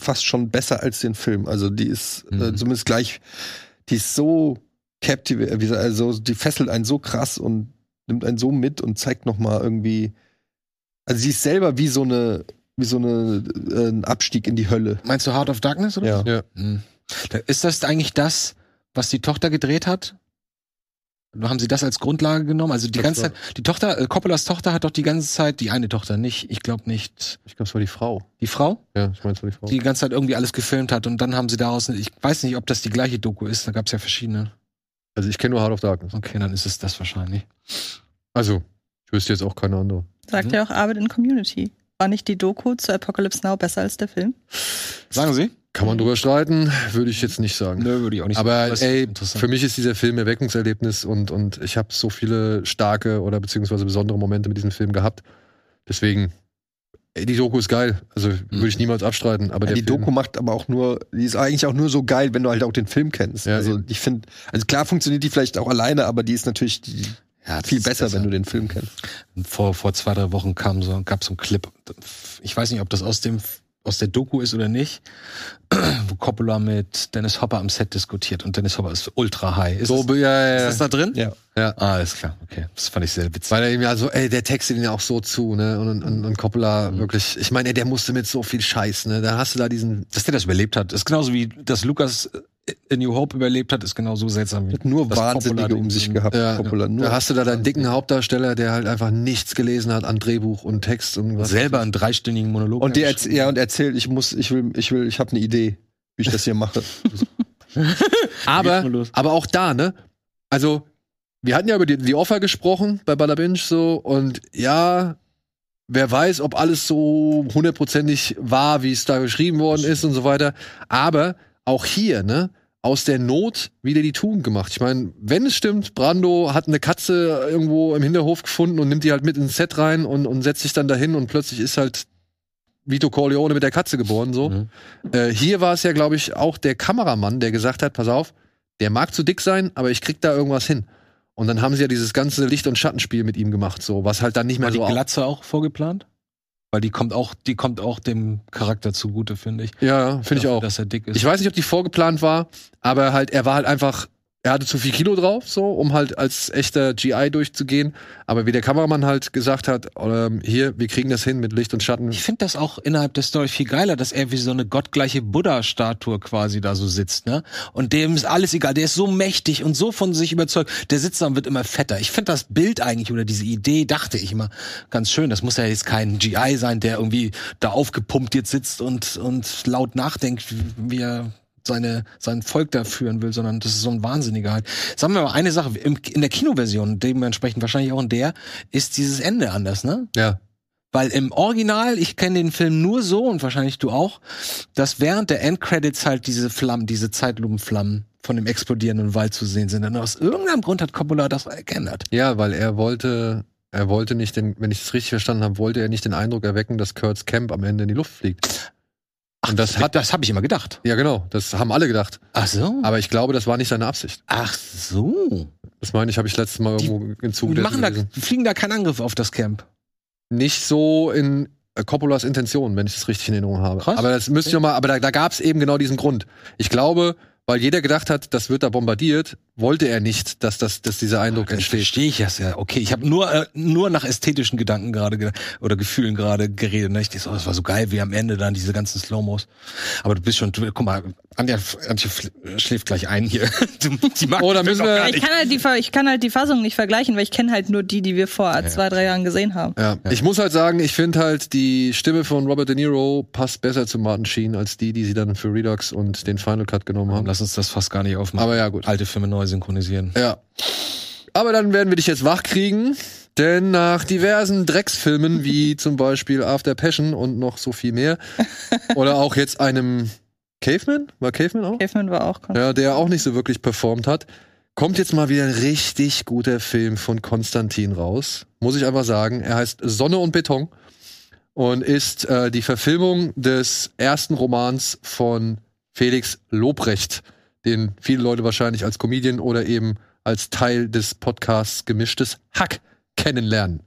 Speaker 2: fast schon besser als den Film. Also die ist äh,
Speaker 4: Mhm.
Speaker 2: zumindest gleich, die ist so captive, äh, wie gesagt, also die fesselt einen so krass und nimmt einen so mit und zeigt noch mal irgendwie, also sie ist selber wie so eine, wie so eine äh, ein Abstieg in die Hölle.
Speaker 4: Meinst du Heart of Darkness oder?
Speaker 2: Ja.
Speaker 4: Hm. Da- Ist das eigentlich das, was die Tochter gedreht hat? Haben sie das als Grundlage genommen? Also die
Speaker 1: Das
Speaker 4: ganze
Speaker 1: war-
Speaker 4: Zeit, die Tochter, äh, Coppolas Tochter hat doch die ganze Zeit, die eine Tochter nicht, ich glaube nicht,
Speaker 1: Ich glaube, es war die Frau.
Speaker 4: die Frau,
Speaker 1: Ja, ich meine, es war die Frau.
Speaker 4: die die ganze Zeit irgendwie alles gefilmt hat und dann haben sie daraus, ich weiß nicht, ob das die gleiche Doku ist, da gab es ja verschiedene.
Speaker 1: also ich kenne nur Heart of Darkness.
Speaker 4: Okay, dann ist es das wahrscheinlich.
Speaker 1: Also, ich wüsste jetzt auch keine andere.
Speaker 3: Sagt
Speaker 4: Mhm.
Speaker 3: ja auch Arbeit in Community. War nicht die Doku zu Apocalypse Now besser als der Film?
Speaker 4: Sagen Sie?
Speaker 1: Kann man drüber streiten, würde ich jetzt nicht sagen.
Speaker 4: Nö, würde ich auch nicht
Speaker 1: Aber
Speaker 4: das ist
Speaker 1: ey,
Speaker 4: interessant.
Speaker 1: für mich ist dieser Film Erweckungserlebnis und, und ich habe so viele starke oder beziehungsweise besondere Momente mit diesem Film gehabt. Deswegen, ey, die Doku ist geil. Also würde
Speaker 4: Mhm.
Speaker 1: ich niemals abstreiten. Aber
Speaker 2: Ja,
Speaker 1: der
Speaker 2: die
Speaker 1: Film,
Speaker 2: Doku macht aber auch nur, die ist eigentlich auch nur so geil, wenn du halt auch den Film kennst.
Speaker 1: Ja,
Speaker 2: also
Speaker 1: eben.
Speaker 2: ich finde, also klar funktioniert die vielleicht auch alleine, aber die ist natürlich die,
Speaker 4: Ja, das
Speaker 2: viel
Speaker 4: ist
Speaker 2: besser, wenn du den Film kennst.
Speaker 4: Vor, vor zwei, drei Wochen kam so, gab so ein Clip. Ich weiß nicht, ob das aus dem, aus der Doku ist oder nicht, wo Coppola mit Dennis Hopper am Set diskutiert und Dennis Hopper ist ultra high. Ist,
Speaker 1: So,
Speaker 4: das,
Speaker 1: ja, ja,
Speaker 4: ist
Speaker 1: ja.
Speaker 4: das da drin?
Speaker 2: Ja.
Speaker 1: ja.
Speaker 4: Ah, ist klar, okay. Das fand ich sehr witzig.
Speaker 1: Weil er ihm ja so, ey, der textet ihn ja auch so zu, ne? Und,
Speaker 4: Mhm.
Speaker 1: und, und Coppola wirklich, ich meine, ey, der musste mit so viel Scheiß, ne? Da hast du da diesen.
Speaker 4: Dass der das überlebt hat, ist genauso wie, dass Lukas in New Hope überlebt hat, ist genauso seltsam wie.
Speaker 2: Hat nur
Speaker 4: dass
Speaker 2: Wahnsinnige
Speaker 4: Coppola
Speaker 2: um
Speaker 4: den-
Speaker 2: sich gehabt.
Speaker 1: Ja,
Speaker 2: Coppola, nur
Speaker 1: Da hast du da deinen dicken Hauptdarsteller, der halt einfach nichts gelesen hat an Drehbuch und Text und was.
Speaker 4: Selber einen dreistündigen Monolog.
Speaker 2: und der erz-
Speaker 4: geschrieben.
Speaker 2: ja, und erzählt, ich muss, ich will, ich will, ich habe eine Idee, wie ich das hier mache.
Speaker 4: Geht's mal
Speaker 1: Aber,
Speaker 4: los.
Speaker 1: aber auch da, ne? Also, wir hatten ja über die, die Offer gesprochen bei Bada Binge so und ja, wer weiß, ob alles so hundertprozentig war, wie es da geschrieben worden ist und so weiter. Aber auch hier, ne? Aus der Not wieder die Tugend gemacht. Ich meine, wenn es stimmt, Brando hat eine Katze irgendwo im Hinterhof gefunden und nimmt die halt mit ins Set rein und, und setzt sich dann dahin und plötzlich ist halt Vito Corleone mit der Katze geboren, so.
Speaker 4: Mhm.
Speaker 1: Äh, hier war es ja, glaube ich, auch der Kameramann, der gesagt hat, pass auf, der mag zu dick sein, aber ich krieg da irgendwas hin. Und dann haben sie ja dieses ganze Licht- und Schattenspiel mit ihm gemacht, so, was halt dann nicht mehr
Speaker 4: War die
Speaker 1: so au-
Speaker 4: Glatze auch vorgeplant? Weil die kommt auch, die kommt auch dem Charakter zugute, finde ich.
Speaker 1: Ja, ja, finde ich
Speaker 4: Dafür,
Speaker 1: auch.
Speaker 4: Dass er dick ist.
Speaker 1: Ich weiß nicht, ob die vorgeplant war, aber halt, er war halt einfach, er hatte zu viel Kilo drauf, so, um halt als echter GI durchzugehen. Aber wie der Kameramann halt gesagt hat, ähm, hier, wir kriegen das hin mit Licht und Schatten.
Speaker 4: Ich finde das auch innerhalb der Story viel geiler, dass er wie so eine gottgleiche Buddha-Statue quasi da so sitzt, ne? Und dem ist alles egal. Der ist so mächtig und so von sich überzeugt. Der sitzt da und wird immer fetter. Ich finde das Bild eigentlich oder diese Idee, dachte ich immer, ganz schön. Das muss ja jetzt kein GI sein, der irgendwie da aufgepumpt jetzt sitzt und, und laut nachdenkt, wie er seine, sein Volk da führen will, sondern das ist so ein Wahnsinniger halt. Sagen wir mal eine Sache, im, in der Kinoversion, dementsprechend wahrscheinlich auch in der, ist dieses Ende anders, ne?
Speaker 1: Ja.
Speaker 4: Weil im Original, ich kenne den Film nur so und wahrscheinlich du auch, dass während der Endcredits halt diese Flammen, diese Zeitlupenflammen von dem explodierenden Wald zu sehen sind. Und aus irgendeinem Grund hat Coppola das geändert.
Speaker 1: Ja, weil er wollte, er wollte nicht den, wenn ich es richtig verstanden habe, wollte er nicht den Eindruck erwecken, dass Kurt's Camp am Ende in die Luft fliegt. Und das hat,
Speaker 4: das habe ich immer gedacht.
Speaker 1: ja genau, das haben alle gedacht.
Speaker 4: Ach so.
Speaker 1: Aber ich glaube, das war nicht seine Absicht.
Speaker 4: Ach so.
Speaker 1: Das meine ich, habe ich letztes Mal
Speaker 4: Die-
Speaker 1: irgendwo in Zuge
Speaker 4: Die
Speaker 1: dessen
Speaker 4: machen da,
Speaker 1: gelesen.
Speaker 4: fliegen da keinen Angriff auf das Camp.
Speaker 1: Nicht so in äh, Coppolas Intention, wenn ich das richtig in Erinnerung habe.
Speaker 4: Krass.
Speaker 1: Aber das müsste ich noch mal, aber da, da gab es eben genau diesen Grund. Ich glaube, weil jeder gedacht hat, das wird da bombardiert, wollte er nicht, dass, das, dass dieser Eindruck
Speaker 4: Dann
Speaker 1: entsteht.
Speaker 4: verstehe ich das ja. Okay, ich habe nur äh, nur nach ästhetischen Gedanken gerade ge oder Gefühlen gerade geredet. Ne? Ich dachte, so, das war so geil, wie am Ende dann diese ganzen Slow-Mos. Aber du bist schon, du, guck mal, Anja, Anja fl- schläft gleich ein hier. Du- Die mag
Speaker 1: Oh, da
Speaker 4: den
Speaker 1: müssen
Speaker 4: Film
Speaker 1: wir-
Speaker 4: noch gar
Speaker 3: Ich
Speaker 4: nicht.
Speaker 3: kann, halt die, Ver- ich kann halt die Fassung nicht vergleichen, weil ich kenne halt nur die, die wir vor zwei, drei Jahren gesehen haben.
Speaker 1: Ja. Ich muss halt sagen, ich finde halt, die Stimme von Robert De Niro passt besser zu Martin Sheen als die, die sie dann für Redux und den Final Cut genommen haben.
Speaker 4: Lass uns das fast gar nicht aufmachen.
Speaker 1: Aber ja, gut.
Speaker 4: Alte Filme neu synchronisieren.
Speaker 1: Ja. Aber dann werden wir dich jetzt wach kriegen, denn nach diversen Drecksfilmen wie zum Beispiel After Passion und noch so viel mehr oder auch jetzt einem Caveman, war Caveman auch?
Speaker 3: Caveman war auch
Speaker 1: Ja, der auch nicht so wirklich performt hat. Kommt jetzt mal wieder ein richtig guter Film von Konstantin raus. Muss ich einfach sagen. Er heißt Sonne und Beton und ist äh, die Verfilmung des ersten Romans von Felix Lobrecht, den viele Leute wahrscheinlich als Comedian oder eben als Teil des Podcasts Gemischtes Hack kennenlernen.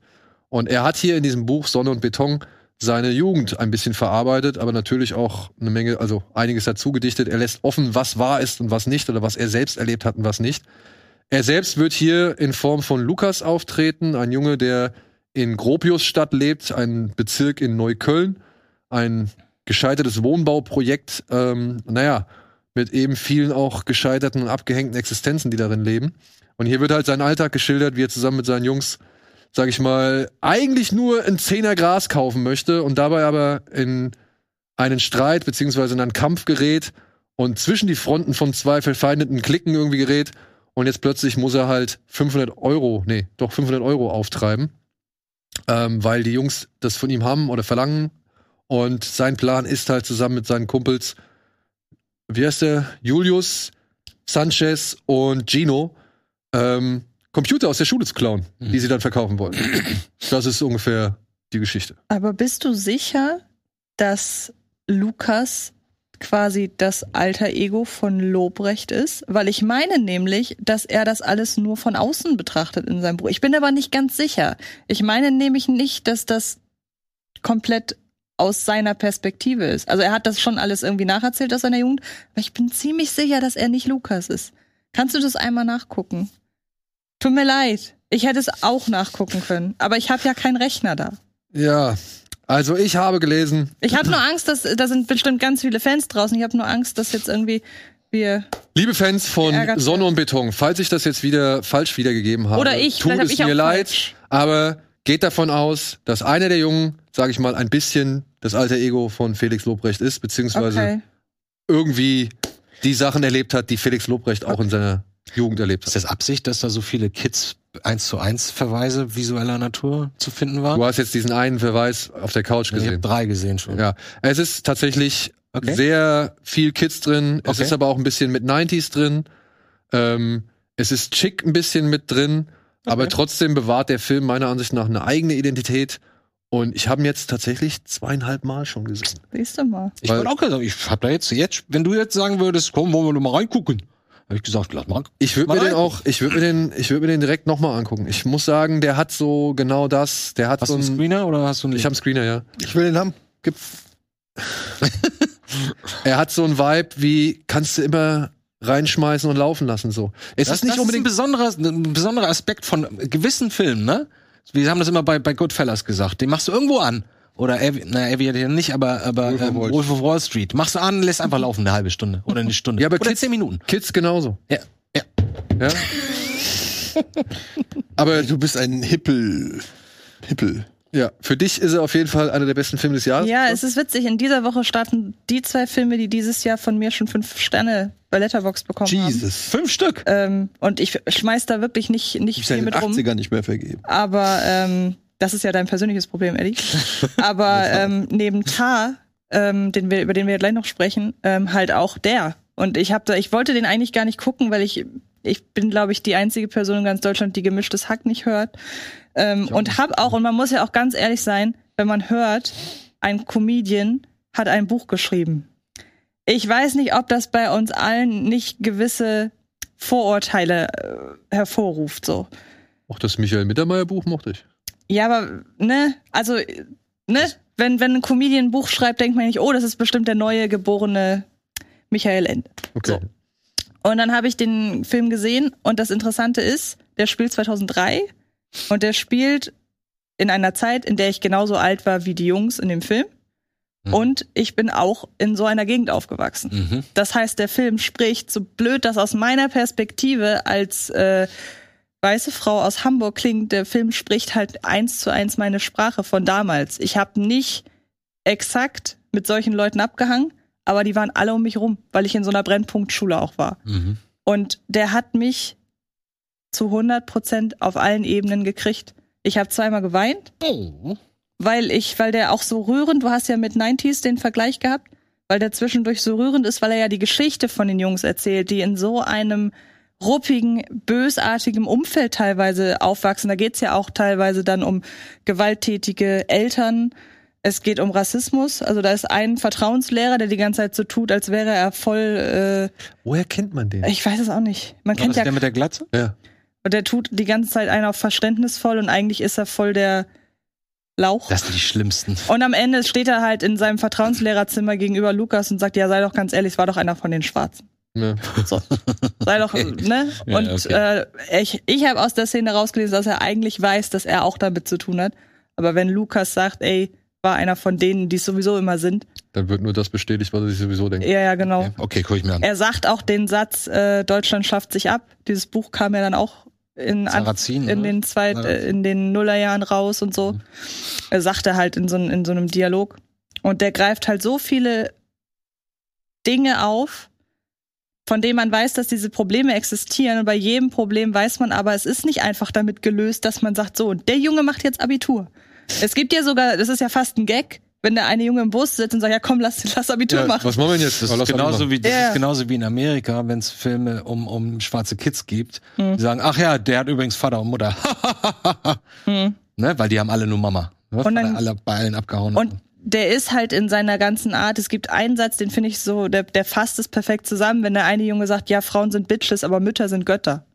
Speaker 1: Und er hat hier in diesem Buch Sonne und Beton seine Jugend ein bisschen verarbeitet, aber natürlich auch eine Menge, also einiges dazu gedichtet. Er lässt offen, was wahr ist und was nicht oder was er selbst erlebt hat und was nicht. Er selbst wird hier in Form von Lukas auftreten, ein Junge, der in Gropiusstadt lebt, ein Bezirk in Neukölln, ein gescheitertes Wohnbauprojekt, ähm, naja, mit eben vielen auch gescheiterten und abgehängten Existenzen, die darin leben. Und hier wird halt sein Alltag geschildert, wie er zusammen mit seinen Jungs sag ich mal, eigentlich nur ein Zehner Gras kaufen möchte und dabei aber in einen Streit beziehungsweise in einen Kampf gerät und zwischen die Fronten von zwei verfeindeten Klicken irgendwie gerät und jetzt plötzlich muss er halt 500 Euro, nee, doch 500 Euro auftreiben, ähm, weil die Jungs das von ihm haben oder verlangen und sein Plan ist halt zusammen mit seinen Kumpels, wie heißt der, Julius, Sanchez und Gino, ähm, Computer aus der Schule zu klauen,
Speaker 4: Mhm.
Speaker 1: die sie dann verkaufen wollen. Das ist ungefähr die Geschichte.
Speaker 3: Aber bist du sicher, dass Lukas quasi das alter Ego von Lobrecht ist? Weil ich meine nämlich, dass er das alles nur von außen betrachtet in seinem Buch. Ich bin aber nicht ganz sicher. Ich meine nämlich nicht, dass das komplett aus seiner Perspektive ist. Also er hat das schon alles irgendwie nacherzählt aus seiner Jugend, aber ich bin ziemlich sicher, dass er nicht Lukas ist. Kannst du das einmal nachgucken? Tut mir leid. Ich hätte es auch nachgucken können, aber ich habe ja keinen Rechner da.
Speaker 1: Ja, also ich habe gelesen,
Speaker 3: Ich habe nur Angst, dass da sind bestimmt ganz viele Fans draußen. Ich habe nur Angst, dass jetzt irgendwie wir
Speaker 1: liebe Fans von
Speaker 3: Ärgert
Speaker 1: Sonne und Beton, falls ich das jetzt wieder falsch wiedergegeben habe,
Speaker 3: Oder ich,
Speaker 1: tut
Speaker 3: vielleicht hab
Speaker 1: es
Speaker 3: ich auch
Speaker 1: mir leid,
Speaker 3: falsch.
Speaker 1: aber geht davon aus, dass einer der Jungen, sage ich mal, ein bisschen das alter Ego von Felix Lobrecht ist, beziehungsweise
Speaker 3: okay.
Speaker 1: irgendwie die Sachen erlebt hat, die Felix Lobrecht auch in seiner Jugend erlebt
Speaker 4: Ist
Speaker 1: hat.
Speaker 4: das Absicht, dass da so viele Kids eins zu eins Verweise visueller Natur zu finden waren?
Speaker 1: Du hast jetzt diesen einen Verweis auf der Couch
Speaker 4: Ich habe
Speaker 1: gesehen.
Speaker 4: drei gesehen schon.
Speaker 1: Ja, es ist tatsächlich
Speaker 4: Okay.
Speaker 1: sehr viel Kids drin. Es
Speaker 4: Okay.
Speaker 1: ist aber auch ein bisschen mit 90s drin. Ähm, es ist chick ein bisschen mit drin. Aber trotzdem bewahrt der Film meiner Ansicht nach eine eigene Identität. Und ich habe ihn jetzt tatsächlich zweieinhalb Mal schon gesehen.
Speaker 3: Siehst du mal.
Speaker 4: Ich
Speaker 1: Weil-
Speaker 4: wollte auch gerade sagen, ich hab da jetzt, jetzt, wenn du jetzt sagen würdest, komm, wollen wir nur mal reingucken, habe ich gesagt, lass mal reingucken.
Speaker 1: Ich würde
Speaker 4: Mal
Speaker 1: mir den
Speaker 4: rein.
Speaker 1: auch, ich würde mir den, ich würde mir den direkt nochmal angucken. Ich muss sagen, der hat so genau das. Der hat
Speaker 4: Hast
Speaker 1: so
Speaker 4: du einen
Speaker 1: ein,
Speaker 4: Screener oder hast du einen
Speaker 1: ich habe einen Screener, ja.
Speaker 2: Ich will den haben.
Speaker 1: Gib. er hat so einen Vibe wie kannst du immer reinschmeißen und laufen lassen so. Es
Speaker 4: das,
Speaker 1: ist nicht
Speaker 4: das
Speaker 1: unbedingt
Speaker 4: ist ein besonderer, ein besonderer Aspekt von gewissen Filmen, ne? Wir haben das immer bei, bei Goodfellas gesagt. Den machst du irgendwo an. Oder, Avi- naja, Avi hat ja nicht, aber, aber
Speaker 2: Wolf of
Speaker 4: ähm,
Speaker 2: Wall
Speaker 4: Wolf of Wall Street. Machst du an, lässt einfach laufen, eine halbe Stunde oder eine Stunde.
Speaker 1: Ja, aber
Speaker 4: oder
Speaker 1: Kids-
Speaker 4: zehn Minuten.
Speaker 1: Kids genauso,
Speaker 4: Ja, ja.
Speaker 1: ja? Aber
Speaker 2: Du bist ein Hippel. Hippel.
Speaker 1: ja, für dich ist er auf jeden Fall einer der besten Filme des Jahres.
Speaker 3: Ja, es ist witzig. In dieser Woche starten die zwei Filme, die dieses Jahr von mir schon fünf Sterne bei Letterbox bekommen haben.
Speaker 2: Jesus.
Speaker 4: Fünf Stück.
Speaker 3: Ähm, und ich schmeiß da wirklich nicht, nicht
Speaker 2: Ich bin
Speaker 3: viel
Speaker 2: in den
Speaker 3: mit rum.
Speaker 2: 80ern nicht mehr vergeben.
Speaker 3: Aber ähm, das ist ja dein persönliches Problem, Eddie. Aber ähm, neben Tar, ähm, den wir, über den wir gleich noch sprechen, ähm, halt auch der. Und ich habe da, ich wollte den eigentlich gar nicht gucken, weil ich, ich bin, glaube ich, die einzige Person in ganz Deutschland, die gemischtes Hack nicht hört. Ähm, und hab auch, und man muss ja auch ganz ehrlich sein, wenn man hört, ein Comedian hat ein Buch geschrieben. Ich weiß nicht, ob das bei uns allen nicht gewisse Vorurteile äh, hervorruft, so.
Speaker 1: Auch das Michael Mittermeier Buch mochte ich.
Speaker 3: Ja, aber, ne, also, ne, wenn, wenn ein Comedian ein Buch schreibt, denkt man nicht, oh, das ist bestimmt der neue geborene Michael Ende.
Speaker 1: Okay.
Speaker 3: Und dann habe ich den Film gesehen und das Interessante ist, der spielt 2003 und der spielt in einer Zeit, in der ich genauso alt war wie die Jungs in dem Film.
Speaker 4: Mhm.
Speaker 3: Und ich bin auch in so einer Gegend aufgewachsen.
Speaker 4: Mhm.
Speaker 3: Das heißt, der Film spricht, so blöd das aus meiner Perspektive als äh, weiße Frau aus Hamburg klingt, der Film spricht halt eins zu eins meine Sprache von damals. Ich habe nicht exakt mit solchen Leuten abgehangen, aber die waren alle um mich rum, weil ich in so einer Brennpunktschule auch war.
Speaker 4: Mhm.
Speaker 3: Und der hat mich zu 100 Prozent auf allen Ebenen gekriegt. Ich habe zweimal geweint,
Speaker 4: Oh.
Speaker 3: weil ich, weil der auch so rührend, du hast ja mit 90s den Vergleich gehabt, weil der zwischendurch so rührend ist, weil er ja die Geschichte von den Jungs erzählt, die in so einem ruppigen, bösartigen Umfeld teilweise aufwachsen. Da geht's ja auch teilweise dann um gewalttätige Eltern. Es geht um Rassismus. Also da ist ein Vertrauenslehrer, der die ganze Zeit so tut, als wäre er voll,
Speaker 1: Woher kennt man den?
Speaker 3: äh, ich weiß es auch nicht. Man
Speaker 4: War
Speaker 3: kennt
Speaker 4: das
Speaker 3: ja
Speaker 4: der mit der Glatze?
Speaker 1: Ja.
Speaker 3: und der tut die ganze Zeit einen auf verständnisvoll und eigentlich ist er voll der Lauch.
Speaker 4: Das sind die schlimmsten.
Speaker 3: und am Ende steht er halt in seinem Vertrauenslehrerzimmer gegenüber Lukas und sagt, ja, sei doch ganz ehrlich, es war doch einer von den Schwarzen.
Speaker 1: ja.
Speaker 3: So. Sei doch, ne?
Speaker 4: Ja,
Speaker 3: Und
Speaker 4: okay.
Speaker 3: äh, ich, ich habe aus der Szene rausgelesen, dass er eigentlich weiß, dass er auch damit zu tun hat. Aber wenn Lukas sagt, ey, war einer von denen, die es sowieso immer sind.
Speaker 1: Dann wird nur das bestätigt, was er sich sowieso denkt.
Speaker 3: Ja, ja, genau.
Speaker 4: Okay, guck ich mir an.
Speaker 3: Er sagt auch den Satz, äh, Deutschland schafft sich ab. Dieses Buch kam ja dann auch in, an,
Speaker 4: Sarrazin,
Speaker 3: in
Speaker 4: oder?
Speaker 3: den zwei, äh, in den Nullerjahren raus und so. Er sagte halt in so, n- in so einem Dialog. Und der greift halt so viele Dinge auf, von denen man weiß, dass diese Probleme existieren. Und bei jedem Problem weiß man aber, es ist nicht einfach damit gelöst, dass man sagt, so, und der Junge macht jetzt Abitur. Es gibt ja sogar, das ist ja fast ein Gag, wenn der eine Junge im Bus sitzt und sagt, ja komm, lass, lass Abitur
Speaker 1: Ja,
Speaker 3: machen.
Speaker 1: was machen wir denn jetzt?
Speaker 4: Das
Speaker 1: Oh,
Speaker 4: ist,
Speaker 1: lass
Speaker 4: genauso
Speaker 1: mal.
Speaker 4: wie, das
Speaker 3: Ja.
Speaker 4: ist genauso wie in Amerika, wenn es Filme um, um schwarze Kids gibt,
Speaker 3: Hm.
Speaker 4: die sagen, ach ja, der hat übrigens Vater und Mutter. ne? Weil die haben alle nur Mama. Ne?
Speaker 3: Hm. Und dann-
Speaker 4: Weil alle bei allen abgehauen.
Speaker 3: Und der ist halt in seiner ganzen Art, es gibt einen Satz, den finde ich so, der, der fasst es perfekt zusammen, wenn der eine Junge sagt, ja, Frauen sind Bitches, aber Mütter sind Götter.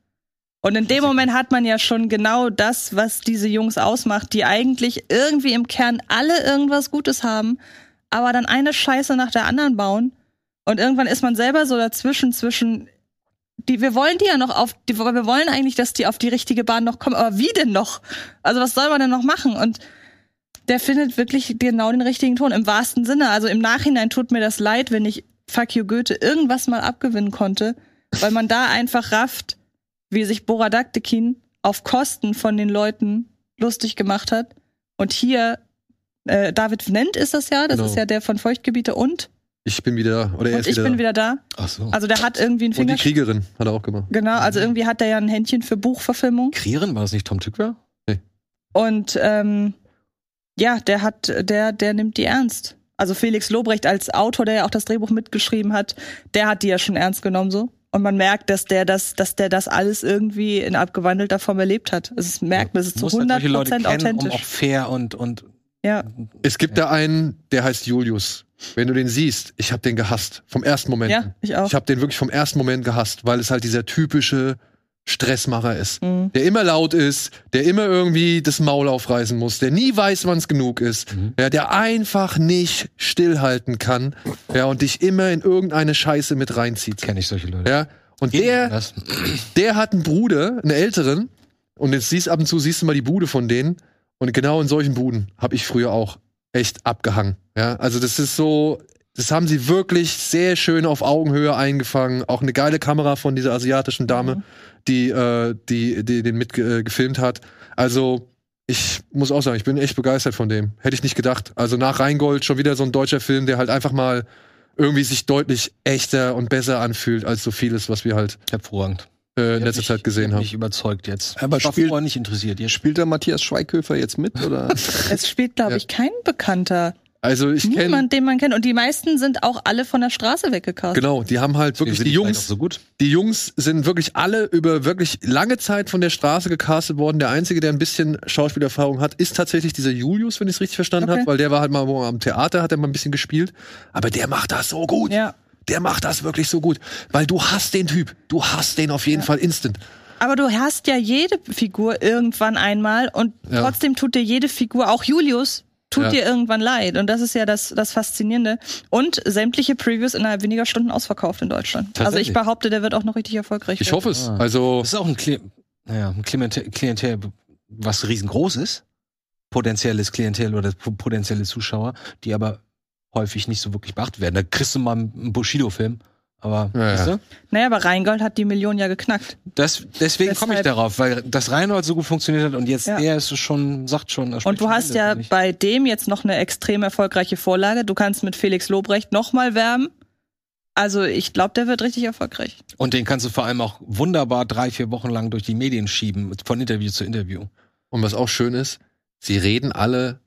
Speaker 3: Und in dem Moment hat man ja schon genau das, was diese Jungs ausmacht, die eigentlich irgendwie im Kern alle irgendwas Gutes haben, aber dann eine Scheiße nach der anderen bauen. Und irgendwann ist man selber so dazwischen, zwischen, die, wir wollen die ja noch auf, die, wir wollen eigentlich, dass die auf die richtige Bahn noch kommen, aber wie denn noch? Also was soll man denn noch machen? Und der findet wirklich genau den richtigen Ton, im wahrsten Sinne. Also im Nachhinein tut mir das leid, wenn ich Fuck you Goethe irgendwas mal abgewinnen konnte, weil man da einfach rafft, wie sich Boradaktikin auf Kosten von den Leuten lustig gemacht hat. Und hier, äh, David Nent ist das ja, das
Speaker 1: Genau.
Speaker 3: ist ja der von Feuchtgebiete und,
Speaker 1: Ich bin wieder, oder er
Speaker 3: und
Speaker 1: ist
Speaker 3: ich
Speaker 1: wieder,
Speaker 3: bin wieder da.
Speaker 4: Ach so.
Speaker 3: Also der hat irgendwie einen
Speaker 1: und die Mhm.
Speaker 3: Finger.
Speaker 1: Kriegerin hat er auch gemacht.
Speaker 3: Genau, also irgendwie hat er ja ein Händchen für Buchverfilmung.
Speaker 4: Krieren war das nicht Tom Tückwer?
Speaker 3: Und ähm, ja, der hat, der, der nimmt die ernst. Also Felix Lobrecht als Autor, der ja auch das Drehbuch mitgeschrieben hat, der hat die ja schon ernst genommen so. Und man merkt, dass der das, dass der das alles irgendwie in abgewandelter Form erlebt hat. Also es merkt, man, es ist zu
Speaker 4: Muss halt
Speaker 3: 100
Speaker 4: solche Leute
Speaker 3: Prozent
Speaker 4: kennen,
Speaker 3: authentisch.
Speaker 4: um auch fair und und
Speaker 3: ja,
Speaker 1: Es gibt da einen, der heißt Julius. Wenn du den siehst, ich habe den gehasst. Vom ersten Moment.
Speaker 3: ja, ich auch.
Speaker 1: Ich habe den wirklich vom ersten Moment gehasst, weil es halt dieser typische Stressmacher ist.
Speaker 3: Mhm.
Speaker 1: Der immer laut ist, der immer irgendwie das Maul aufreißen muss, der nie weiß, wann es genug ist,
Speaker 4: Mhm.
Speaker 1: ja, der einfach nicht stillhalten kann ja, und dich immer in irgendeine Scheiße mit reinzieht.
Speaker 4: kenne ich solche Leute.
Speaker 1: Ja? Und der,
Speaker 4: Das-
Speaker 1: der hat einen Bruder, einen älteren, und jetzt siehst ab und zu siehst du mal die Bude von denen. Und genau in solchen Buden habe ich früher auch echt abgehangen. Ja, also das ist so, das haben sie wirklich sehr schön auf Augenhöhe eingefangen. Auch eine geile Kamera von dieser asiatischen Dame,
Speaker 3: Mhm.
Speaker 1: die, äh, die, die den mit äh, gefilmt hat. Also ich muss auch sagen, ich bin echt begeistert von dem. Hätte ich nicht gedacht. Also nach Rheingold schon wieder so ein deutscher Film, der halt einfach mal irgendwie sich deutlich echter und besser anfühlt als so vieles, was wir halt
Speaker 4: hervorragend.
Speaker 1: äh, in
Speaker 4: Hat
Speaker 1: letzter
Speaker 4: mich-
Speaker 1: Zeit gesehen
Speaker 4: hat
Speaker 1: haben.
Speaker 4: Mich überzeugt jetzt.
Speaker 2: Aber
Speaker 4: ich war
Speaker 2: spielt-
Speaker 4: vorher nicht interessiert. Ihr
Speaker 2: Spielt da Matthias Schweighöfer jetzt mit? Oder?
Speaker 3: Es spielt, glaube
Speaker 1: Ja.
Speaker 3: ich, kein Bekannter.
Speaker 1: Also ich kenne
Speaker 3: Niemand, den man kennt. Und die meisten sind auch alle von der Straße weggekastet.
Speaker 1: genau, die haben halt wirklich
Speaker 4: sind
Speaker 1: die
Speaker 4: vielleicht auch
Speaker 1: Jungs,
Speaker 4: so gut.
Speaker 1: die Jungs sind wirklich alle über wirklich lange Zeit von der Straße gecastet worden. Der einzige, der ein bisschen Schauspielerfahrung hat, ist tatsächlich dieser Julius, wenn ich es richtig verstanden
Speaker 3: Okay.
Speaker 1: habe, weil der war halt mal wo, am Theater, hat er mal ein bisschen gespielt, aber der macht das so gut.
Speaker 3: Ja.
Speaker 1: Der macht das wirklich so gut, weil du hast den Typ, du hast den auf jeden Fall instant.
Speaker 3: Aber du hast ja jede Figur irgendwann einmal und
Speaker 1: Ja.
Speaker 3: trotzdem tut dir jede Figur, auch Julius, tut
Speaker 1: Ja.
Speaker 3: dir irgendwann leid. Und das ist ja das, das Faszinierende. Und sämtliche Previews innerhalb weniger Stunden ausverkauft in Deutschland. Also ich
Speaker 4: Tatsächlich?
Speaker 3: behaupte, der wird auch noch richtig erfolgreich.
Speaker 1: Ich
Speaker 3: werden.
Speaker 1: hoffe es.
Speaker 4: Ah.
Speaker 1: Also
Speaker 4: Das ist auch ein, Kli naja, ein Klientel, Klientel, was riesengroß ist. Potenzielles Klientel oder po- potenzielle Zuschauer, die aber häufig nicht so wirklich beachtet werden. Da kriegst du mal einen Bushido-Film. Aber
Speaker 1: Ja, ja.
Speaker 4: weißt du?
Speaker 3: Naja, aber Rheingold hat die Million ja geknackt.
Speaker 4: Das, deswegen
Speaker 3: Deshalb-
Speaker 4: komme ich darauf, weil das Reinhold so gut funktioniert hat und jetzt
Speaker 3: Ja.
Speaker 4: er ist schon, sagt schon. er spricht
Speaker 3: Und du
Speaker 4: schon
Speaker 3: hast
Speaker 4: Ende,
Speaker 3: ja
Speaker 4: finde ich.
Speaker 3: bei dem jetzt noch eine extrem erfolgreiche Vorlage. Du kannst mit Felix Lobrecht nochmal werben. Also ich glaube, der wird richtig erfolgreich.
Speaker 4: Und den kannst du vor allem auch wunderbar drei, vier Wochen lang durch die Medien schieben, von Interview zu Interview.
Speaker 1: und was auch schön ist, sie reden alle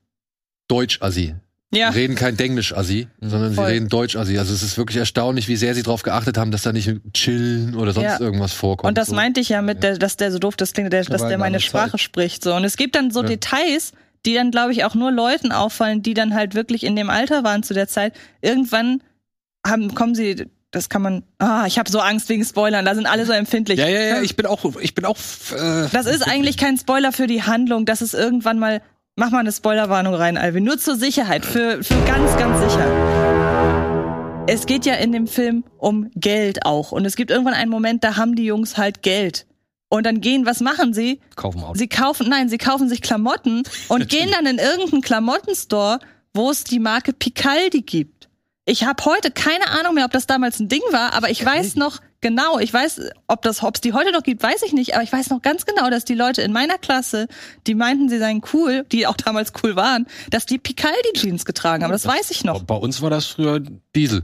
Speaker 1: Deutsch-Assi.
Speaker 3: Ja.
Speaker 1: reden kein Denglisch-Assi,
Speaker 4: Mhm.
Speaker 1: sondern
Speaker 3: Voll.
Speaker 1: sie reden Deutsch-Assi. Also es ist wirklich erstaunlich, wie sehr sie darauf geachtet haben, dass da nicht chillen oder sonst
Speaker 3: Ja.
Speaker 1: irgendwas vorkommt.
Speaker 3: Und das
Speaker 1: so.
Speaker 3: meinte ich ja mit, der, dass der so doof das klingt, der,
Speaker 2: war
Speaker 3: dass der
Speaker 2: eine
Speaker 3: meine
Speaker 2: andere
Speaker 3: Sprache
Speaker 2: Zeit.
Speaker 3: spricht. So. Und es gibt dann so
Speaker 1: Ja.
Speaker 3: Details, die dann, glaube ich, auch nur Leuten auffallen, die dann halt wirklich in dem Alter waren zu der Zeit. Irgendwann haben, kommen sie, das kann man, ah, ich habe so Angst wegen Spoilern, da sind alle so empfindlich.
Speaker 4: Ja, ja, ja, ich bin auch, ich bin auch. Äh,
Speaker 3: Das ist eigentlich kein Spoiler für die Handlung, das ist irgendwann mal, mach mal eine Spoilerwarnung rein, Alvin, nur zur Sicherheit, für, für ganz, ganz sicher. Es geht ja in dem Film um Geld auch. Und es gibt irgendwann einen Moment, da haben die Jungs halt Geld. Und dann gehen, was machen sie?
Speaker 4: Kaufen Auto.
Speaker 3: Sie kaufen, nein, sie kaufen sich Klamotten und gehen dann in irgendeinen Klamottenstore, wo es die Marke Picaldi gibt. Ich habe heute keine Ahnung mehr, ob das damals ein Ding war, aber ich weiß noch genau, ich weiß, ob das Hops die heute noch gibt, weiß ich nicht, aber ich weiß noch ganz genau, dass die Leute in meiner Klasse, die meinten, sie seien cool, die auch damals cool waren, dass die Picaldi Jeans getragen haben. Das, weiß ich noch.
Speaker 4: Bei uns war das früher
Speaker 1: Diesel.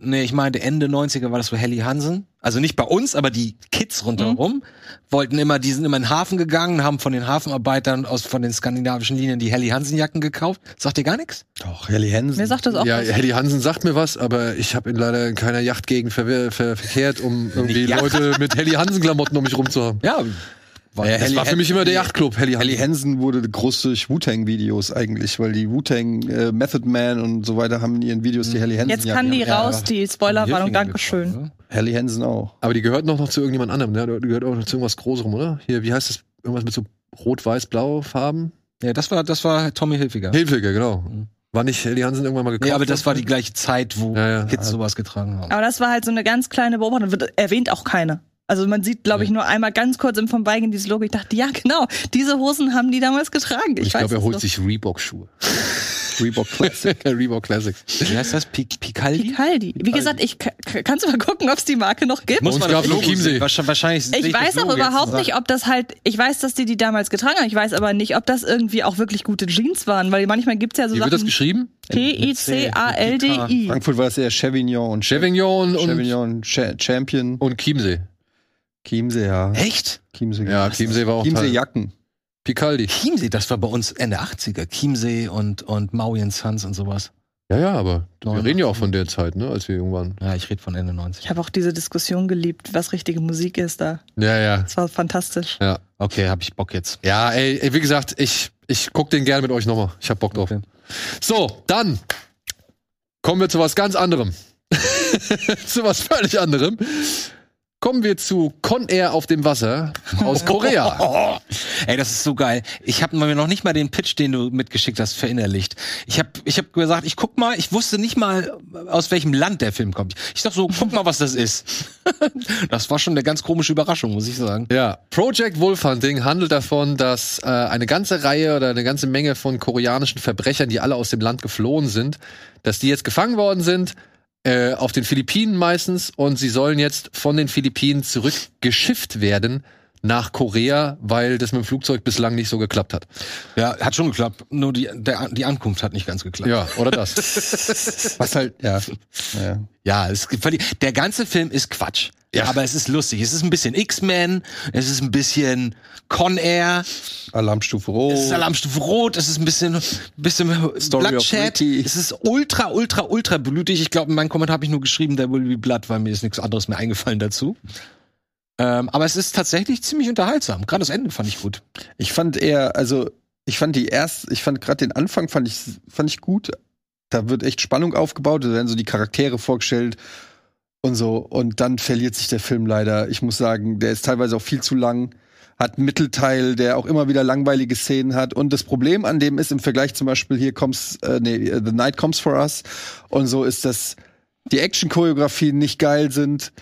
Speaker 4: Nee, ich meinte Ende 90er war das so Helly Hansen. Also nicht bei uns, aber die Kids rundherum
Speaker 3: Mhm.
Speaker 4: wollten immer, die sind immer in den Hafen gegangen, haben von den Hafenarbeitern aus von den skandinavischen Linien die Helly Hansen Jacken gekauft. Sagt ihr gar nichts?
Speaker 2: Doch, Helly Hansen.
Speaker 3: Mir sagt das auch
Speaker 1: ja,
Speaker 3: was.
Speaker 1: Helly Hansen sagt mir was, aber ich habe ihn leider in keiner Yachtgegend verwe- ver verkehrt, um irgendwie
Speaker 4: Ja.
Speaker 1: Leute mit Helly Hansen-Klamotten um mich rum zu haben.
Speaker 4: Ja,
Speaker 1: Weil
Speaker 2: Ja,
Speaker 1: das
Speaker 2: Helly
Speaker 1: war für mich
Speaker 2: Hen-
Speaker 1: immer der Yachtclub, Helly
Speaker 2: Ellie
Speaker 1: Hansen.
Speaker 2: Hansen wurde groß durch Wu-Tang-Videos eigentlich, weil die Wu-Tang, äh, Method Man und so weiter haben in ihren Videos die Helly Hansen.
Speaker 3: Jetzt kann die
Speaker 2: ja,
Speaker 3: raus, die Spoilerwarnung, Dankeschön.
Speaker 4: ne?
Speaker 2: Helly Hansen auch.
Speaker 1: Aber die gehört noch, noch zu irgendjemand anderem, ne? Die gehört auch noch zu irgendwas Großerem, oder? Hier, wie heißt das? Irgendwas mit so rot-weiß-blau Farben?
Speaker 4: Ja, das war, das war Tommy Hilfiger.
Speaker 1: Hilfiger, genau.
Speaker 4: Mhm.
Speaker 1: War nicht Helly Hansen irgendwann mal gekauft?
Speaker 4: Nee, aber das war die
Speaker 1: gleiche.
Speaker 4: gleiche Zeit, wo
Speaker 1: Ja, ja.
Speaker 3: Ah.
Speaker 4: Kids sowas getragen haben.
Speaker 3: Aber das war halt so eine ganz kleine Beobachtung, wird erwähnt auch keine. Also man sieht, glaube ich, nur einmal ganz kurz im Vorbeigehen dieses Logo. Ich dachte, ja, genau, diese Hosen haben die damals getragen.
Speaker 1: Ich,
Speaker 3: Ich, weiß
Speaker 1: glaube, er
Speaker 3: es
Speaker 1: holt
Speaker 3: noch.
Speaker 1: sich Reebok-Schuhe.
Speaker 2: Reebok Classic.
Speaker 1: Reebok Classics.
Speaker 4: Wie heißt das? Pic Picaldi?
Speaker 3: Picaldi. Wie gesagt, ich ka- ka- kannst du mal gucken, ob es die Marke noch gibt.
Speaker 1: Muss man gab's
Speaker 4: das Logo
Speaker 1: Chiemsee.
Speaker 4: sehen. Wahrscheinlich, wahrscheinlich sehe
Speaker 3: ich
Speaker 4: das
Speaker 3: weiß auch
Speaker 4: Logo jetzt
Speaker 3: überhaupt
Speaker 4: und
Speaker 1: ne?
Speaker 3: nicht,
Speaker 4: sag,
Speaker 3: ob das halt, ich weiß, dass die die damals getragen haben. Ich weiß aber nicht, ob das irgendwie auch wirklich gute Jeans waren, weil manchmal gibt's ja so
Speaker 1: Wie wird das
Speaker 3: Sachen.
Speaker 1: geschrieben?
Speaker 3: P-I-C-A-L-D-I.
Speaker 2: Frankfurt war es eher Chevignon und Chevignon,
Speaker 1: Chevignon und,
Speaker 2: Chevignon Cha Champion.
Speaker 1: und Chiemsee.
Speaker 2: Chiemsee, ja.
Speaker 4: Echt?
Speaker 2: Chiemsee,
Speaker 1: Ja, Chiemsee war auch
Speaker 2: Chiemsee
Speaker 1: Teil.
Speaker 2: Jacken.
Speaker 1: Picaldi.
Speaker 4: Chiemsee, das war bei uns Ende 80er. Chiemsee und, und Maui and Sons und sowas.
Speaker 1: Ja, ja, aber wir
Speaker 4: Neun.
Speaker 1: reden ja auch von der Zeit, ne, als wir jung waren.
Speaker 4: Ja, ich rede von Ende 90.
Speaker 3: Ich habe auch diese Diskussion geliebt, was richtige Musik ist da.
Speaker 1: Ja, ja.
Speaker 3: Das war fantastisch.
Speaker 1: Ja,
Speaker 4: Okay, hab ich Bock jetzt.
Speaker 1: ja ey, ey, wie gesagt, ich, ich guck den gerne mit euch nochmal. Ich hab Bock drauf.
Speaker 4: Okay.
Speaker 1: So, dann kommen wir zu was ganz anderem. zu was völlig anderem. Kommen wir zu Con Air auf dem Wasser aus Korea.
Speaker 4: Oh, ey, das ist so geil. Ich habe mir noch nicht mal den Pitch, den du mitgeschickt hast, verinnerlicht. Ich habe ich hab gesagt, ich guck mal, ich wusste nicht mal, aus welchem Land der Film kommt. Ich dachte so, guck mal, was das ist. das war schon eine ganz komische Überraschung, muss ich sagen.
Speaker 1: Ja, Project Wolfhunting handelt davon, dass äh, eine ganze Reihe oder eine ganze Menge von koreanischen Verbrechern, die alle aus dem Land geflohen sind, dass die jetzt gefangen worden sind, äh, auf den Philippinen meistens, und sie sollen jetzt von den Philippinen zurückgeschifft werden nach Korea, weil das mit dem Flugzeug bislang nicht so geklappt hat.
Speaker 4: Ja, hat schon geklappt. Nur die, der, die Ankunft hat nicht ganz geklappt.
Speaker 1: Ja, oder das.
Speaker 2: Was halt, ja. ja.
Speaker 4: Ja, es gibt völlig, der ganze Film ist Quatsch.
Speaker 1: Ja.
Speaker 4: Aber es ist lustig. Es ist ein bisschen X-Men, es ist ein bisschen Con Air,
Speaker 2: Alarmstufe Rot.
Speaker 4: es ist Alarmstufe Rot, es ist ein bisschen, bisschen
Speaker 2: Oh. Story of
Speaker 4: Bloodshed.
Speaker 2: Ricky.
Speaker 4: Es ist ultra, ultra, ultra blutig. Ich glaube, in meinem Kommentar habe ich nur geschrieben, there will be blood, weil mir ist nichts anderes mehr eingefallen dazu. Ähm, aber es ist tatsächlich ziemlich unterhaltsam. Gerade das Ende fand ich gut.
Speaker 2: Ich fand eher, also ich fand die erst, ich fand gerade den Anfang fand ich fand ich gut. Da wird echt Spannung aufgebaut, da werden so die Charaktere vorgestellt und so und dann verliert sich der Film leider. Ich muss sagen, der ist teilweise auch viel zu lang, hat einen Mittelteil, der auch immer wieder langweilige Szenen hat und das Problem an dem ist im Vergleich zum Beispiel hier comes äh, nee, The Night Comes for Us und so ist das die Action Choreografien nicht geil sind.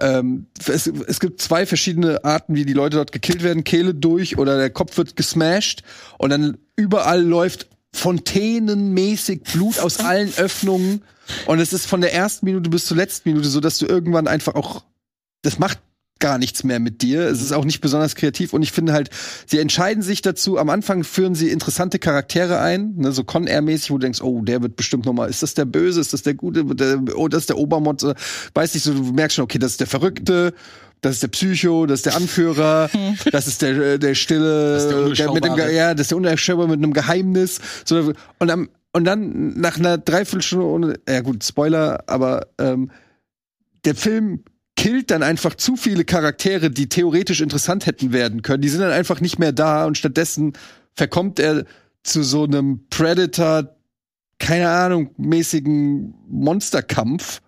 Speaker 2: Ähm, es, es gibt zwei verschiedene Arten, wie die Leute dort gekillt werden. Kehle durch oder der Kopf wird gesmashed und dann überall läuft fontänenmäßig Blut aus allen Öffnungen. Und es ist von der ersten Minute bis zur letzten Minute so, dass du irgendwann einfach auch, das macht gar nichts mehr mit dir. Es ist auch nicht besonders kreativ und ich finde halt, sie entscheiden sich dazu. Am Anfang führen sie interessante Charaktere ein, ne, so Con Air mäßig, wo du denkst, oh, der wird bestimmt noch mal. Ist das der Böse? Ist das der Gute? Wird Der, oh, das ist der Obermod. äh, Weiß nicht so. Du merkst schon, okay, das ist der Verrückte. Das ist der Psycho, das ist der Anführer, das ist der, äh, der stille,
Speaker 4: Das ist der
Speaker 2: der mit dem, Ge-
Speaker 4: Undurchschaubare.
Speaker 2: ja, das ist der Unerschöpfer mit einem Geheimnis. So, und, am, und dann nach einer Dreiviertelstunde ohne, ja gut, Spoiler, aber ähm, der Film killt dann einfach zu viele Charaktere, die theoretisch interessant hätten werden können. Die sind dann einfach nicht mehr da und stattdessen verkommt er zu so einem Predator, keine Ahnung, mäßigen Monsterkampf,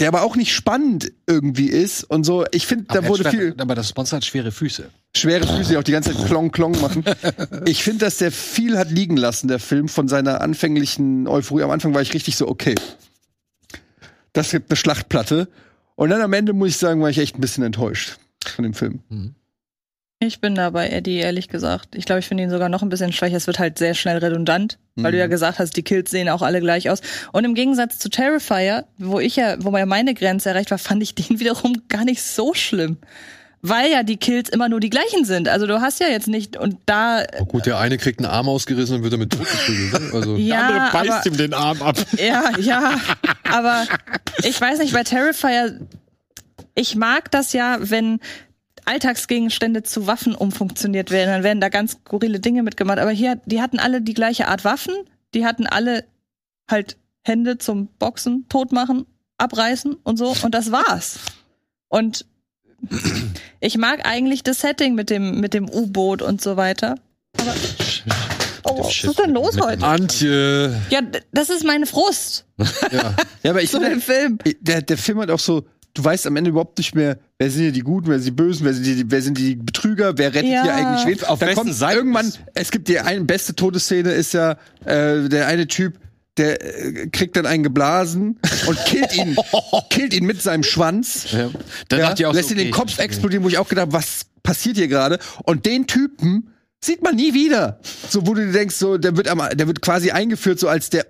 Speaker 2: der aber auch nicht spannend irgendwie ist und so. Ich finde,
Speaker 4: Aber
Speaker 2: da
Speaker 4: er
Speaker 2: wurde
Speaker 4: hat schwer-
Speaker 2: viel
Speaker 4: Aber das Monster hat schwere Füße.
Speaker 2: schwere Füße, die auch die ganze Zeit klong klong machen. Ich finde, dass der viel hat liegen lassen, der Film, von seiner anfänglichen Euphorie. Am Anfang war ich richtig so, okay, das gibt eine Schlachtplatte. Und dann am Ende, muss ich sagen, war ich echt ein bisschen enttäuscht von dem Film.
Speaker 3: Ich bin da bei Eddie, ehrlich gesagt. Ich glaube, ich finde ihn sogar noch ein bisschen schwächer. Es wird halt sehr schnell redundant, weil du ja gesagt hast, die Kills sehen auch alle gleich aus. Und im Gegensatz zu Terrifier, wo ich ja, wo ja meine Grenze erreicht war, fand ich den wiederum gar nicht so schlimm. Weil ja die Kills immer nur die gleichen sind. Also du hast ja jetzt nicht, und da
Speaker 1: Oh gut, der eine kriegt einen Arm ausgerissen und wird damit totgeprügelt. ne? Also,
Speaker 3: Ja, aber,
Speaker 6: ihm den Arm ab.
Speaker 3: ja, ja, aber ich weiß nicht, bei Terrifier, ich mag das ja, wenn Alltagsgegenstände zu Waffen umfunktioniert werden, dann werden da ganz skurrile Dinge mitgemacht. Aber hier, die hatten alle die gleiche Art Waffen, die hatten alle halt Hände zum Boxen, totmachen, abreißen und so, und das war's. Und Ich mag eigentlich das Setting mit dem, mit dem U-Boot und so weiter. Aber, oh, was ist denn los heute?
Speaker 1: Antje.
Speaker 3: Ja, d- das ist meine Frust
Speaker 1: Ja.
Speaker 2: Ja, aber ich halt
Speaker 3: zu dem Film.
Speaker 2: Äh, der, der Film hat auch so, du weißt am Ende überhaupt nicht mehr, wer sind hier die Guten, wer sind die Bösen, wer sind, die, wer sind die Betrüger, wer rettet
Speaker 3: Ja.
Speaker 2: hier eigentlich wen.
Speaker 4: Auf
Speaker 2: Dann
Speaker 4: wessen
Speaker 2: kommt
Speaker 4: Seite
Speaker 2: irgendwann,
Speaker 4: bist
Speaker 2: es gibt die eine beste Todesszene, ist ja äh, der eine Typ, der äh, kriegt dann einen geblasen und killt ihn, killt ihn mit seinem Schwanz.
Speaker 4: Ja. Dann
Speaker 2: Ja,
Speaker 4: dachte ich auch
Speaker 2: lässt
Speaker 4: so,
Speaker 2: ihn den
Speaker 1: eh.
Speaker 4: okay,
Speaker 2: Kopf explodieren, wo ich auch gedacht hab, was passiert hier gerade? Und den Typen sieht man nie wieder. So, wo du dir denkst, so, der wird, am, der wird quasi eingeführt, so als der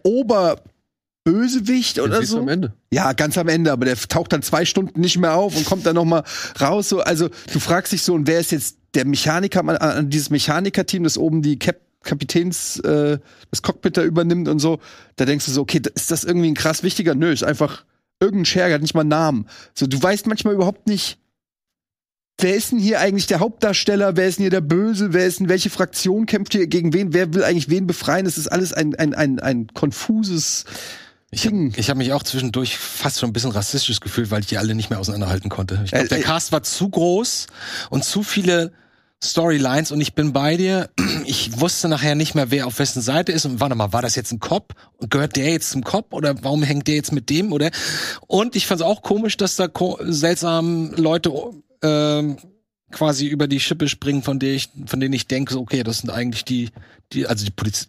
Speaker 2: Oberbösewicht oder
Speaker 1: siehst du
Speaker 2: so.
Speaker 1: am Ende.
Speaker 2: Ja, ganz am Ende, aber der taucht dann zwei Stunden nicht mehr auf und kommt dann noch mal raus. So, also du fragst dich so, und wer ist jetzt der Mechaniker an, an dieses Mechanikerteam, das oben die Cap Kapitäns äh, das Cockpit da übernimmt und so? Da denkst du so, okay, da- ist das irgendwie ein krass wichtiger? Nö, ist einfach irgendein Scherger, hat nicht mal einen Namen. So, du weißt manchmal überhaupt nicht, wer ist denn hier eigentlich der Hauptdarsteller, wer ist denn hier der Böse, wer ist denn welche Fraktion kämpft hier gegen wen, wer will eigentlich wen befreien? Es ist alles ein ein ein ein konfuses
Speaker 4: Ich habe
Speaker 2: Ding.
Speaker 4: hab mich auch zwischendurch fast schon ein bisschen rassistisch gefühlt, weil ich die alle nicht mehr auseinanderhalten konnte. Ich glaube,
Speaker 2: Äh,
Speaker 4: der
Speaker 2: äh,
Speaker 4: Cast war zu groß und zu viele Storylines und ich bin bei dir. Ich wusste nachher nicht mehr, wer auf wessen Seite ist und warte mal, war das jetzt ein Cop? Und gehört der jetzt zum Cop oder warum hängt der jetzt mit dem oder? Und ich fand es auch komisch, dass da ko seltsam Leute ähm, quasi über die Schippe springen, von der ich, von denen ich denke, so, okay, das sind eigentlich die, die, also die Polizei.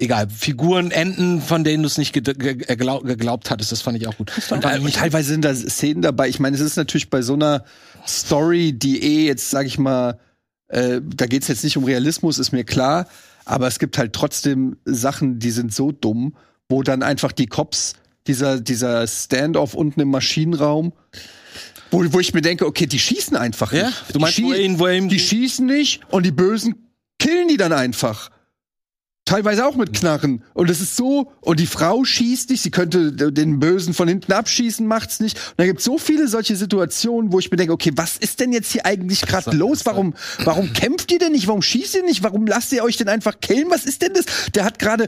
Speaker 4: Egal, Figuren, Enden, von denen du es nicht ged- ge- geglau- geglaubt hattest, das fand ich auch gut.
Speaker 2: Und, da- und teilweise sind da Szenen dabei. Ich meine, es ist natürlich bei so einer Story, die eh jetzt, sag ich mal, äh, da geht's jetzt nicht um Realismus, ist mir klar. Aber es gibt halt trotzdem Sachen, die sind so dumm, wo dann einfach die Cops, dieser, dieser Standoff unten im Maschinenraum, wo, wo ich mir denke, okay, die schießen einfach nicht.
Speaker 4: Ja, du meinst,
Speaker 2: die,
Speaker 4: wo
Speaker 2: schie-
Speaker 4: er ihn, wo er ihm
Speaker 2: die schießen nicht und die Bösen killen die dann einfach. Teilweise auch mit Knarren. Und es ist so, und die Frau schießt nicht, sie könnte den Bösen von hinten abschießen, macht's nicht. Und da gibt's so viele solche Situationen, wo ich mir denke, okay, was ist denn jetzt hier eigentlich gerade los? Warum, warum kämpft ihr denn nicht? Warum schießt ihr nicht? Warum lasst ihr euch denn einfach killen? Was ist denn das? Der hat gerade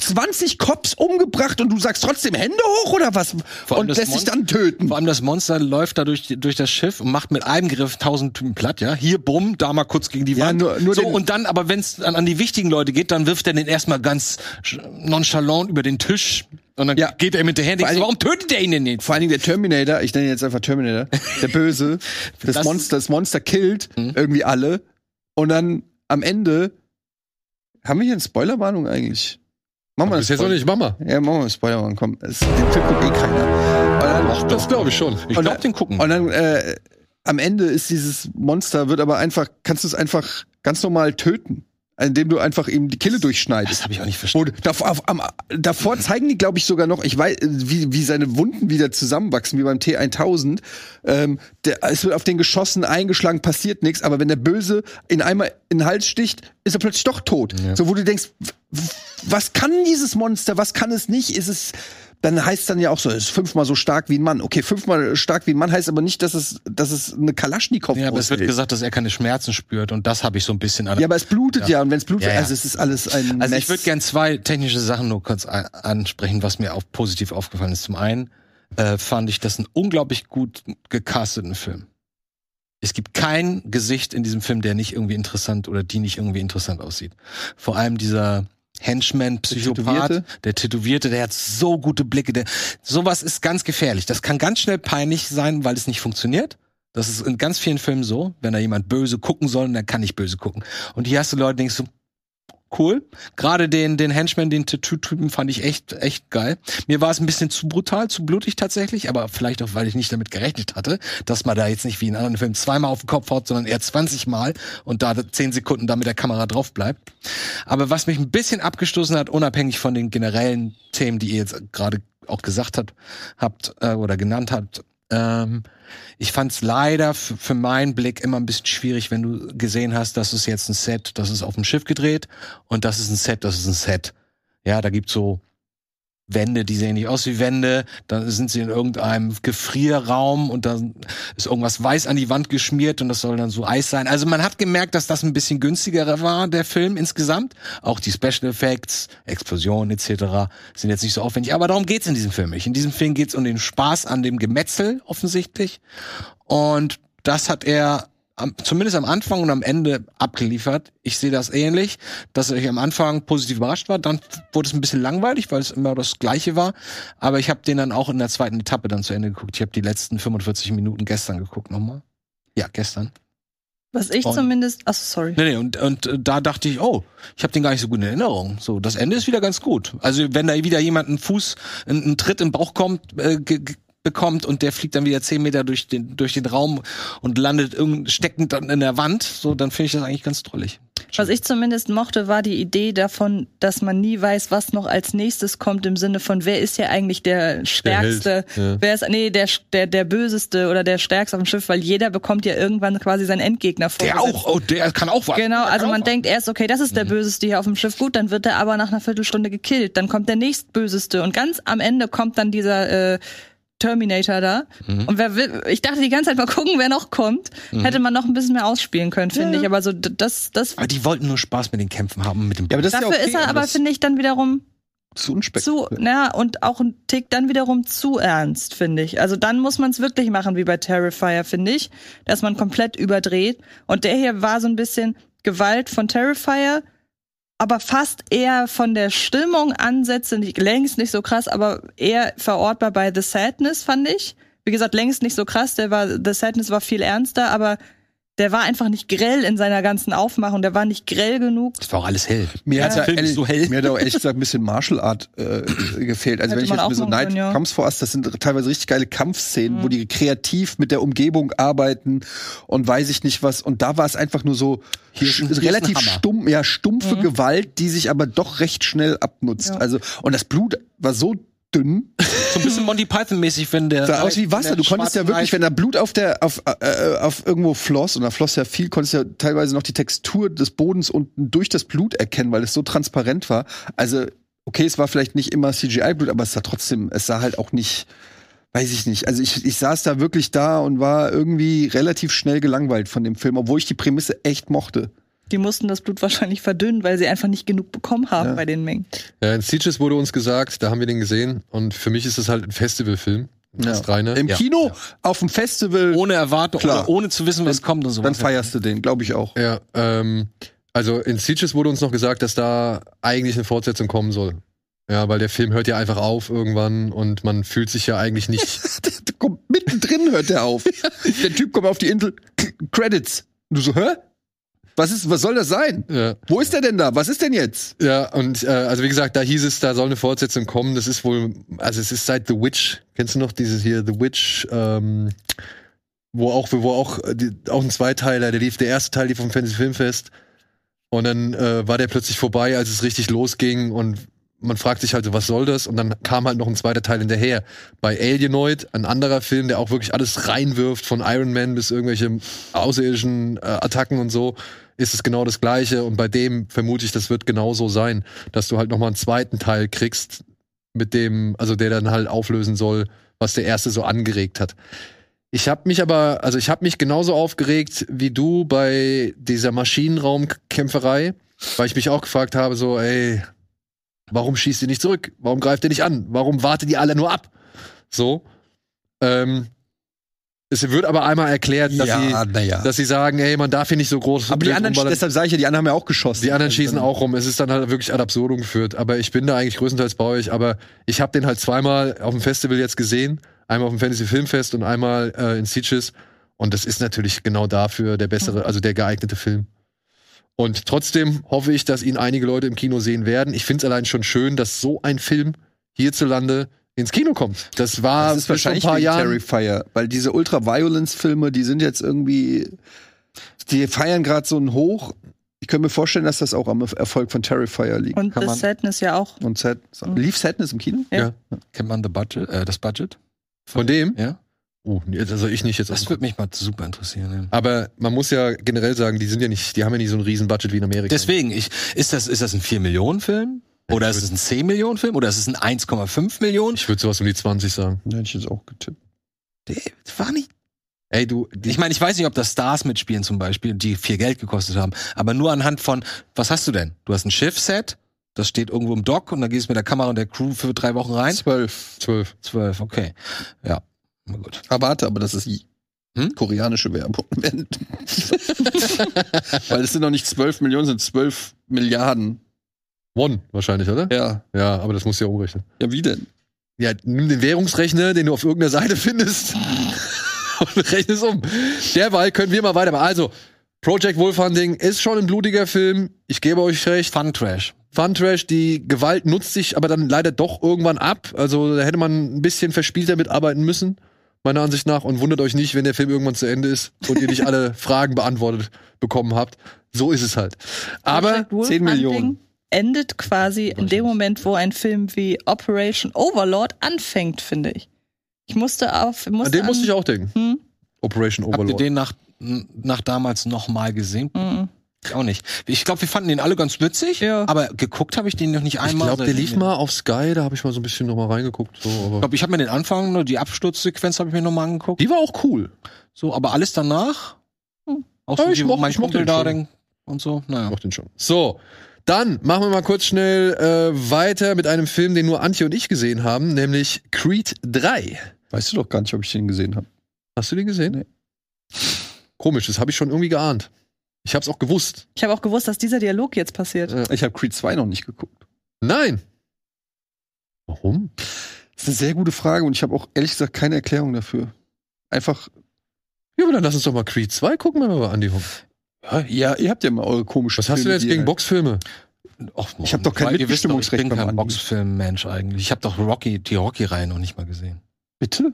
Speaker 2: 20 Cops umgebracht und du sagst trotzdem Hände hoch oder was?
Speaker 4: Vor allem
Speaker 2: Und
Speaker 4: das
Speaker 2: lässt sich
Speaker 4: Monst-
Speaker 2: dann töten.
Speaker 4: Vor allem das Monster läuft da durch, durch das Schiff und macht mit einem Griff tausend Typen platt, ja. Hier bumm, da mal kurz gegen die
Speaker 2: Ja,
Speaker 4: Wand.
Speaker 2: nur- nur
Speaker 4: so,
Speaker 2: den-
Speaker 4: und dann, aber wenn es an, an die wichtigen Leute geht, dann wirft er den erstmal ganz sch- nonchalant über den Tisch und dann
Speaker 2: Ja.
Speaker 4: geht er mit der Hand.
Speaker 2: Vor allen
Speaker 4: Warum tötet er ihn denn nicht?
Speaker 2: Vor allen Dingen der Terminator, ich nenne ihn jetzt einfach Terminator, der Böse, das,
Speaker 4: Das-
Speaker 2: Monster, das Monster killt
Speaker 1: Mhm.
Speaker 2: irgendwie alle. Und dann am Ende haben wir hier eine Spoilerwarnung eigentlich? Machen wir
Speaker 1: Das ist jetzt noch nicht Mama.
Speaker 2: Ja, machen wir eine Spoilerwarnung, komm. Es, den Film guckt eh keiner. Und dann,
Speaker 1: Ach, das glaube ich schon.
Speaker 4: Ich
Speaker 2: Und
Speaker 4: glaube,
Speaker 2: dann-
Speaker 4: den gucken.
Speaker 2: und dann äh, am Ende ist dieses Monster, wird aber einfach, kannst du es einfach ganz normal töten, indem du einfach ihm die Kille durchschneidest.
Speaker 4: das habe ich auch nicht verstanden.
Speaker 2: Wo, davor, auf, am, davor zeigen die, glaube ich, sogar noch, ich weiß, äh, wie, wie seine Wunden wieder zusammenwachsen, wie beim T1000. Ähm, der, es wird auf den geschossen, eingeschlagen, passiert nichts, aber wenn der Böse in einmal in den Hals sticht, ist er plötzlich doch tot. So, wo du denkst, w- w- was kann dieses Monster, was kann es nicht? Ist es, dann heißt dann ja auch so, es ist fünfmal so stark wie ein Mann. Okay, fünfmal stark wie ein Mann heißt aber nicht, dass es, dass es eine Kalaschnikow
Speaker 4: Ja, aber es wird
Speaker 2: ist.
Speaker 4: gesagt, dass er keine Schmerzen spürt und das habe ich so ein bisschen an.
Speaker 2: Ja, aber es blutet ja, und wenn es blutet,
Speaker 4: Ja, ja.
Speaker 2: also es ist alles ein
Speaker 4: Also
Speaker 2: Mess.
Speaker 4: ich würde gern zwei technische Sachen nur kurz a- ansprechen, was mir auch positiv aufgefallen ist. Zum einen äh, fand ich das einen unglaublich gut gecasteten Film. Es gibt kein Gesicht in diesem Film, der nicht irgendwie interessant oder die nicht irgendwie interessant aussieht. Vor allem dieser Henchman, Psychopath, der
Speaker 2: Tätowierte?
Speaker 4: Tätowierte, der, hat so gute Blicke. Der, sowas ist ganz gefährlich. Das kann ganz schnell peinlich sein, weil es nicht funktioniert. Das ist in ganz vielen Filmen so. Wenn da jemand böse gucken soll, dann kann ich böse gucken. Und hier hast du Leute, denkst du, cool. Gerade den, den Henchman, den Tattoo-Typen fand ich echt, echt geil. Mir war es ein bisschen zu brutal, zu blutig tatsächlich, aber vielleicht auch, weil ich nicht damit gerechnet hatte, dass man da jetzt nicht wie in anderen Filmen zweimal auf den Kopf haut, sondern eher 20 Mal und da zehn Sekunden da mit der Kamera drauf bleibt. Aber was mich ein bisschen abgestoßen hat, unabhängig von den generellen Themen, die ihr jetzt gerade auch gesagt habt, habt äh, oder genannt habt, ähm, ich fand es leider f- für meinen Blick immer ein bisschen schwierig, wenn du gesehen hast, das ist jetzt ein Set, das ist auf dem Schiff gedreht und das ist ein Set, das ist ein Set. Ja, da gibt's so Wände, die sehen nicht aus wie Wände. Dann sind sie in irgendeinem Gefrierraum und da ist irgendwas weiß an die Wand geschmiert und das soll dann so Eis sein. Also man hat gemerkt, dass das ein bisschen günstiger war, der Film insgesamt. Auch die Special Effects, Explosionen etc. sind jetzt nicht so aufwendig. Aber darum geht's in diesem Film nicht. In diesem Film geht's um den Spaß an dem Gemetzel offensichtlich. Und das hat er am, zumindest am Anfang und am Ende abgeliefert. Ich sehe das ähnlich, dass ich am Anfang positiv überrascht war, dann wurde es ein bisschen langweilig, weil es immer das Gleiche war. Aber ich habe den dann auch in der zweiten Etappe dann zu Ende geguckt. Ich habe die letzten 45 Minuten gestern geguckt nochmal. Ja, gestern.
Speaker 3: Was ich
Speaker 4: Und-
Speaker 3: zumindest, ach sorry.
Speaker 4: Nee, nee, und, und äh, da dachte ich, oh, ich habe den gar nicht so gut in Erinnerung. So, das Ende ist wieder ganz gut. Also wenn da wieder jemand einen Fuß, einen, einen Tritt im Bauch kommt, äh, ge- ge- bekommt und der fliegt dann wieder zehn Meter durch den, durch den Raum und landet irgend, steckend dann in der Wand, so, dann finde ich das eigentlich ganz drollig.
Speaker 3: Was ich zumindest mochte, war die Idee davon, dass man nie weiß, was noch als nächstes kommt, im Sinne von, wer ist ja eigentlich der Stärkste,
Speaker 1: ja.
Speaker 3: wer ist, nee, der, der, der Böseste oder der Stärkste auf dem Schiff, weil jeder bekommt ja irgendwann quasi seinen Endgegner vor.
Speaker 4: Der auch, oh, der kann auch
Speaker 3: Genau,
Speaker 4: was. Der kann
Speaker 3: also
Speaker 4: auch
Speaker 3: man
Speaker 4: was.
Speaker 3: denkt erst, okay, das
Speaker 2: Mhm.
Speaker 3: ist der Böseste hier auf dem Schiff, gut, dann wird er aber nach einer Viertelstunde gekillt, dann kommt der nächstböseste und ganz am Ende kommt dann dieser äh, Terminator da.
Speaker 2: Mhm.
Speaker 3: Und wer will, ich dachte die ganze Zeit mal gucken, wer noch kommt. Hätte man noch ein bisschen mehr ausspielen können, finde ich. Aber so d- das, das
Speaker 4: Aber die wollten nur Spaß mit den Kämpfen haben, mit dem
Speaker 2: Ja, aber das
Speaker 3: dafür
Speaker 2: ist ja okay,
Speaker 3: ist er aber,
Speaker 2: das
Speaker 3: finde ich, dann wiederum
Speaker 2: zu unspektakulär.
Speaker 3: zu, naja, und auch ein Tick dann wiederum zu ernst, finde ich. Also dann muss man es wirklich machen, wie bei Terrifier, finde ich, dass man komplett überdreht. Und der hier war so ein bisschen Gewalt von Terrifier, aber fast eher von der Stimmung Ansätze, nicht, längst nicht so krass, aber eher verortbar bei The Sadness, fand ich. Wie gesagt, längst nicht so krass, der war, The Sadness war viel ernster, aber der war einfach nicht grell in seiner ganzen Aufmachung, der war nicht grell genug.
Speaker 4: Das war auch alles hell.
Speaker 2: Mir hat,
Speaker 4: Der
Speaker 2: ja,
Speaker 4: Film ist
Speaker 2: ehrlich,
Speaker 4: so hell.
Speaker 2: mir hat auch ehrlich gesagt ein bisschen Martial Art äh, gefehlt. Also
Speaker 3: Hätte
Speaker 2: wenn ich
Speaker 3: man
Speaker 2: jetzt
Speaker 3: auch
Speaker 2: mir so
Speaker 3: machen
Speaker 2: Night
Speaker 3: können, ja.
Speaker 2: Comes for Us, das sind teilweise richtig geile Kampfszenen, wo die kreativ mit der Umgebung arbeiten und weiß ich nicht was. Und da war es einfach nur so
Speaker 4: Hier ist ein- hier ist ein
Speaker 2: relativ
Speaker 4: Hammer.
Speaker 2: stumm, ja, stumpfe Gewalt, die sich aber doch recht schnell abnutzt.
Speaker 3: Ja.
Speaker 2: Also, und das Blut war so dünn,
Speaker 4: So ein bisschen Monty Python-mäßig, wenn der.
Speaker 2: sah aus wie Wasser.
Speaker 4: wenn
Speaker 2: Du
Speaker 4: der
Speaker 2: konntest ja
Speaker 4: schwarzen
Speaker 2: wirklich,
Speaker 4: Reif-
Speaker 2: wenn da Blut auf der, auf, äh, äh, auf irgendwo floss, und da floss ja viel, konntest du ja teilweise noch die Textur des Bodens unten durch das Blut erkennen, weil es so transparent war. Also, okay, es war vielleicht nicht immer CGI-Blut, aber es sah trotzdem, es sah halt auch nicht, weiß ich nicht. Also ich, ich saß da wirklich da und war irgendwie relativ schnell gelangweilt von dem Film, obwohl ich die Prämisse echt mochte.
Speaker 3: Die mussten das Blut wahrscheinlich verdünnen, weil sie einfach nicht genug bekommen haben
Speaker 2: Ja.
Speaker 3: bei den Mengen.
Speaker 1: Ja, Äh, in Sieges wurde uns gesagt, da haben wir den gesehen und für mich ist es halt ein Festivalfilm. Das
Speaker 2: Ja.
Speaker 1: reine.
Speaker 2: Im
Speaker 4: Ja,
Speaker 2: Kino, auf dem Festival,
Speaker 4: Ohne Erwartung,
Speaker 2: Klar.
Speaker 4: Ohne, ohne zu wissen, was kommt und so.
Speaker 2: dann feierst du den, glaube ich auch.
Speaker 1: Ja, ähm, also in Sieges wurde uns noch gesagt, dass da eigentlich eine Fortsetzung kommen soll. Ja, weil der Film hört ja einfach auf irgendwann und man fühlt sich ja eigentlich nicht.
Speaker 2: Der kommt mittendrin, hört er auf. der Typ kommt auf die Insel, Credits. Und du so, hä? Was, ist, was soll das sein?
Speaker 1: ja,
Speaker 2: Wo ist der denn da? Was ist denn jetzt?
Speaker 1: äh, ja, und äh, also wie gesagt, da hieß es, da soll eine Fortsetzung kommen. Das ist wohl, also es ist seit The Witch. Kennst du noch dieses hier The Witch? Ähm, wo auch, wo auch, äh, die, auch ein Zweiteiler, der lief, der erste Teil lief vom Fantasy Filmfest. Und dann äh, war der plötzlich vorbei, als es richtig losging und man fragt sich halt so, was soll das? Und dann kam halt noch ein zweiter Teil hinterher. Bei Alienoid, ein anderer Film, der auch wirklich alles reinwirft, von Iron Man bis irgendwelche außerirdischen äh, Attacken und so, ist es genau das Gleiche. Und bei dem vermute ich, das wird genauso sein, dass du halt nochmal einen zweiten Teil kriegst, mit dem, also der dann halt auflösen soll, was der erste so angeregt hat. Ich habe mich aber, also ich habe mich genauso aufgeregt wie du bei dieser Maschinenraumkämpferei, weil ich mich auch gefragt habe, so, ey, warum schießt ihr nicht zurück? Warum greift ihr nicht an? Warum wartet ihr alle nur ab? So. Ähm, es wird aber einmal erklärt, dass, sie,
Speaker 2: naja.
Speaker 1: dass sie sagen, ey, man darf hier nicht so groß
Speaker 2: Aber die
Speaker 1: wild
Speaker 2: anderen,
Speaker 1: rumballern.
Speaker 2: deshalb sage ich ja, die anderen haben ja auch geschossen.
Speaker 1: Die anderen
Speaker 2: Also
Speaker 1: schießen
Speaker 2: dann-
Speaker 1: auch rum. Es ist dann halt wirklich ad absurdum geführt. Aber ich bin da eigentlich größtenteils bei euch. Aber ich habe den halt zweimal auf dem Festival jetzt gesehen. Einmal auf dem Fantasy Filmfest und einmal äh, in Sieges. Und das ist natürlich genau dafür der
Speaker 2: Mhm.
Speaker 1: bessere, also der geeignete Film. Und trotzdem hoffe ich, dass ihn einige Leute im Kino sehen werden. Ich finde es allein schon schön, dass so ein Film hierzulande ins Kino kommt. Das war
Speaker 2: Ah, Das ist wahrscheinlich
Speaker 1: bis vor ein
Speaker 2: wegen
Speaker 1: paar Jahren.
Speaker 2: Terrifier, weil diese Ultra-Violence-Filme, die sind jetzt irgendwie, die feiern gerade so einen Hoch. Ich könnte mir vorstellen, dass das auch am Erfolg von Terrifier liegt.
Speaker 3: Und
Speaker 4: Kann
Speaker 3: The
Speaker 4: man-
Speaker 3: Sadness ja auch.
Speaker 2: Und Sad, lief Sadness im Kino?
Speaker 3: Ja.
Speaker 4: Kennt man the budget, äh, das Budget?
Speaker 1: Von dem?
Speaker 4: Ja.
Speaker 1: Oh, nee, also ich nicht jetzt.
Speaker 4: Das würde mich mal super interessieren. Ja.
Speaker 1: Aber man muss ja generell sagen, die sind ja nicht, die haben ja nicht so ein riesen Budget wie in Amerika.
Speaker 4: Deswegen, ich, ist das, ist das ein 4-Millionen-Film? Oder ist es ein 10 Millionen Film? Oder ist es ein 1,5 Millionen?
Speaker 1: Ich würde sowas um die 20 sagen.
Speaker 2: Hätte ich jetzt auch getippt.
Speaker 4: Der War nicht.
Speaker 1: Ey, du,
Speaker 4: Ich meine, ich weiß nicht, ob da Stars mitspielen zum Beispiel, die viel Geld gekostet haben. Aber nur anhand von, was hast du denn? Du hast ein Schiffset, das steht irgendwo im Dock und dann gehst du mit der Kamera und der Crew für drei Wochen rein.
Speaker 2: Zwölf.
Speaker 1: 12.
Speaker 4: Zwölf, okay. Ja. Na gut.
Speaker 2: Ah, warte, aber das ist i-
Speaker 4: Hm?
Speaker 2: koreanische Werbung. Wenn- Weil es sind noch nicht zwölf Millionen, sind zwölf Milliarden.
Speaker 1: One wahrscheinlich, oder?
Speaker 2: Ja.
Speaker 1: Ja, aber das musst du ja umrechnen.
Speaker 2: Ja, wie denn?
Speaker 1: Ja, nimm den Währungsrechner, den du auf irgendeiner Seite findest und rechne es um. Derweil können wir mal weitermachen. Also, Project Wolfhunting ist schon ein blutiger Film. Ich gebe euch recht.
Speaker 4: Fun Trash.
Speaker 1: Fun Trash, die Gewalt nutzt sich aber dann leider doch irgendwann ab. Also da hätte man ein bisschen verspielter mitarbeiten müssen, meiner Ansicht nach. Und wundert euch nicht, wenn der Film irgendwann zu Ende ist und ihr nicht alle Fragen beantwortet bekommen habt. So ist es halt. Aber
Speaker 3: Project
Speaker 2: 10
Speaker 3: Wolfhunting
Speaker 2: Millionen.
Speaker 3: endet quasi in dem Moment, wo ein Film wie Operation Overlord anfängt, finde ich. Ich musste auf. Musste
Speaker 1: an den musste ich auch denken.
Speaker 3: Hm?
Speaker 1: Operation
Speaker 4: Habt ihr
Speaker 1: Overlord.
Speaker 4: den nach, nach damals nochmal gesehen?
Speaker 3: Mhm.
Speaker 4: Ich auch nicht. Ich glaube, wir fanden den alle ganz witzig,
Speaker 3: Ja.
Speaker 4: aber geguckt habe ich den noch nicht
Speaker 1: Ich
Speaker 4: einmal.
Speaker 1: glaube, der lief mal auf Sky, da habe ich mal so ein bisschen nochmal reingeguckt. So,
Speaker 4: Ich
Speaker 1: aber
Speaker 4: glaube, ich habe mir den Anfang, nur die Absturzsequenz habe ich mir nochmal angeguckt.
Speaker 1: die war auch cool.
Speaker 4: So, aber alles danach?
Speaker 3: Hm.
Speaker 4: Auch
Speaker 1: Aber ich
Speaker 4: wie
Speaker 1: mochte-
Speaker 4: mein
Speaker 1: ich mochte den
Speaker 4: Kumpel da
Speaker 1: schon.
Speaker 4: den und so.
Speaker 1: Ich
Speaker 4: Naja.
Speaker 1: mach den schon. So, dann machen wir mal kurz schnell äh, weiter mit einem Film, den nur Antje und ich gesehen haben, nämlich Creed 3.
Speaker 2: Weißt du doch gar nicht, ob ich den gesehen habe.
Speaker 1: Hast du den gesehen? Komisch, das habe ich schon irgendwie geahnt. Ich habe es auch gewusst.
Speaker 3: Ich habe auch gewusst, dass dieser Dialog jetzt passiert.
Speaker 2: Ich habe Creed 2 noch nicht geguckt.
Speaker 1: Nein. Warum?
Speaker 2: Das ist eine sehr gute Frage und ich habe auch ehrlich gesagt keine Erklärung dafür. Einfach,
Speaker 1: Ja, aber dann lass uns doch mal Creed 2 gucken, wenn wir bei Andy haben.
Speaker 2: ja, ihr habt ja mal eure komischen
Speaker 1: Was hast du denn jetzt
Speaker 2: die
Speaker 1: gegen
Speaker 2: ihr-
Speaker 1: Boxfilme?
Speaker 4: Och, Mann.
Speaker 2: Ich hab doch kein
Speaker 4: Weil ihr wisst doch,
Speaker 2: Mitbestimmungsrecht
Speaker 4: Ich bin
Speaker 2: beim
Speaker 4: kein
Speaker 2: Anbieten.
Speaker 4: Boxfilm-Mensch eigentlich. Ich habe doch Rocky, die Rocky-Reihe noch nicht mal gesehen.
Speaker 2: Bitte?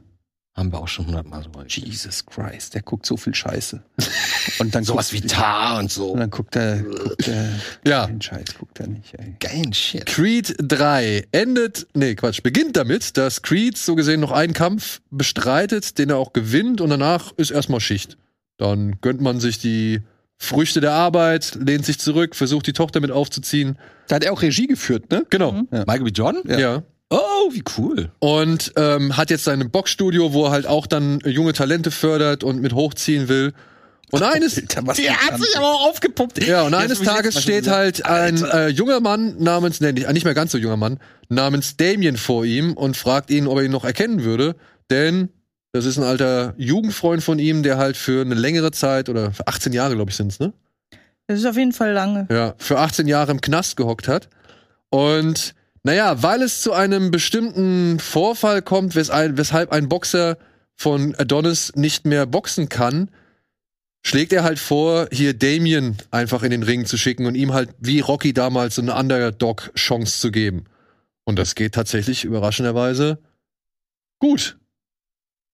Speaker 4: Haben wir auch schon hundertmal so weit.
Speaker 2: Jesus Christ, der guckt so viel Scheiße. Und dann
Speaker 4: Sowas wie
Speaker 2: guckt,
Speaker 4: Tar und so.
Speaker 2: Und dann guckt er, guckt er
Speaker 1: Ja.
Speaker 2: den Scheiß guckt er nicht, ey.
Speaker 4: Geilen Shit.
Speaker 1: Creed 3 endet, nee, Quatsch, beginnt damit, dass Creed so gesehen noch einen Kampf bestreitet, den er auch gewinnt und danach ist erstmal Schicht. Dann gönnt man sich die Früchte der Arbeit, lehnt sich zurück, versucht die Tochter mit aufzuziehen.
Speaker 2: Da hat er auch Regie geführt, ne?
Speaker 1: Genau.
Speaker 3: Mhm.
Speaker 4: Michael B. Jordan?
Speaker 1: Ja.
Speaker 2: Ja.
Speaker 1: ja.
Speaker 4: Oh, wie cool.
Speaker 1: Und ähm, hat jetzt sein Boxstudio, wo er halt auch dann junge Talente fördert und mit hochziehen will. Und eines,
Speaker 2: Alter, was
Speaker 4: Der
Speaker 2: für
Speaker 4: hat
Speaker 2: ein
Speaker 4: sich aber auch aufgepumpt.
Speaker 1: Ja, und
Speaker 4: Der
Speaker 1: eines
Speaker 4: ist übrigens
Speaker 1: Tages
Speaker 4: jetzt
Speaker 1: steht
Speaker 4: mal
Speaker 1: halt ein äh, junger Mann namens, nee, nicht, nicht mehr ganz so junger Mann, namens Damien vor ihm und fragt ihn, ob er ihn noch erkennen würde. Denn das ist ein alter Jugendfreund von ihm, der halt für eine längere Zeit oder für 18 Jahre, glaube ich, sind's, ne?
Speaker 3: Das ist auf jeden Fall lange.
Speaker 1: Ja, für 18 Jahre im Knast gehockt hat. Und naja, weil es zu einem bestimmten Vorfall kommt, wes- ein- weshalb ein Boxer von Adonis nicht mehr boxen kann, schlägt er halt vor, hier Damien einfach in den Ring zu schicken und ihm halt wie Rocky damals so eine Underdog-Chance zu geben. Und das geht tatsächlich überraschenderweise gut.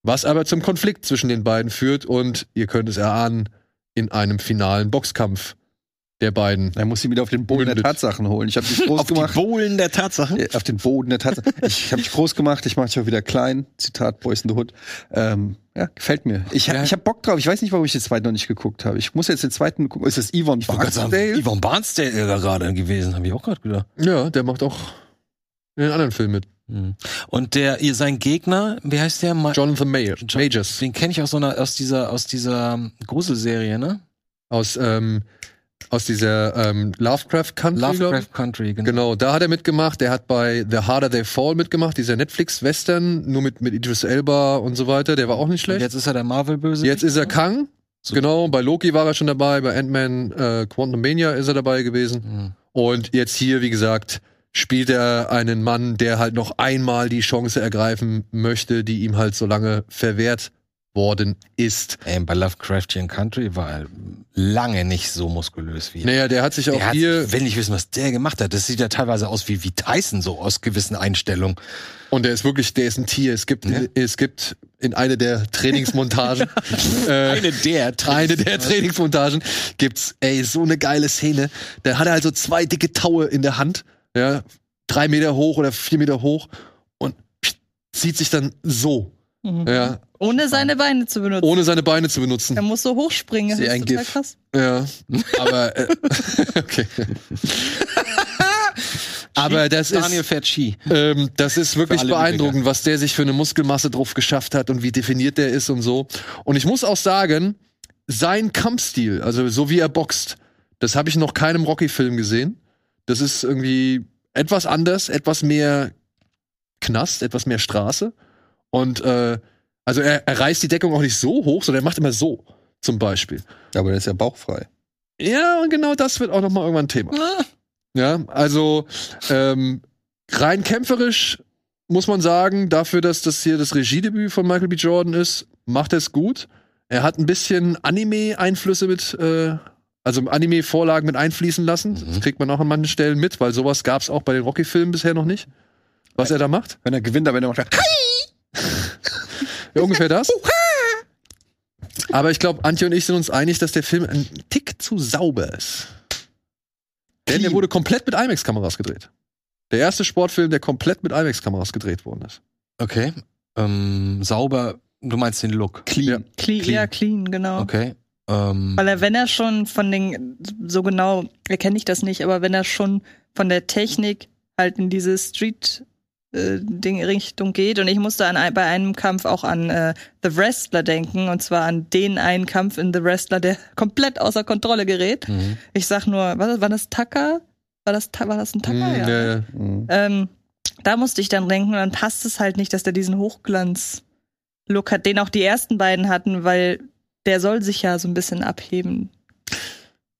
Speaker 1: Was aber zum Konflikt zwischen den beiden führt und ihr könnt es erahnen, in einem finalen Boxkampf der beiden.
Speaker 2: Er muss sie wieder auf den Boden der
Speaker 1: Mündet.
Speaker 2: Tatsachen holen. Ich habe dich groß
Speaker 4: Auf die
Speaker 2: gemacht.
Speaker 4: Bohlen der Tatsachen.
Speaker 2: Äh, auf den Boden der Tatsachen. Ich habe dich groß gemacht, ich mache dich auch wieder klein. Zitat Boys in the Hood. Ähm, ja, gefällt mir. Ich habe
Speaker 4: Ja.
Speaker 2: ich hab Bock drauf. Ich weiß nicht, warum ich den zweiten noch nicht geguckt habe. Ich muss jetzt den zweiten gucken. Ist das Yvonne
Speaker 4: Ich wollte gerade sagen,
Speaker 2: Barksdale?
Speaker 4: Yvonne Barnsdale ist da gerade gewesen, habe ich auch gerade gedacht.
Speaker 1: Ja, der macht auch in den anderen Film mit.
Speaker 4: Hm. Und der, ihr sein Gegner, wie heißt der? Ma
Speaker 1: Jonathan Mayer,
Speaker 4: Jo-
Speaker 1: Majors
Speaker 4: Den kenne ich aus so einer, aus dieser, aus dieser ähm, Gruselserie, ne?
Speaker 1: aus, ähm, aus dieser ähm, Lovecraft Country. glaub ich.
Speaker 4: Lovecraft Country, genau.
Speaker 1: Genau, da hat er mitgemacht. Der hat bei The Harder They Fall mitgemacht, dieser Netflix-Western, nur mit, mit Idris Elba und so weiter. Der war auch nicht
Speaker 4: Und
Speaker 1: schlecht. Jetzt,
Speaker 4: jetzt ist er der Marvel-Böse.
Speaker 1: ist er Kang.
Speaker 4: So.
Speaker 1: Genau, bei Loki war er schon dabei, bei Ant-Man äh, Quantum Mania ist er dabei gewesen.
Speaker 4: Hm.
Speaker 1: Und jetzt hier, wie gesagt, spielt er einen Mann, der halt noch einmal die Chance ergreifen möchte, die ihm halt so lange verwehrt worden ist.
Speaker 4: Ey, bei Lovecraftian Country war er lange nicht so muskulös wie er.
Speaker 1: Naja, der hat sich auch
Speaker 4: Der hat,
Speaker 1: hier
Speaker 4: wenn ich wissen, was der gemacht hat, das sieht ja teilweise aus wie, wie Tyson, so aus gewissen Einstellungen.
Speaker 1: Und der ist wirklich, der ist ein Tier. Es gibt,
Speaker 4: Ja.
Speaker 1: es gibt in eine der Trainingsmontagen, äh,
Speaker 4: der,
Speaker 1: eine der Trainingsmontagen gibt's, ey, so eine geile Szene. Da hat er also zwei dicke Taue in der Hand, ja, drei Meter hoch oder vier Meter hoch und pst, zieht sich dann so,
Speaker 3: Mhm.
Speaker 1: ja,
Speaker 3: Ohne seine Beine zu benutzen.
Speaker 1: ohne seine Beine zu
Speaker 3: er
Speaker 1: benutzen.
Speaker 3: muss so hochspringen.
Speaker 2: Sehr
Speaker 3: Das ist
Speaker 2: ein
Speaker 3: total
Speaker 1: Ja,
Speaker 2: Gift.
Speaker 3: krass.
Speaker 1: aber äh, okay. Aber das ist-
Speaker 4: Daniel Fetschi.
Speaker 1: Ähm, das ist wirklich
Speaker 4: alle
Speaker 1: beeindruckend, was der sich für eine Muskelmasse drauf geschafft hat und wie definiert der ist und so. Und ich muss auch sagen, sein Kampfstil, also so wie er boxt, das habe ich noch keinem Rocky-Film gesehen. Das ist irgendwie etwas anders, etwas mehr Knast, etwas mehr Straße. Und äh, also er, er reißt die Deckung auch nicht so hoch, sondern er macht immer so, zum Beispiel.
Speaker 2: Aber der ist ja bauchfrei.
Speaker 1: Ja, und genau das wird auch noch mal irgendwann ein Thema.
Speaker 3: Ah.
Speaker 1: Ja, also ähm, rein kämpferisch muss man sagen, dafür, dass das hier das Regiedebüt von Michael B. Jordan ist, macht er es gut. Er hat ein bisschen Anime-Einflüsse mit, äh, also Anime-Vorlagen mit einfließen lassen. Das kriegt man auch an manchen Stellen mit, weil sowas gab es auch bei den Rocky-Filmen bisher noch nicht. Was er da macht.
Speaker 2: Wenn er gewinnt, aber wenn er macht, er-
Speaker 1: Ja, ungefähr das. Aber ich glaube, Antje und ich sind uns einig, dass der Film ein Tick zu sauber ist. Denn der
Speaker 2: Clean.
Speaker 1: wurde komplett mit IMAX-Kameras gedreht. Der erste Sportfilm, der komplett mit IMAX-Kameras gedreht worden ist.
Speaker 4: Okay. Ähm, sauber, du meinst den Look.
Speaker 2: clean.
Speaker 3: Clean,
Speaker 4: Clean.
Speaker 3: Ja, clean, genau.
Speaker 4: Okay. Ähm,
Speaker 3: Weil er, wenn er schon von den, so genau erkenne ich das nicht, aber wenn er schon von der Technik halt in diese Street-Ding-Richtung geht und ich musste an, ein- bei einem Kampf auch an äh, The Wrestler denken und zwar an den einen Kampf in The Wrestler, der komplett außer Kontrolle gerät.
Speaker 4: mhm.
Speaker 3: Ich sag nur, war das, war das Tucker? War das, Ta- war das ein Tucker?
Speaker 1: Mm,
Speaker 3: ja.
Speaker 1: ja, ja.
Speaker 2: Mhm.
Speaker 3: Ähm, da musste ich dann denken, dann passt es halt nicht, dass der diesen Hochglanz-Look hat, den auch die ersten beiden hatten, weil der soll sich ja so ein bisschen abheben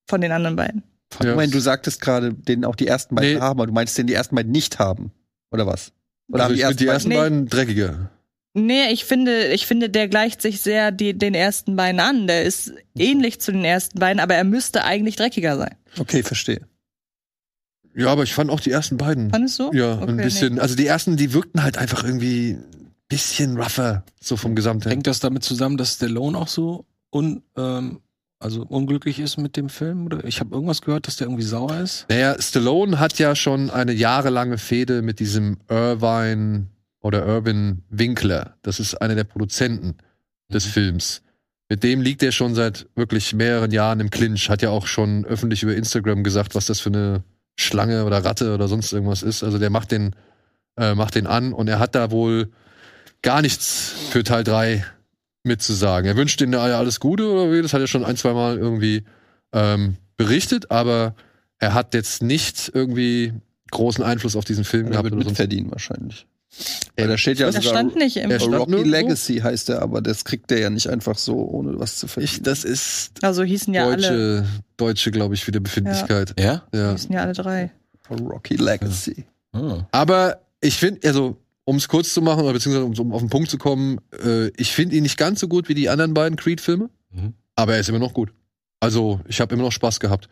Speaker 3: von den anderen beiden.
Speaker 1: Ja.
Speaker 2: Moment, du sagtest gerade, den auch die ersten beiden
Speaker 1: Nee.
Speaker 2: haben, aber du meinst, den die ersten beiden nicht haben. Oder was? Oder
Speaker 1: Also ich finde die ersten
Speaker 3: Nee.
Speaker 1: beiden dreckiger.
Speaker 3: Nee, ich finde, ich finde, der gleicht sich sehr die, den ersten beiden an. Der ist ähnlich zu den ersten beiden, aber er müsste eigentlich dreckiger sein.
Speaker 2: Okay, verstehe.
Speaker 1: Ja, aber ich fand auch die ersten beiden.
Speaker 3: Fandest du?
Speaker 1: Ja,
Speaker 3: Okay,
Speaker 1: ein bisschen.
Speaker 3: nee.
Speaker 1: Also die ersten, die wirkten halt einfach irgendwie ein bisschen rougher, so vom Gesamten.
Speaker 4: Hängt das damit zusammen, dass Stallone auch so un, ähm, also unglücklich ist mit dem Film? Oder ich habe irgendwas gehört, dass der irgendwie sauer ist?
Speaker 1: Naja, Stallone hat ja schon eine jahrelange Fehde mit diesem Irvine oder Irvin Winkler. Das ist einer der Produzenten des
Speaker 4: Mhm.
Speaker 1: Films. Mit dem liegt er schon seit wirklich mehreren Jahren im Clinch. Hat ja auch schon öffentlich über Instagram gesagt, was das für eine Schlange oder Ratte oder sonst irgendwas ist. Also der macht den, äh, macht den an und er hat da wohl gar nichts für Teil 3 mitzusagen. Er wünscht ihnen ja alles Gute oder wie, das hat er schon ein, zwei Mal irgendwie ähm, berichtet, aber er hat jetzt nicht irgendwie großen Einfluss auf diesen Film
Speaker 2: Er
Speaker 1: gehabt
Speaker 2: wird
Speaker 1: oder sonst.
Speaker 2: mitverdienen wahrscheinlich. Weil da steht ja
Speaker 3: Das stand nicht im.
Speaker 1: also Er stand
Speaker 2: Rocky
Speaker 1: nirgendwo.
Speaker 2: Legacy heißt er, aber das kriegt der ja nicht einfach so, ohne was zu verdienen.
Speaker 1: Ich, das ist
Speaker 3: Also hießen ja alle,
Speaker 1: deutsche, deutsche glaube ich, Wiederbefindlichkeit.
Speaker 4: Ja?
Speaker 1: Ja.
Speaker 3: hießen ja alle drei.
Speaker 2: Rocky Legacy.
Speaker 4: Ah.
Speaker 1: Aber ich finde, also, um es kurz zu machen, oder beziehungsweise um, um auf den Punkt zu kommen, äh, ich finde ihn nicht ganz so gut wie die anderen beiden Creed-Filme,
Speaker 4: Mhm.
Speaker 1: aber er ist immer noch gut. Also, ich habe immer noch Spaß gehabt.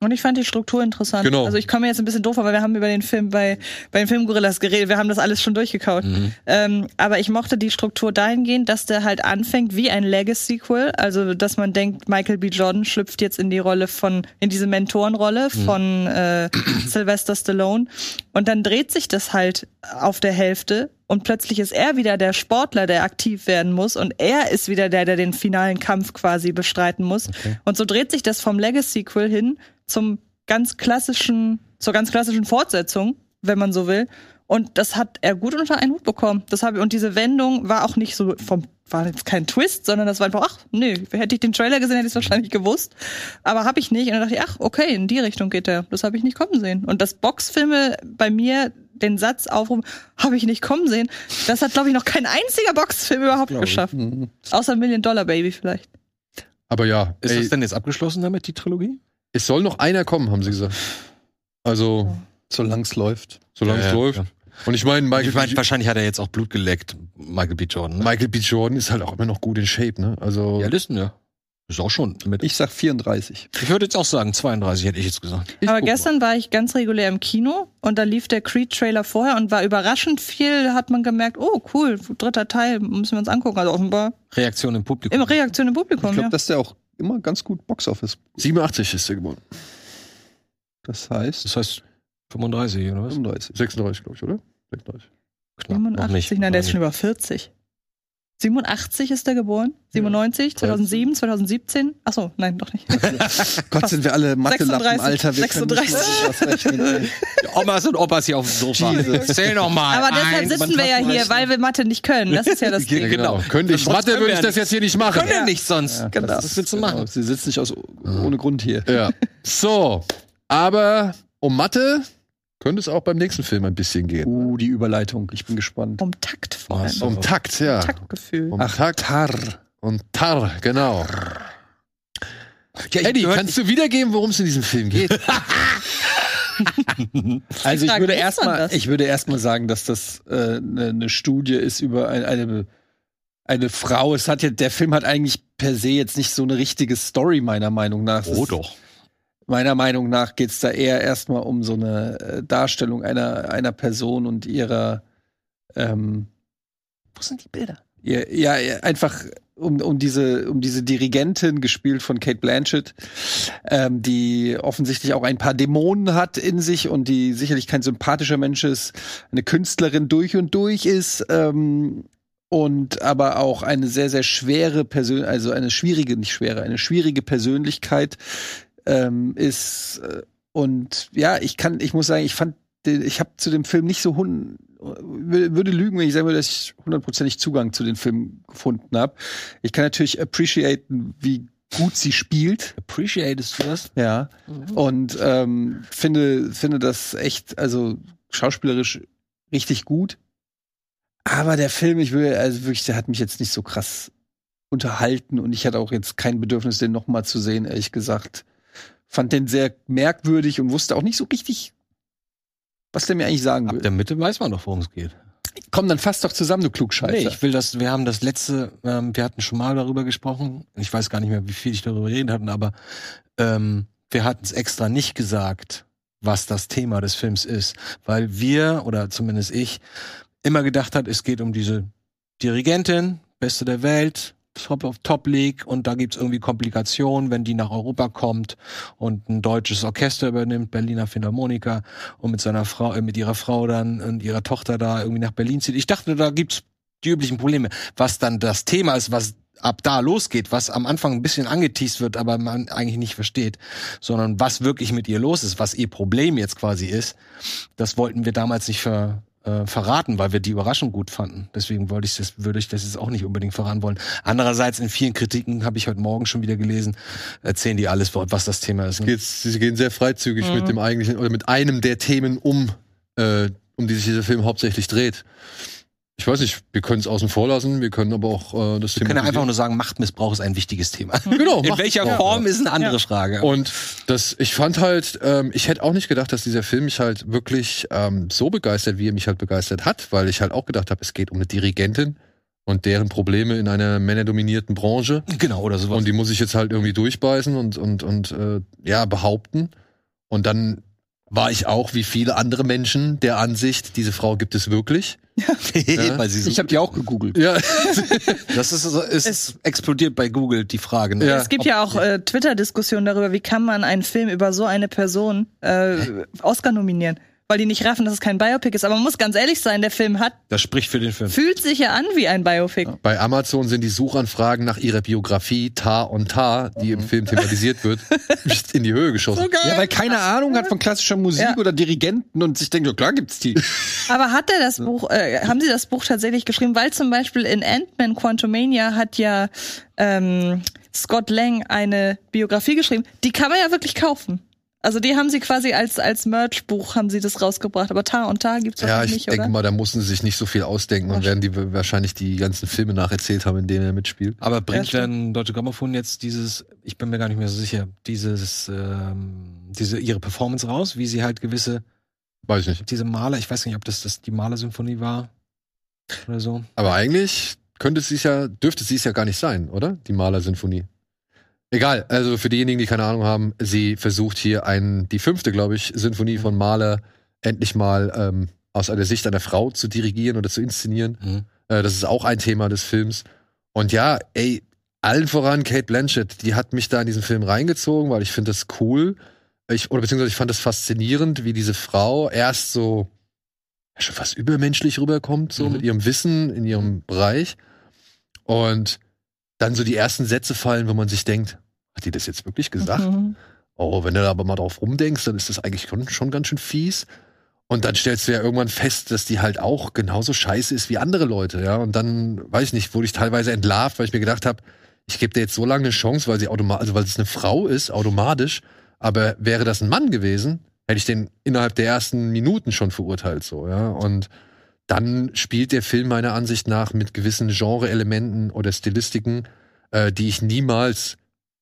Speaker 3: Und ich fand die Struktur interessant.
Speaker 1: Genau.
Speaker 3: Also ich komme jetzt ein bisschen doof, aber wir haben über den Film bei, bei den Filmgorillas geredet. Wir haben das alles schon durchgekaut.
Speaker 4: Mhm.
Speaker 3: Ähm, aber ich mochte die Struktur dahingehend, dass der halt anfängt wie ein Legacy-Sequel. Also, dass man denkt, Michael B. Jordan schlüpft jetzt in die Rolle von, in diese Mentorenrolle von äh, Sylvester Stallone. Und dann dreht sich das halt auf der Hälfte und plötzlich ist er wieder der Sportler, der aktiv werden muss und er ist wieder der, der den finalen Kampf quasi bestreiten muss. Und so dreht sich das vom Legacy-Sequel hin zum ganz klassischen, zur ganz klassischen Fortsetzung, wenn man so will. Und das hat er gut unter einen Hut bekommen. Das habe, und diese Wendung war auch nicht so vom, war jetzt kein Twist, sondern das war einfach, ach, nee, hätte ich den Trailer gesehen, hätte ich es wahrscheinlich gewusst. Aber habe ich nicht. Und dann dachte ich, ach, okay, in die Richtung geht er. Das habe ich nicht kommen sehen. Und das Boxfilme bei mir den Satz aufrufen, habe ich nicht kommen sehen. Das hat, glaube ich, noch kein einziger Boxfilm überhaupt geschafft.
Speaker 2: Mhm.
Speaker 3: Außer Million Dollar Baby vielleicht.
Speaker 1: Aber ja,
Speaker 4: Ist
Speaker 1: ey,
Speaker 4: das denn jetzt abgeschlossen damit, die Trilogie?
Speaker 1: es soll noch einer kommen, haben sie gesagt. Also,
Speaker 2: Solange es läuft.
Speaker 1: solange es läuft. Und ich meine, Michael,
Speaker 4: Ich meine,
Speaker 1: B.
Speaker 4: wahrscheinlich hat er jetzt auch Blut geleckt, Michael B. Jordan. Ne?
Speaker 1: Michael B. Jordan ist halt auch immer noch gut in Shape, ne? Also,
Speaker 4: Ja, das ja. Ist auch schon mit. Ich,
Speaker 2: Ich sag 34.
Speaker 4: würde jetzt auch sagen, 32 hätte ich jetzt gesagt.
Speaker 2: Ich
Speaker 3: Aber
Speaker 2: guck mal.
Speaker 3: gestern war ich ganz regulär im Kino und da lief der Creed-Trailer vorher und war überraschend viel, hat man gemerkt, oh cool, dritter Teil, müssen wir uns angucken. Also offenbar
Speaker 4: Reaktion im Publikum.
Speaker 3: immer Reaktion im Publikum,
Speaker 2: Ich glaube,
Speaker 3: ja.
Speaker 2: dass der auch immer ganz gut Boxoffice.
Speaker 1: 87 ist er geboren.
Speaker 2: Das heißt
Speaker 4: Das heißt 35 oder was?
Speaker 2: 35.
Speaker 1: 36, glaube ich, oder? 36.
Speaker 4: Knapp, noch
Speaker 3: 85, nein, der ist
Speaker 4: Noch
Speaker 3: schon über 40. 87 ist er geboren, 97, 2007, 2017. Achso, nein, doch nicht.
Speaker 2: Gott, sind wir alle Mathe-Lappen,
Speaker 3: 36,
Speaker 2: Alter. Wir können nicht
Speaker 3: 36.
Speaker 2: mal was rechnen.
Speaker 4: Omas und Opas hier auf dem Sofa. Zähl noch mal.
Speaker 3: Aber deshalb
Speaker 4: Eins,
Speaker 3: sitzen wir ja hier, weil wir Mathe nicht können. Das ist ja das
Speaker 1: Ja,
Speaker 3: Ding.
Speaker 1: genau. Könnte ich
Speaker 4: Sonst
Speaker 1: Mathe,
Speaker 4: können
Speaker 1: würde
Speaker 4: wir
Speaker 1: ich
Speaker 4: ja
Speaker 1: das jetzt hier nicht machen.
Speaker 4: können ja. nicht sonst.
Speaker 2: Ja,
Speaker 3: Genau.
Speaker 2: das ist-
Speaker 4: Was willst du machen?
Speaker 2: Sie sitzt nicht aus, ohne Grund hier.
Speaker 1: Ja. So, aber um Mathe könnte es auch beim nächsten Film ein bisschen gehen.
Speaker 2: Uh, die Überleitung. Ich bin gespannt.
Speaker 3: Vom Takt vor allem.
Speaker 1: Um Takt, ja.
Speaker 2: Ah.
Speaker 3: Taktgefühl.
Speaker 1: Um Takt. Tar. Und Tar, genau.
Speaker 4: Ja, ich
Speaker 1: Eddie,
Speaker 4: gehört-
Speaker 1: kannst du wiedergeben, worum es in diesem Film geht?
Speaker 2: Also ich
Speaker 3: Frage,
Speaker 2: würde
Speaker 3: ist man
Speaker 2: erstmal,
Speaker 3: das?
Speaker 2: ich würde erstmal sagen, dass das eine äh, ne- ne Studie ist über ein, eine eine Frau. Es hat ja, der Film hat eigentlich per se jetzt nicht so eine richtige Story meiner Meinung nach. Es
Speaker 4: Oh
Speaker 2: ist-
Speaker 4: doch.
Speaker 2: Meiner Meinung nach geht es da eher erstmal um so eine äh, Darstellung einer einer Person und ihrer ähm, wo sind die Bilder? Ihr, ja, ihr- einfach um, um diese um diese Dirigentin gespielt von Kate Blanchett, ähm, die offensichtlich auch ein paar Dämonen hat in sich und die sicherlich kein sympathischer Mensch ist, eine Künstlerin durch und durch ist ähm, und aber auch eine sehr sehr schwere Persön also eine schwierige nicht schwere eine schwierige Persönlichkeit ähm, ist äh, und ja ich kann ich muss sagen ich fand den, ich habe zu dem Film nicht so hun wür- würde lügen, wenn ich sagen würde, dass ich hundertprozentig Zugang zu dem Film gefunden habe. Ich kann natürlich appreciaten, wie gut sie spielt.
Speaker 4: Appreciatest du das?
Speaker 2: Ja. Und ähm, finde, finde das echt, also schauspielerisch richtig gut. Aber der Film, ich will, also wirklich, der hat mich jetzt nicht so krass unterhalten und ich hatte auch jetzt kein Bedürfnis, den nochmal zu sehen, ehrlich gesagt. Fand den sehr merkwürdig und wusste auch nicht so richtig, was der mir eigentlich sagen
Speaker 4: Ab
Speaker 2: will.
Speaker 4: der Mitte weiß man doch, worum es geht.
Speaker 2: Komm, dann fass doch zusammen, du Klugscheißer.
Speaker 4: Nee, ich will das, wir haben das letzte, ähm, wir hatten schon mal darüber gesprochen. Ich weiß gar nicht mehr, wie viel ich darüber reden hatten, aber ähm, wir hatten es extra nicht gesagt, was das Thema des Films ist, weil wir oder zumindest ich immer gedacht hat, es geht um diese Dirigentin, Beste der Welt, Top of Top League und da gibt's irgendwie Komplikationen, wenn die nach Europa kommt und ein deutsches Orchester übernimmt, Berliner Philharmoniker und mit seiner Frau, äh, mit ihrer Frau dann und ihrer Tochter da irgendwie nach Berlin zieht. Ich dachte, da gibt's die üblichen Probleme. Was dann das Thema ist, was ab da losgeht, was am Anfang ein bisschen angeteased wird, aber man eigentlich nicht versteht, sondern was wirklich mit ihr los ist, was ihr Problem jetzt quasi ist, das wollten wir damals nicht ver, äh, verraten, weil wir die Überraschung gut fanden. Deswegen wollte ich das, würde ich das jetzt auch nicht unbedingt verraten wollen. Andererseits in vielen Kritiken habe ich heute Morgen schon wieder gelesen, erzählen die alles, was das Thema ist. ne?
Speaker 1: Geht's, sie gehen sehr freizügig mit dem eigentlichen oder mit einem der Themen um, äh, um die sich dieser Film hauptsächlich dreht. Ich weiß nicht, wir können es außen vor lassen, wir können aber auch äh, das
Speaker 4: Ich
Speaker 1: Thema.
Speaker 4: kann ja einfach nur sagen, Machtmissbrauch ist ein wichtiges Thema.
Speaker 1: genau,
Speaker 4: In
Speaker 1: macht-
Speaker 4: welcher
Speaker 1: ja.
Speaker 4: Form ist eine andere Frage.
Speaker 1: Und das, ich fand halt, ähm, ich hätte auch nicht gedacht, dass dieser Film mich halt wirklich ähm, so begeistert, wie er mich halt begeistert hat, weil ich halt auch gedacht habe, es geht um eine Dirigentin und deren Probleme in einer männerdominierten Branche.
Speaker 4: genau, oder sowas.
Speaker 1: Und die muss ich jetzt halt irgendwie durchbeißen und, und, und äh, ja, behaupten. Und dann war ich auch, wie viele andere Menschen, der Ansicht, diese Frau gibt es wirklich. Ja.
Speaker 4: Weil sie so-
Speaker 2: ich habe die auch gegoogelt.
Speaker 1: Ja,
Speaker 4: das ist, so- ist,
Speaker 3: Es-
Speaker 4: explodiert bei Google die Frage. Ne?
Speaker 1: Ja.
Speaker 3: Es gibt ja auch äh, Twitter-Diskussionen darüber, wie kann man einen Film über so eine Person äh, Oscar nominieren, weil die nicht raffen, dass es kein Biopic ist. Aber man muss ganz ehrlich sein, der Film hat,
Speaker 4: Das spricht für den Film.
Speaker 3: fühlt sich ja an wie ein Biopic.
Speaker 1: Bei Amazon sind die Suchanfragen nach ihrer Biografie Tar und Tar, die im Film thematisiert wird, in die Höhe geschossen.
Speaker 2: Ja, weil keine Ahnung hat von klassischer Musik
Speaker 3: Ja.
Speaker 2: oder Dirigenten und sich denkt, ja klar gibt's die.
Speaker 3: Aber hat er das Buch, äh, haben sie das Buch tatsächlich geschrieben? Weil zum Beispiel in Ant-Man Quantumania hat ja ähm, Scott Lang eine Biografie geschrieben. Die kann man ja wirklich kaufen. Also die haben sie quasi als, als Merch-Buch haben sie das rausgebracht. Aber Tar und Tar gibt's
Speaker 1: Ja,
Speaker 3: auch
Speaker 1: ich
Speaker 3: nicht,
Speaker 1: denke
Speaker 3: oder?
Speaker 1: mal, da mussten sie sich nicht so viel ausdenken und werden die wahrscheinlich die ganzen Filme nacherzählt haben, in denen er mitspielt.
Speaker 4: Aber bringt
Speaker 3: Ja,
Speaker 4: dann Deutsche Grammophon jetzt dieses, ich bin mir gar nicht mehr so sicher, dieses, ähm, diese, ihre Performance raus, wie sie halt gewisse,
Speaker 1: Weiß ich nicht.
Speaker 4: diese Maler, ich weiß nicht, ob das, das die Malersymphonie war oder so.
Speaker 1: Aber eigentlich könnte es sich ja, dürfte sie es ja gar nicht sein, oder? Die Malersinfonie. Egal, also für diejenigen, die keine Ahnung haben, sie versucht hier einen, die fünfte, glaube ich, Sinfonie von Mahler endlich mal ähm, aus einer Sicht einer Frau zu dirigieren oder zu inszenieren.
Speaker 4: Mhm.
Speaker 1: Äh, das ist auch ein Thema des Films. Und ja, ey, allen voran Kate Blanchett, die hat mich da in diesen Film reingezogen, weil ich finde das cool. Ich, oder beziehungsweise ich fand das faszinierend, wie diese Frau erst so ja, schon fast übermenschlich rüberkommt, so
Speaker 4: Mhm.
Speaker 1: mit ihrem Wissen in ihrem Bereich. Und dann so die ersten Sätze fallen, wo man sich denkt, hat die das jetzt wirklich gesagt?
Speaker 3: Mhm.
Speaker 1: Oh, wenn du da aber mal drauf rumdenkst, dann ist das eigentlich schon, schon ganz schön fies. Und dann stellst du ja irgendwann fest, dass die halt auch genauso scheiße ist wie andere Leute, ja. Und dann, weiß ich nicht, wurde ich teilweise entlarvt, weil ich mir gedacht habe, ich gebe dir jetzt so lange eine Chance, weil sie automatisch, also weil es eine Frau ist, automatisch. Aber wäre das ein Mann gewesen, hätte ich den innerhalb der ersten Minuten schon verurteilt, so, ja. Und dann spielt der Film meiner Ansicht nach mit gewissen Genre-Elementen oder Stilistiken, äh, die ich niemals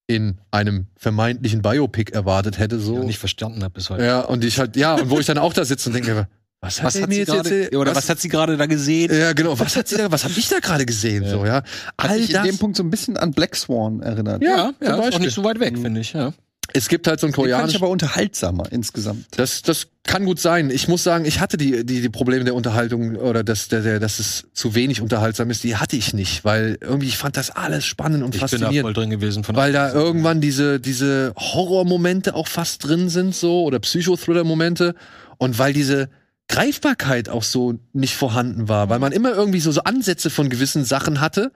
Speaker 1: in einem vermeintlichen Biopic erwartet hätte, so.
Speaker 4: ich nicht verstanden habe bis heute.
Speaker 1: Ja, und ich halt, ja, und wo ich dann auch da sitze und denke, was hat,
Speaker 4: Was
Speaker 1: der
Speaker 4: hat
Speaker 1: mir
Speaker 4: sie
Speaker 1: jetzt
Speaker 4: gerade,
Speaker 1: erzählt?
Speaker 4: oder was, hat sie gerade da gesehen?
Speaker 1: ja, genau, was hat sie da, was hab ich da gerade gesehen,
Speaker 4: Ja.
Speaker 1: so, ja?
Speaker 2: Hat
Speaker 1: All
Speaker 2: mich in
Speaker 1: das,
Speaker 2: dem Punkt so ein bisschen an Black Swan erinnert.
Speaker 1: ja, zum
Speaker 4: ist auch
Speaker 1: Beispiel.
Speaker 4: nicht so weit weg, finde ich. Ja.
Speaker 1: es gibt halt so ein
Speaker 2: Den fand ich
Speaker 1: koreanisch,
Speaker 2: aber unterhaltsamer insgesamt.
Speaker 1: das, das kann gut sein. Ich muss sagen, ich hatte die, die, die Probleme der Unterhaltung oder dass, der, der, dass es zu wenig unterhaltsam ist, die hatte ich nicht, weil irgendwie ich fand das alles spannend und
Speaker 4: Ich bin da
Speaker 1: faszinierend.
Speaker 4: voll drin gewesen. Von
Speaker 1: weil da irgendwann diese, diese Horrormomente auch fast drin sind, so, oder Psychothriller-Momente. Und weil diese Greifbarkeit auch so nicht vorhanden war, weil man immer irgendwie so, so Ansätze von gewissen Sachen hatte.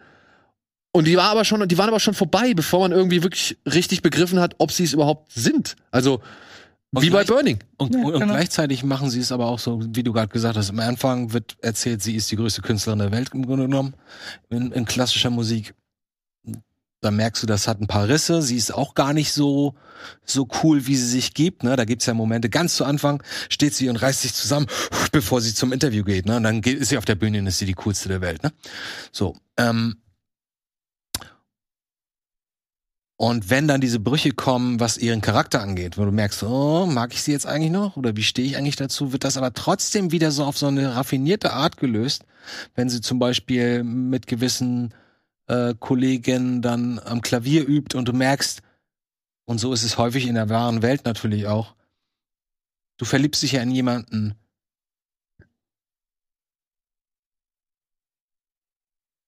Speaker 1: Und die war aber schon, die waren aber schon vorbei, bevor man irgendwie wirklich richtig begriffen hat, ob sie es überhaupt sind. Also,
Speaker 4: Und
Speaker 1: wie bei
Speaker 4: vielleicht-
Speaker 1: Burning.
Speaker 4: Und,
Speaker 3: Ja,
Speaker 4: und, und
Speaker 3: genau.
Speaker 4: gleichzeitig machen sie es aber auch so, wie du gerade gesagt hast, am Anfang wird erzählt, sie ist die größte Künstlerin der Welt im Grunde genommen, in, in klassischer Musik. Da merkst du, das hat ein paar Risse, sie ist auch gar nicht so, so cool, wie sie sich gibt. Ne? Da gibt's ja Momente, ganz zu Anfang steht sie und reißt sich zusammen, bevor sie zum Interview geht. Ne? Und dann geht, ist sie auf der Bühne und ist sie die coolste der Welt. Ne? So, ähm, Und wenn dann diese Brüche kommen, was ihren Charakter angeht, wo du merkst, oh, mag ich sie jetzt eigentlich noch oder wie stehe ich eigentlich dazu, wird das aber trotzdem wieder so auf so eine raffinierte Art gelöst, wenn sie zum Beispiel mit gewissen äh, Kollegen dann am Klavier übt und du merkst, und so ist es häufig in der wahren Welt natürlich auch, du verliebst dich ja in jemanden.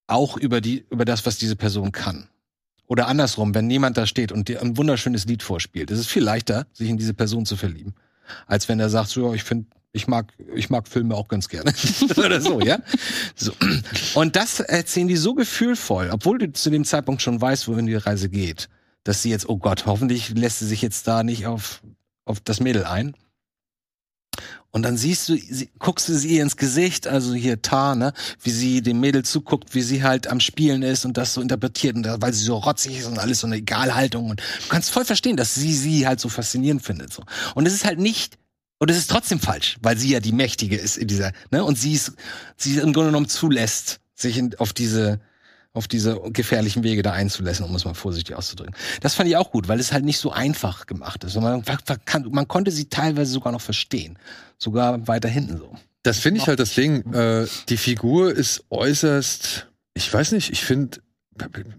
Speaker 4: Auch über die, über das, was diese Person kann. Oder andersrum, wenn jemand da steht und dir ein wunderschönes Lied vorspielt, ist es viel leichter, sich in diese Person zu verlieben, als wenn er sagt, so, ja, ich finde, ich mag, ich mag Filme auch ganz gerne. Oder so, ja. So. Und das erzählen die so gefühlvoll, obwohl du zu dem Zeitpunkt schon weißt, wohin die Reise geht, dass sie jetzt, oh Gott, hoffentlich lässt sie sich jetzt da nicht auf, auf das Mädel ein. Und dann siehst du, sie, guckst du sie ihr ins Gesicht, also hier Tar, ne, wie sie dem Mädel zuguckt, wie sie halt am Spielen ist und das so interpretiert, und da, weil sie so rotzig ist und alles so eine Egalhaltung. Und du kannst voll verstehen, dass sie sie halt so faszinierend findet. So. Und es ist halt nicht, und es ist trotzdem falsch, weil sie ja die Mächtige ist in dieser, ne, und sie ist, sie im Grunde genommen zulässt, sich in, auf diese, auf diese gefährlichen Wege da einzulassen, um es mal vorsichtig auszudrücken. Das fand ich auch gut, weil es halt nicht so einfach gemacht ist. Und Man, man, kann, man konnte sie teilweise sogar noch verstehen. Sogar weiter hinten so.
Speaker 1: Das finde ich halt das Ding. Äh, die Figur ist äußerst, ich weiß nicht, ich finde,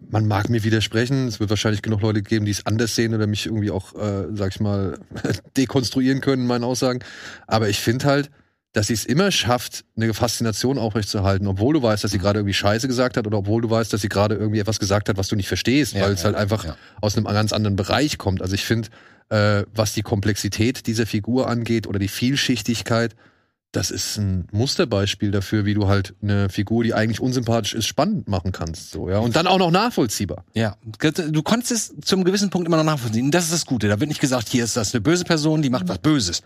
Speaker 1: man mag mir widersprechen. Es wird wahrscheinlich genug Leute geben, die es anders sehen oder mich irgendwie auch, äh, sag ich mal, dekonstruieren können in meinen Aussagen. Aber ich finde halt, dass sie es immer schafft, eine Faszination aufrechtzuerhalten, obwohl du weißt, dass
Speaker 4: Mhm.
Speaker 1: sie gerade irgendwie Scheiße gesagt hat oder obwohl du weißt, dass sie gerade irgendwie etwas gesagt hat, was du nicht verstehst, weil es halt einfach
Speaker 4: ja.
Speaker 1: aus einem ganz anderen Bereich kommt. Also ich finde, äh, was die Komplexität dieser Figur angeht oder die Vielschichtigkeit, das ist ein Musterbeispiel dafür, wie du halt eine Figur, die eigentlich unsympathisch ist, spannend machen kannst. So, ja? Und dann auch noch nachvollziehbar.
Speaker 4: Ja, du konntest es zum gewissen Punkt immer noch nachvollziehen. Und Das ist das Gute. Da wird nicht gesagt, hier ist das eine böse Person, die macht was Böses.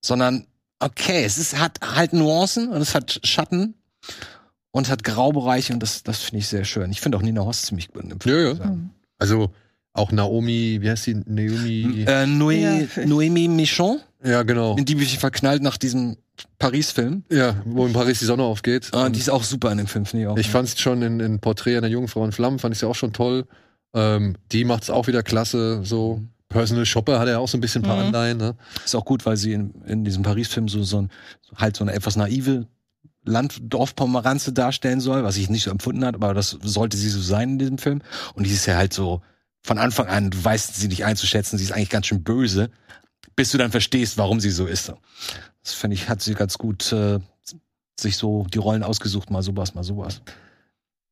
Speaker 4: Sondern, okay, es ist, hat halt Nuancen und es hat Schatten und hat Graubereiche und das, das finde ich sehr schön. Ich finde auch Nina Hoss ziemlich gut. in dem Film,
Speaker 1: Ja, ja.
Speaker 4: muss ich sagen.
Speaker 1: Also auch Naomi, wie heißt die? Naomi.
Speaker 4: Äh, Noé,
Speaker 3: Ja.
Speaker 4: Noémie Michon,
Speaker 1: ja, genau.
Speaker 4: in die bin ich verknallt nach diesem Paris-Film.
Speaker 1: Ja, wo in Paris die Sonne aufgeht. Ähm,
Speaker 4: Ah, die ist auch super in dem Film, finde ich auch.
Speaker 1: Ich fand es schon in, in Porträt einer jungen Frau in Flammen, fand ich ja auch schon toll. Ähm, die macht es auch wieder klasse.
Speaker 4: Mhm.
Speaker 1: So Personal Shopper hat er auch so ein bisschen ein paar
Speaker 3: Mhm.
Speaker 1: Anleihen. Ne?
Speaker 4: Ist auch gut, weil sie in, in diesem Paris-Film so, so ein, halt so eine etwas naive Land Dorfpomeranze darstellen soll, was ich nicht so empfunden hat, aber das sollte sie so sein in diesem Film. Und die ist ja halt so von Anfang an, du weißt sie nicht einzuschätzen, sie ist eigentlich ganz schön böse, bis du dann verstehst, warum sie so ist. Das finde ich, hat sie ganz gut äh, sich so die Rollen ausgesucht, mal sowas, mal sowas.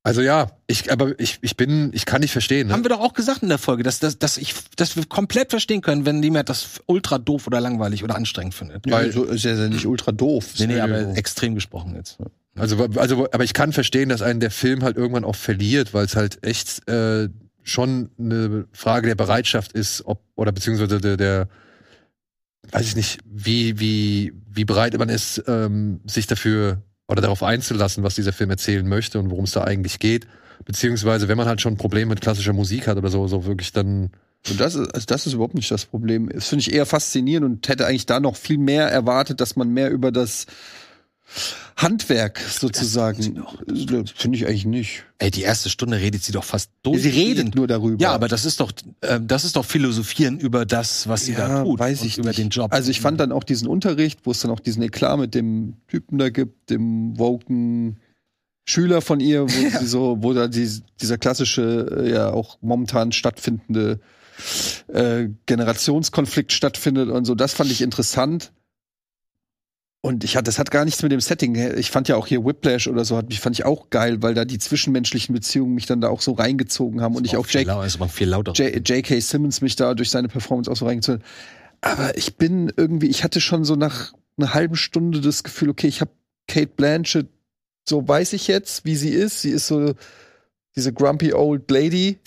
Speaker 1: Also ja, ich, aber ich, ich bin, ich kann nicht verstehen. Ne?
Speaker 4: Haben wir doch auch gesagt in der Folge, dass, dass, dass, ich, dass wir komplett verstehen können, wenn jemand das ultra doof oder langweilig oder anstrengend findet.
Speaker 1: Weil-
Speaker 2: so ist er ja nicht ultra doof. Äh,
Speaker 4: Nee, nee,
Speaker 1: Nö.
Speaker 4: aber extrem gesprochen jetzt.
Speaker 1: Also, also, aber ich kann verstehen, dass einen der Film halt irgendwann auch verliert, weil es halt echt äh, schon eine Frage der Bereitschaft ist, ob, oder beziehungsweise der, der weiß ich nicht, wie, wie, wie bereit man ist, ähm, sich dafür oder darauf einzulassen, was dieser Film erzählen möchte und worum es da eigentlich geht. Beziehungsweise, wenn man halt schon ein Problem mit klassischer Musik hat oder so, so wirklich dann.
Speaker 2: Und das ist, also das ist überhaupt nicht das Problem. Das finde ich eher faszinierend und hätte eigentlich da noch viel mehr erwartet, dass man mehr über das Handwerk sozusagen. Das Finde ich eigentlich nicht.
Speaker 4: Ey, die erste Stunde redet sie doch fast durch.
Speaker 2: Sie redet nur darüber.
Speaker 4: Ja, aber das ist doch, ähm, das ist doch Philosophieren über das, was sie da
Speaker 2: Ja,
Speaker 4: tut.
Speaker 2: weiß
Speaker 4: und
Speaker 2: ich
Speaker 4: über
Speaker 2: nicht.
Speaker 4: den Job. Hm.
Speaker 2: Also ich fand dann auch diesen Unterricht, wo es dann auch diesen Eklat mit dem Typen da gibt, dem woken Schüler von ihr, wo sie so, wo da die, dieser klassische, äh, ja auch momentan stattfindende äh, Generationskonflikt stattfindet und so, das fand ich interessant. Und ich hatte, das hat gar nichts mit dem Setting. Ich fand ja auch hier Whiplash oder so, hat mich, fand ich auch geil, weil da die zwischenmenschlichen Beziehungen mich dann da auch so reingezogen haben und ich auch
Speaker 4: viel
Speaker 2: Jake
Speaker 4: lauter, ist aber viel lauter.
Speaker 2: J- J.K. Simmons mich da durch seine Performance auch so reingezogen. hat. Aber ich bin irgendwie, ich hatte schon so nach einer halben Stunde das Gefühl, okay, ich habe Kate Blanchett, so weiß ich jetzt, wie sie ist. Sie ist so diese grumpy old lady.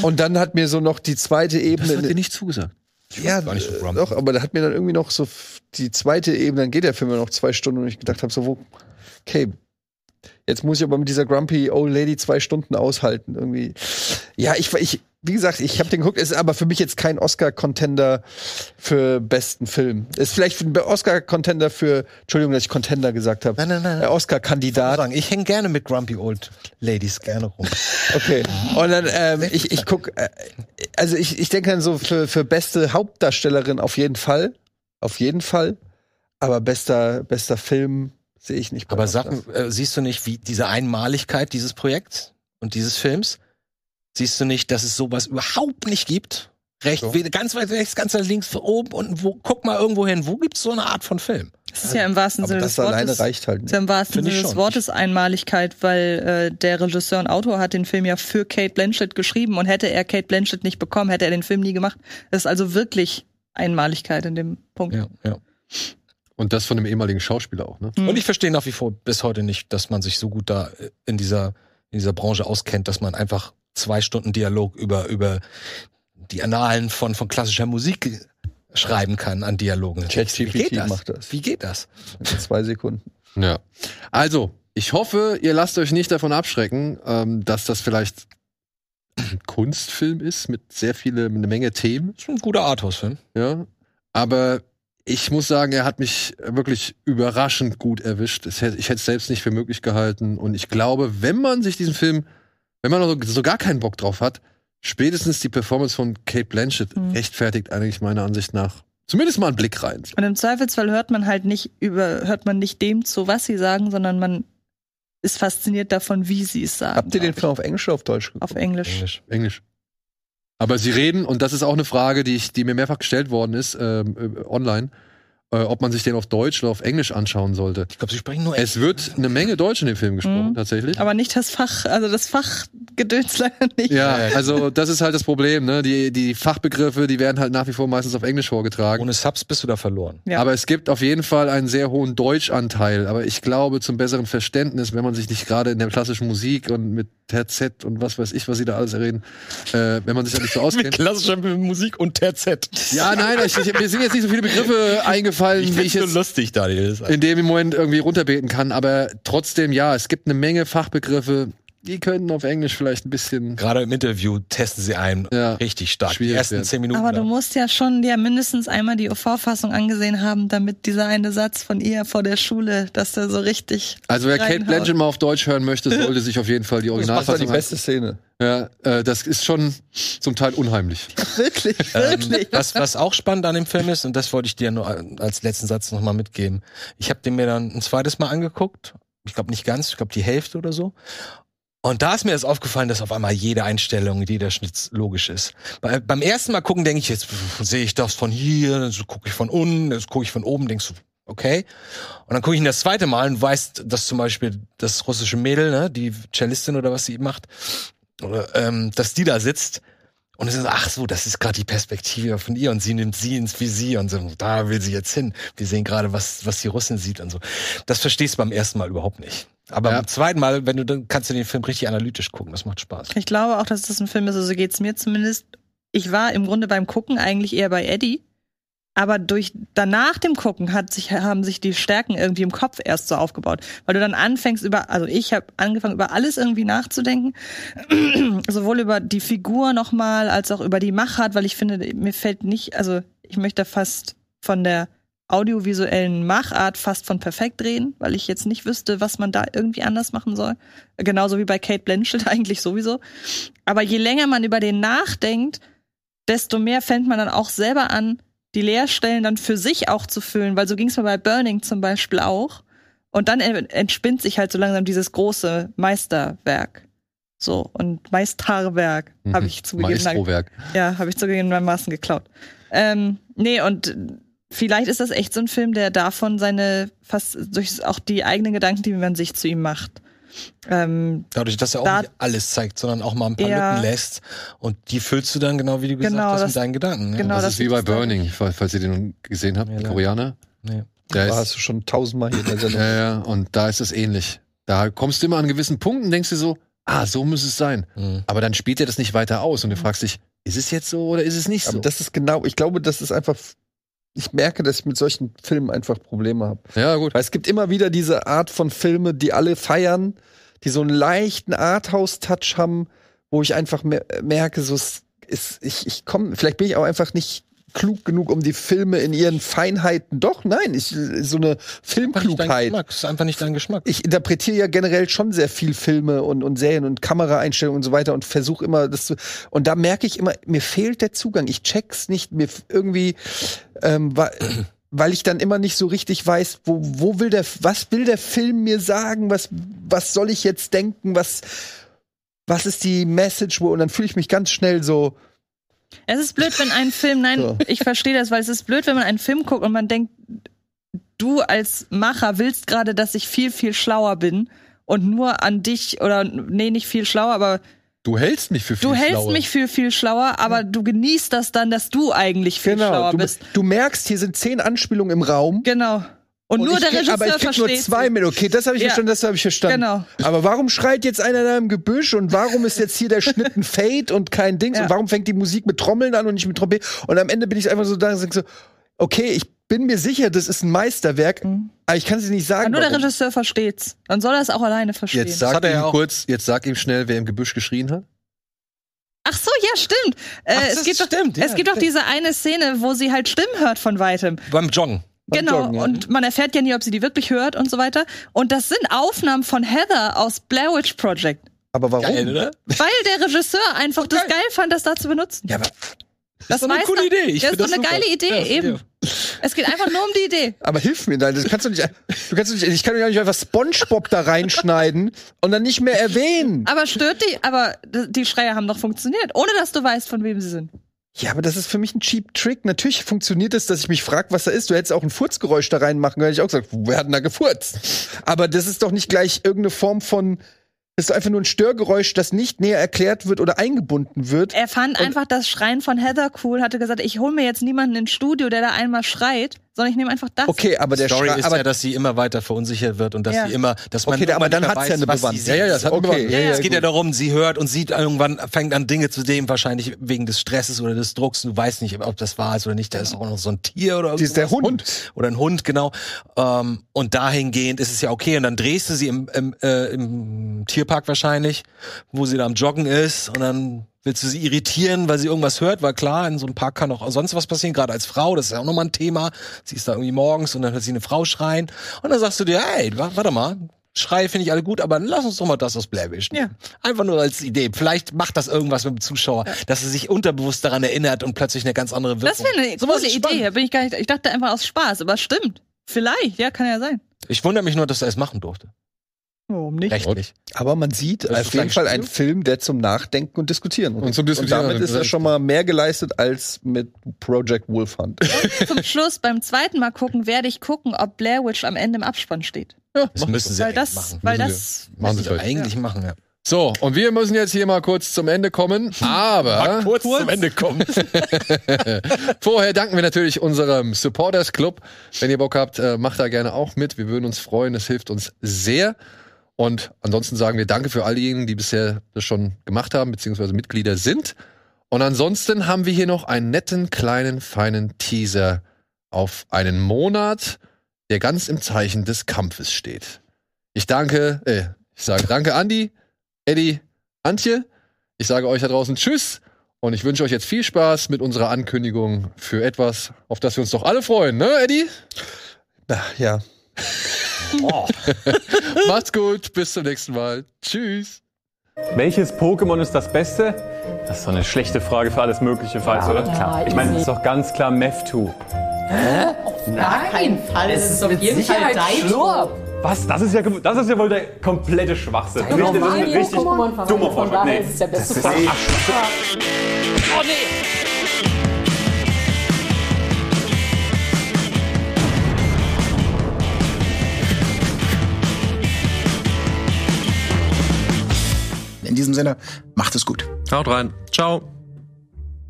Speaker 2: Und dann hat mir so noch die zweite Ebene.
Speaker 1: nicht zugesagt.
Speaker 2: ja,
Speaker 4: gar nicht so grumpy.
Speaker 2: doch, aber da hat mir dann irgendwie noch so f- die zweite Ebene, dann geht der Film ja noch zwei Stunden und ich gedacht habe so, wo, okay, jetzt muss ich aber mit dieser grumpy old lady zwei Stunden aushalten irgendwie. Ja, ich, ich wie gesagt, ich habe den geguckt, ist aber für mich jetzt kein Oscar-Contender für besten Film. Ist vielleicht ein Oscar-Contender für, Entschuldigung, dass ich Contender gesagt habe.
Speaker 4: Nein, nein, nein.
Speaker 2: Äh, Oscar-Kandidat.
Speaker 4: sagen, ich hänge gerne mit Grumpy Old Ladies gerne rum.
Speaker 2: Okay. Und dann, ähm, ich, ich guck, äh, also ich, ich denke dann so für, für beste Hauptdarstellerin auf jeden Fall. Auf jeden Fall. Aber bester, bester Film sehe ich nicht. bei
Speaker 4: Aber
Speaker 2: uns.
Speaker 4: sag, äh, siehst du nicht, wie diese Einmaligkeit dieses Projekts und dieses Films? Siehst du nicht, dass es sowas überhaupt nicht gibt? Recht,
Speaker 2: So.
Speaker 4: we- ganz weit rechts, ganz weit links, oben und wo, guck mal irgendwo hin. Wo gibt's so eine Art von Film?
Speaker 3: Das ist ja im wahrsten
Speaker 2: aber
Speaker 3: Sinne des
Speaker 2: das alleine
Speaker 3: Wortes.
Speaker 2: reicht halt
Speaker 3: Das
Speaker 2: nicht.
Speaker 3: ist ja im wahrsten
Speaker 4: Finde ich
Speaker 3: Sinne des
Speaker 4: schon.
Speaker 3: Wortes Einmaligkeit, weil äh, der Regisseur und Autor hat den Film ja für Kate Blanchett geschrieben und hätte er Kate Blanchett nicht bekommen, hätte er den Film nie gemacht. Das ist also wirklich Einmaligkeit in dem Punkt.
Speaker 4: ja.
Speaker 1: Und das von dem ehemaligen Schauspieler auch, ne?
Speaker 3: Hm.
Speaker 4: Und ich verstehe nach wie vor bis heute nicht, dass man sich so gut da äh, in dieser, in dieser Branche auskennt, dass man einfach zwei Stunden Dialog über, über die Annalen von, von klassischer Musik schreiben kann an Dialogen. Wie
Speaker 2: ChatGPT
Speaker 4: geht das?
Speaker 2: macht das.
Speaker 4: Wie geht das?
Speaker 2: In zwei Sekunden.
Speaker 1: Ja. Also, ich hoffe, ihr lasst euch nicht davon abschrecken, ähm, dass das vielleicht ein Kunstfilm ist mit sehr viele, eine Menge Themen.
Speaker 4: Ist ein guter Arthouse-Film.
Speaker 1: Ja. Aber ich muss sagen, er hat mich wirklich überraschend gut erwischt. Es hätte- Ich hätte es selbst nicht für möglich gehalten. Und ich glaube, wenn man sich diesen Film, wenn man also so gar keinen Bock drauf hat, spätestens die Performance von Kate Blanchett
Speaker 3: Mhm.
Speaker 1: rechtfertigt eigentlich meiner Ansicht nach zumindest mal einen Blick rein.
Speaker 3: Und im Zweifelsfall hört man halt nicht über, hört man nicht dem zu, was sie sagen, sondern man ist fasziniert davon, wie sie es sagen.
Speaker 2: Habt ihr den
Speaker 3: glaub
Speaker 2: Film auf Englisch oder auf Deutsch
Speaker 3: ich. auf
Speaker 2: geguckt?
Speaker 3: Englisch?
Speaker 1: Englisch. Aber sie reden, und das ist auch eine Frage, die, ich, die mir mehrfach gestellt worden ist, ähm, äh, online, äh, ob man sich den auf Deutsch oder auf Englisch anschauen sollte.
Speaker 4: Ich glaube, sie sprechen nur
Speaker 1: Es wird eine Menge Deutsch in dem Film gesprochen,
Speaker 3: Mhm.
Speaker 1: tatsächlich.
Speaker 3: Aber nicht das Fach, also das Fachgedöns leider nicht.
Speaker 1: ja, also das ist halt das Problem, ne? Die, die Fachbegriffe, die werden halt nach wie vor meistens auf Englisch vorgetragen.
Speaker 4: Ohne Subs bist du da verloren.
Speaker 3: Ja.
Speaker 1: Aber es gibt auf jeden Fall einen sehr hohen Deutschanteil. Aber ich glaube, zum besseren Verständnis, wenn man sich nicht gerade in der klassischen Musik und mit Terzett und was weiß ich, was sie da alles reden, äh, wenn man sich da nicht so auskennt.
Speaker 4: klassischer Musik und TZ.
Speaker 1: Ja, nein, ich, ich, mir sind jetzt nicht so viele Begriffe eingefallen, wie ich jetzt
Speaker 4: lustig, Daniel.
Speaker 1: in dem Moment irgendwie runterbeten kann. Aber trotzdem, ja, es gibt eine Menge Fachbegriffe, die könnten auf Englisch vielleicht ein bisschen.
Speaker 4: Gerade im Interview testen sie einen
Speaker 1: Ja.
Speaker 4: richtig stark.
Speaker 1: Schwierig
Speaker 4: die ersten
Speaker 1: werden.
Speaker 4: zehn Minuten.
Speaker 3: Aber
Speaker 4: da-
Speaker 3: du musst ja schon ja mindestens einmal die OV-Fassung angesehen haben, damit dieser eine Satz von ihr vor der Schule, dass der so richtig.
Speaker 1: Also wer Kate
Speaker 3: reinhaut.
Speaker 1: Blanchett mal auf Deutsch hören möchte, sollte sich auf jeden Fall die
Speaker 2: Das halt war die
Speaker 1: Originalfassung an-
Speaker 2: beste Szene.
Speaker 1: ja, äh, Das ist schon zum Teil unheimlich.
Speaker 3: Wirklich, wirklich.
Speaker 4: Äh, Was, was auch spannend an dem Film ist, und das wollte ich dir nur als letzten Satz nochmal mitgeben. Ich habe den mir dann ein zweites Mal angeguckt. Ich glaube nicht ganz, ich glaube die Hälfte oder so. Und da ist mir das aufgefallen, dass auf einmal jede Einstellung, jeder Schnitt logisch ist. Bei, beim ersten Mal gucken denke ich, jetzt pff, sehe ich das von hier, dann so gucke ich von unten, dann gucke ich von oben, denkst du, okay. Und dann gucke ich ihn das zweite Mal und weiß, dass zum Beispiel das russische Mädel, ne, die Cellistin oder was sie macht, oder, ähm, dass die da sitzt Und es ist, ach so, das ist gerade die Perspektive von ihr und sie nimmt sie ins Visier und so, da will sie jetzt hin. Wir sehen gerade, was, was die Russin sieht und so. Das verstehst du beim ersten Mal überhaupt nicht. Aber
Speaker 1: Ja.
Speaker 4: beim zweiten Mal, wenn du, dann kannst du den Film richtig analytisch gucken. Das macht Spaß.
Speaker 3: Ich glaube auch, dass das ein Film ist, also geht's mir zumindest. Ich war im Grunde beim Gucken eigentlich eher bei Eddie. Aber durch danach dem Gucken hat sich, haben sich die Stärken irgendwie im Kopf erst so aufgebaut. Weil du dann anfängst über, also ich habe angefangen, über alles irgendwie nachzudenken. Sowohl über die Figur nochmal, als auch über die Machart, weil ich finde, mir fällt nicht, also ich möchte fast von der audiovisuellen Machart fast von perfekt reden, weil ich jetzt nicht wüsste, was man da irgendwie anders machen soll. Genauso wie bei Kate Blanchett eigentlich sowieso. Aber je länger man über den nachdenkt, desto mehr fängt man dann auch selber an, die Leerstellen dann für sich auch zu füllen, weil so ging es mir bei Burning zum Beispiel auch. Und dann en- entspinnt sich halt so langsam dieses große Meisterwerk. So, und Meisterwerk
Speaker 1: Mhm.
Speaker 3: habe ich zugegeben.
Speaker 1: Maestrowerk.
Speaker 3: Ja, habe ich zugegebenermaßen geklaut. Ähm, nee, und vielleicht ist das echt so ein Film, der davon seine, fast durch auch die eigenen Gedanken, die man sich zu ihm macht. Ähm,
Speaker 4: Dadurch, dass er auch
Speaker 3: Da-
Speaker 4: nicht alles zeigt, sondern auch mal ein paar
Speaker 3: Ja.
Speaker 4: Lücken lässt. Und die füllst du dann, genau wie du gesagt
Speaker 3: Genau,
Speaker 4: hast,
Speaker 3: das-
Speaker 4: mit deinen Gedanken. ne?
Speaker 3: genau.
Speaker 4: Das-
Speaker 1: Das,
Speaker 3: das
Speaker 1: ist wie
Speaker 3: ist
Speaker 1: bei
Speaker 3: das, glaub
Speaker 1: Burning, falls, falls ihr den gesehen habt,
Speaker 4: Ja,
Speaker 1: den
Speaker 4: leider.
Speaker 1: Koreaner.
Speaker 4: nee.
Speaker 1: Der ist,
Speaker 2: Warst Ah, du schon tausendmal hier in der Sendung.
Speaker 1: ja, ja, und da ist es ähnlich. Da kommst du immer an gewissen Punkten, denkst du so, ah, so muss es sein.
Speaker 4: Hm.
Speaker 1: Aber dann spielt er das nicht weiter aus und du fragst dich, ist es jetzt so oder ist es nicht
Speaker 2: Aber
Speaker 1: so?
Speaker 2: das ist genau, ich glaube, das ist einfach, ich merke, dass ich mit solchen Filmen einfach Probleme habe.
Speaker 1: ja, gut.
Speaker 2: Weil es gibt immer wieder diese Art von Filme, die alle feiern, die so einen leichten Arthouse-Touch haben, wo ich einfach mer merke, so es ist, ich, ich komme, vielleicht bin ich auch einfach nicht klug genug, um die Filme in ihren Feinheiten. Doch, nein, ich, so eine
Speaker 4: Einfach nicht dein
Speaker 2: Filmklugheit.
Speaker 4: Geschmack. Das ist einfach nicht dein Geschmack.
Speaker 2: Ich interpretiere ja generell schon sehr viel Filme und, und Serien und Kameraeinstellungen und so weiter und versuche immer das zu. Und da merke ich immer, mir fehlt der Zugang. Ich check's nicht. Mir f- irgendwie, ähm, wa- weil ich dann immer nicht so richtig weiß, wo, wo will der, was will der Film mir sagen? Was, was soll ich jetzt denken? Was, was ist die Message? Wo, und dann fühle ich mich ganz schnell so.
Speaker 3: Es ist blöd, wenn ein Film, nein,
Speaker 2: So.
Speaker 3: ich verstehe das, weil es ist blöd, wenn man einen Film guckt und man denkt, du als Macher willst gerade, dass ich viel, viel schlauer bin und nur an dich oder, nee, nicht viel schlauer, aber
Speaker 1: Du hältst mich für viel
Speaker 3: du hältst
Speaker 1: schlauer.
Speaker 3: mich viel, viel schlauer, aber du genießt das dann, dass du eigentlich viel schlauer
Speaker 2: Genau, du,
Speaker 3: bist.
Speaker 2: du merkst, hier sind zehn Anspielungen im Raum.
Speaker 3: Genau. Und, nur
Speaker 2: ich
Speaker 3: der
Speaker 2: krieg-
Speaker 3: Regisseur
Speaker 2: Aber ich krieg nur
Speaker 3: versteht
Speaker 2: zwei
Speaker 3: sie.
Speaker 2: mit. Okay, das habe ich
Speaker 3: Ja.
Speaker 2: verstanden, das habe ich verstanden.
Speaker 3: Genau.
Speaker 2: Aber warum schreit jetzt einer da im Gebüsch und warum ist jetzt hier der Schnitt ein Fade und kein Dings
Speaker 3: Ja.
Speaker 2: und warum fängt die Musik mit Trommeln an und nicht mit Trompeten? Und am Ende bin ich einfach so da und denke so, okay, ich bin mir sicher, das ist ein Meisterwerk, aber ich kann es dir nicht
Speaker 3: Mhm. Aber
Speaker 2: sagen.
Speaker 3: nur der
Speaker 2: warum.
Speaker 3: Regisseur versteht's. Dann soll er es auch alleine verstehen.
Speaker 1: Jetzt
Speaker 4: Das
Speaker 1: sag
Speaker 4: hat er
Speaker 1: ihm
Speaker 4: ja auch.
Speaker 1: kurz, jetzt sag ihm schnell, wer im Gebüsch geschrien hat.
Speaker 3: Ach so, ja, stimmt. Äh,
Speaker 4: Ach,
Speaker 3: es,
Speaker 4: das
Speaker 3: gibt doch,
Speaker 4: stimmt, ja,
Speaker 3: es gibt doch
Speaker 4: stimmt.
Speaker 3: diese eine Szene, wo sie halt Stimmen hört von weitem.
Speaker 4: Beim Joggen.
Speaker 2: Beim
Speaker 3: genau,
Speaker 2: Joggen, ja.
Speaker 3: und man erfährt ja nie, ob sie die wirklich hört und so weiter. Und das sind Aufnahmen von Heather aus Blair Witch Project,
Speaker 2: aber warum?
Speaker 4: Geil, oder?
Speaker 3: weil der Regisseur einfach das
Speaker 4: Okay.
Speaker 3: geil fand, das da zu benutzen.
Speaker 4: Ja, aber
Speaker 3: das
Speaker 4: doch eine
Speaker 3: weiß
Speaker 4: coole
Speaker 3: er-
Speaker 4: Idee. Ich
Speaker 3: das
Speaker 4: find
Speaker 3: ist doch
Speaker 4: das
Speaker 3: eine
Speaker 4: super.
Speaker 3: geile Idee,
Speaker 4: Ja,
Speaker 3: eben. Es geht einfach nur um die Idee.
Speaker 2: Aber hilf mir, nein, das kannst du nicht, du kannst du nicht, ich kann doch nicht einfach Spongebob da reinschneiden und dann nicht mehr erwähnen.
Speaker 3: Aber stört die, aber d- die Schreie haben doch funktioniert, ohne dass du weißt, von wem sie sind.
Speaker 2: Ja, aber das ist für mich ein cheap Trick. Natürlich funktioniert es, dass ich mich frage, was da ist. Du hättest auch ein Furzgeräusch da reinmachen können. Hätte ich auch gesagt, wer hat denn da gefurzt? Aber das ist doch nicht gleich irgendeine Form von. Das ist einfach nur ein Störgeräusch, das nicht näher erklärt wird oder eingebunden wird.
Speaker 3: Er fand einfach das Schreien von Heather cool, hatte gesagt, ich hole mir jetzt niemanden ins Studio, der da einmal schreit, sondern ich nehme einfach das.
Speaker 2: Okay, aber der
Speaker 4: Die Story
Speaker 2: Schrei-
Speaker 4: ist
Speaker 2: aber
Speaker 4: ja, dass sie immer weiter verunsichert wird und dass
Speaker 3: Ja.
Speaker 4: sie immer, dass man
Speaker 2: Okay, da- aber dann
Speaker 4: nicht mehr
Speaker 2: hat's ja
Speaker 4: weiß,
Speaker 2: eine
Speaker 4: was sie
Speaker 2: Bewandtnis.
Speaker 4: sieht.
Speaker 2: Ja, ja, das hat eine
Speaker 4: okay.
Speaker 2: Bewandtnis. Ja,
Speaker 3: ja,
Speaker 4: es geht ja darum, sie hört und sieht irgendwann, fängt an Dinge zu dem, wahrscheinlich wegen des Stresses oder des Drucks. Du weißt nicht, ob das wahr ist oder nicht. Da ist auch noch so ein Tier oder
Speaker 2: Die ist der
Speaker 4: irgendwas.
Speaker 2: Hund.
Speaker 4: Oder ein Hund, genau. Ähm, und dahingehend ist es ja okay. Und dann drehst du sie im, im, äh, im Tierpark wahrscheinlich, wo sie da am Joggen ist. Und dann willst du sie irritieren, weil sie irgendwas hört. Weil klar, in so einem Park kann auch sonst was passieren, gerade als Frau. Das ist ja auch nochmal ein Thema. Sie ist da irgendwie morgens und dann hört sie eine Frau schreien. Und dann sagst du dir, hey, wa- warte mal. Schrei finde ich alle gut, aber lass uns doch mal das aus Blairwish.
Speaker 3: Ja.
Speaker 4: Einfach nur als Idee. Vielleicht macht das irgendwas mit dem Zuschauer, dass er sich unterbewusst daran erinnert und plötzlich eine ganz andere
Speaker 3: Das
Speaker 4: Wirkung.
Speaker 3: wäre eine
Speaker 4: Sowas
Speaker 3: coole
Speaker 4: ist
Speaker 3: Idee.
Speaker 4: spannend.
Speaker 3: Da bin ich, gar nicht, ich dachte einfach aus Spaß, aber es stimmt. Vielleicht, ja, kann ja sein.
Speaker 4: Ich wundere mich nur, dass er es machen durfte.
Speaker 3: Warum nicht?
Speaker 4: Rechtlich.
Speaker 2: Aber man sieht
Speaker 4: Das ist
Speaker 2: auf jeden
Speaker 4: ein
Speaker 2: Fall
Speaker 4: Spiel.
Speaker 2: einen Film, der zum Nachdenken und Diskutieren
Speaker 1: Und zum Diskutieren.
Speaker 2: Und damit ist er schon mal mehr geleistet als mit Project Wolfhunt.
Speaker 3: Zum Schluss beim zweiten Mal gucken, werde ich gucken, ob Blair Witch am Ende im Abspann steht.
Speaker 4: Das müssen sie
Speaker 3: Weil
Speaker 4: eigentlich
Speaker 3: das,
Speaker 4: machen.
Speaker 3: weil
Speaker 1: Müssen Machen
Speaker 3: das,
Speaker 1: sie
Speaker 4: Müssen sie
Speaker 1: vielleicht.
Speaker 4: eigentlich machen, ja.
Speaker 1: So, und wir müssen jetzt hier mal kurz zum Ende kommen,
Speaker 4: Hm.
Speaker 1: aber
Speaker 4: Kurz, zum Ende kommen.
Speaker 1: vorher danken wir natürlich unserem Supporters Club. Wenn ihr Bock habt, äh, macht da gerne auch mit. Wir würden uns freuen, es hilft uns sehr. Und ansonsten sagen wir Danke für all diejenigen, die bisher das schon gemacht haben, beziehungsweise Mitglieder sind. Und ansonsten haben wir hier noch einen netten, kleinen, feinen Teaser auf einen Monat, der ganz im Zeichen des Kampfes steht. Ich danke, äh, ich sage danke Andi, Eddie, Antje. Ich sage euch da draußen Tschüss und ich wünsche euch jetzt viel Spaß mit unserer Ankündigung für etwas, auf das wir uns doch alle freuen, ne, Eddie?
Speaker 2: Ach, ja.
Speaker 1: Macht's gut, bis zum nächsten Mal. Tschüss.
Speaker 6: Welches Pokémon ist das Beste? Das ist doch eine schlechte Frage für alles Mögliche, falls, oder? Klar. Ich meine, das ist doch ganz klar Meftu.
Speaker 7: Gar keinen Fall. Es ist auf jeden Fall dein Schlurp.
Speaker 6: Was? Das ist ja, das ist ja wohl der komplette Schwachsinn. Richtig, das ist
Speaker 7: normalen
Speaker 6: ein richtig
Speaker 7: Pokémon-Verein.
Speaker 6: dummer
Speaker 7: Von
Speaker 6: Vorschlag.
Speaker 7: daher
Speaker 6: Nee,
Speaker 7: ist es der
Speaker 6: das
Speaker 7: beste
Speaker 6: ist echt-
Speaker 8: In diesem Sinne, macht es gut.
Speaker 9: Haut rein. Ciao.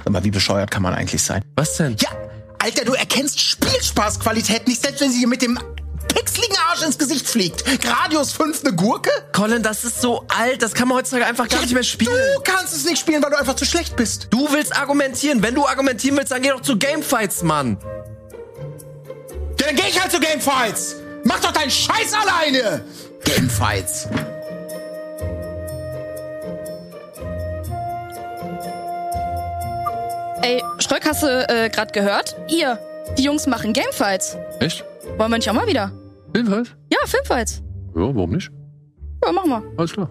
Speaker 8: Aber wie bescheuert kann man eigentlich sein?
Speaker 9: Was denn?
Speaker 8: Ja, Alter, du erkennst Spielspaßqualität nicht, selbst wenn sie dir mit dem pixeligen Arsch ins Gesicht fliegt. Gradius 5 eine Gurke?
Speaker 9: Colin, das ist so alt. Das kann man heutzutage einfach gar nicht mehr spielen.
Speaker 8: Du kannst es nicht spielen, weil du einfach zu schlecht bist.
Speaker 9: Du willst argumentieren. Wenn du argumentieren willst, dann geh doch zu Gamefights, Mann.
Speaker 8: Ja, dann geh ich halt zu Gamefights. Mach doch deinen Scheiß alleine. Gamefights.
Speaker 10: Ey, Schröck, hast du äh, gerade gehört? Ihr, die Jungs machen Gamefights.
Speaker 1: Echt?
Speaker 10: Wollen wir nicht auch mal wieder?
Speaker 1: Jedenfalls?
Speaker 10: Ja, Filmfights.
Speaker 1: Ja, warum nicht?
Speaker 10: Ja, machen wir.
Speaker 1: Alles klar.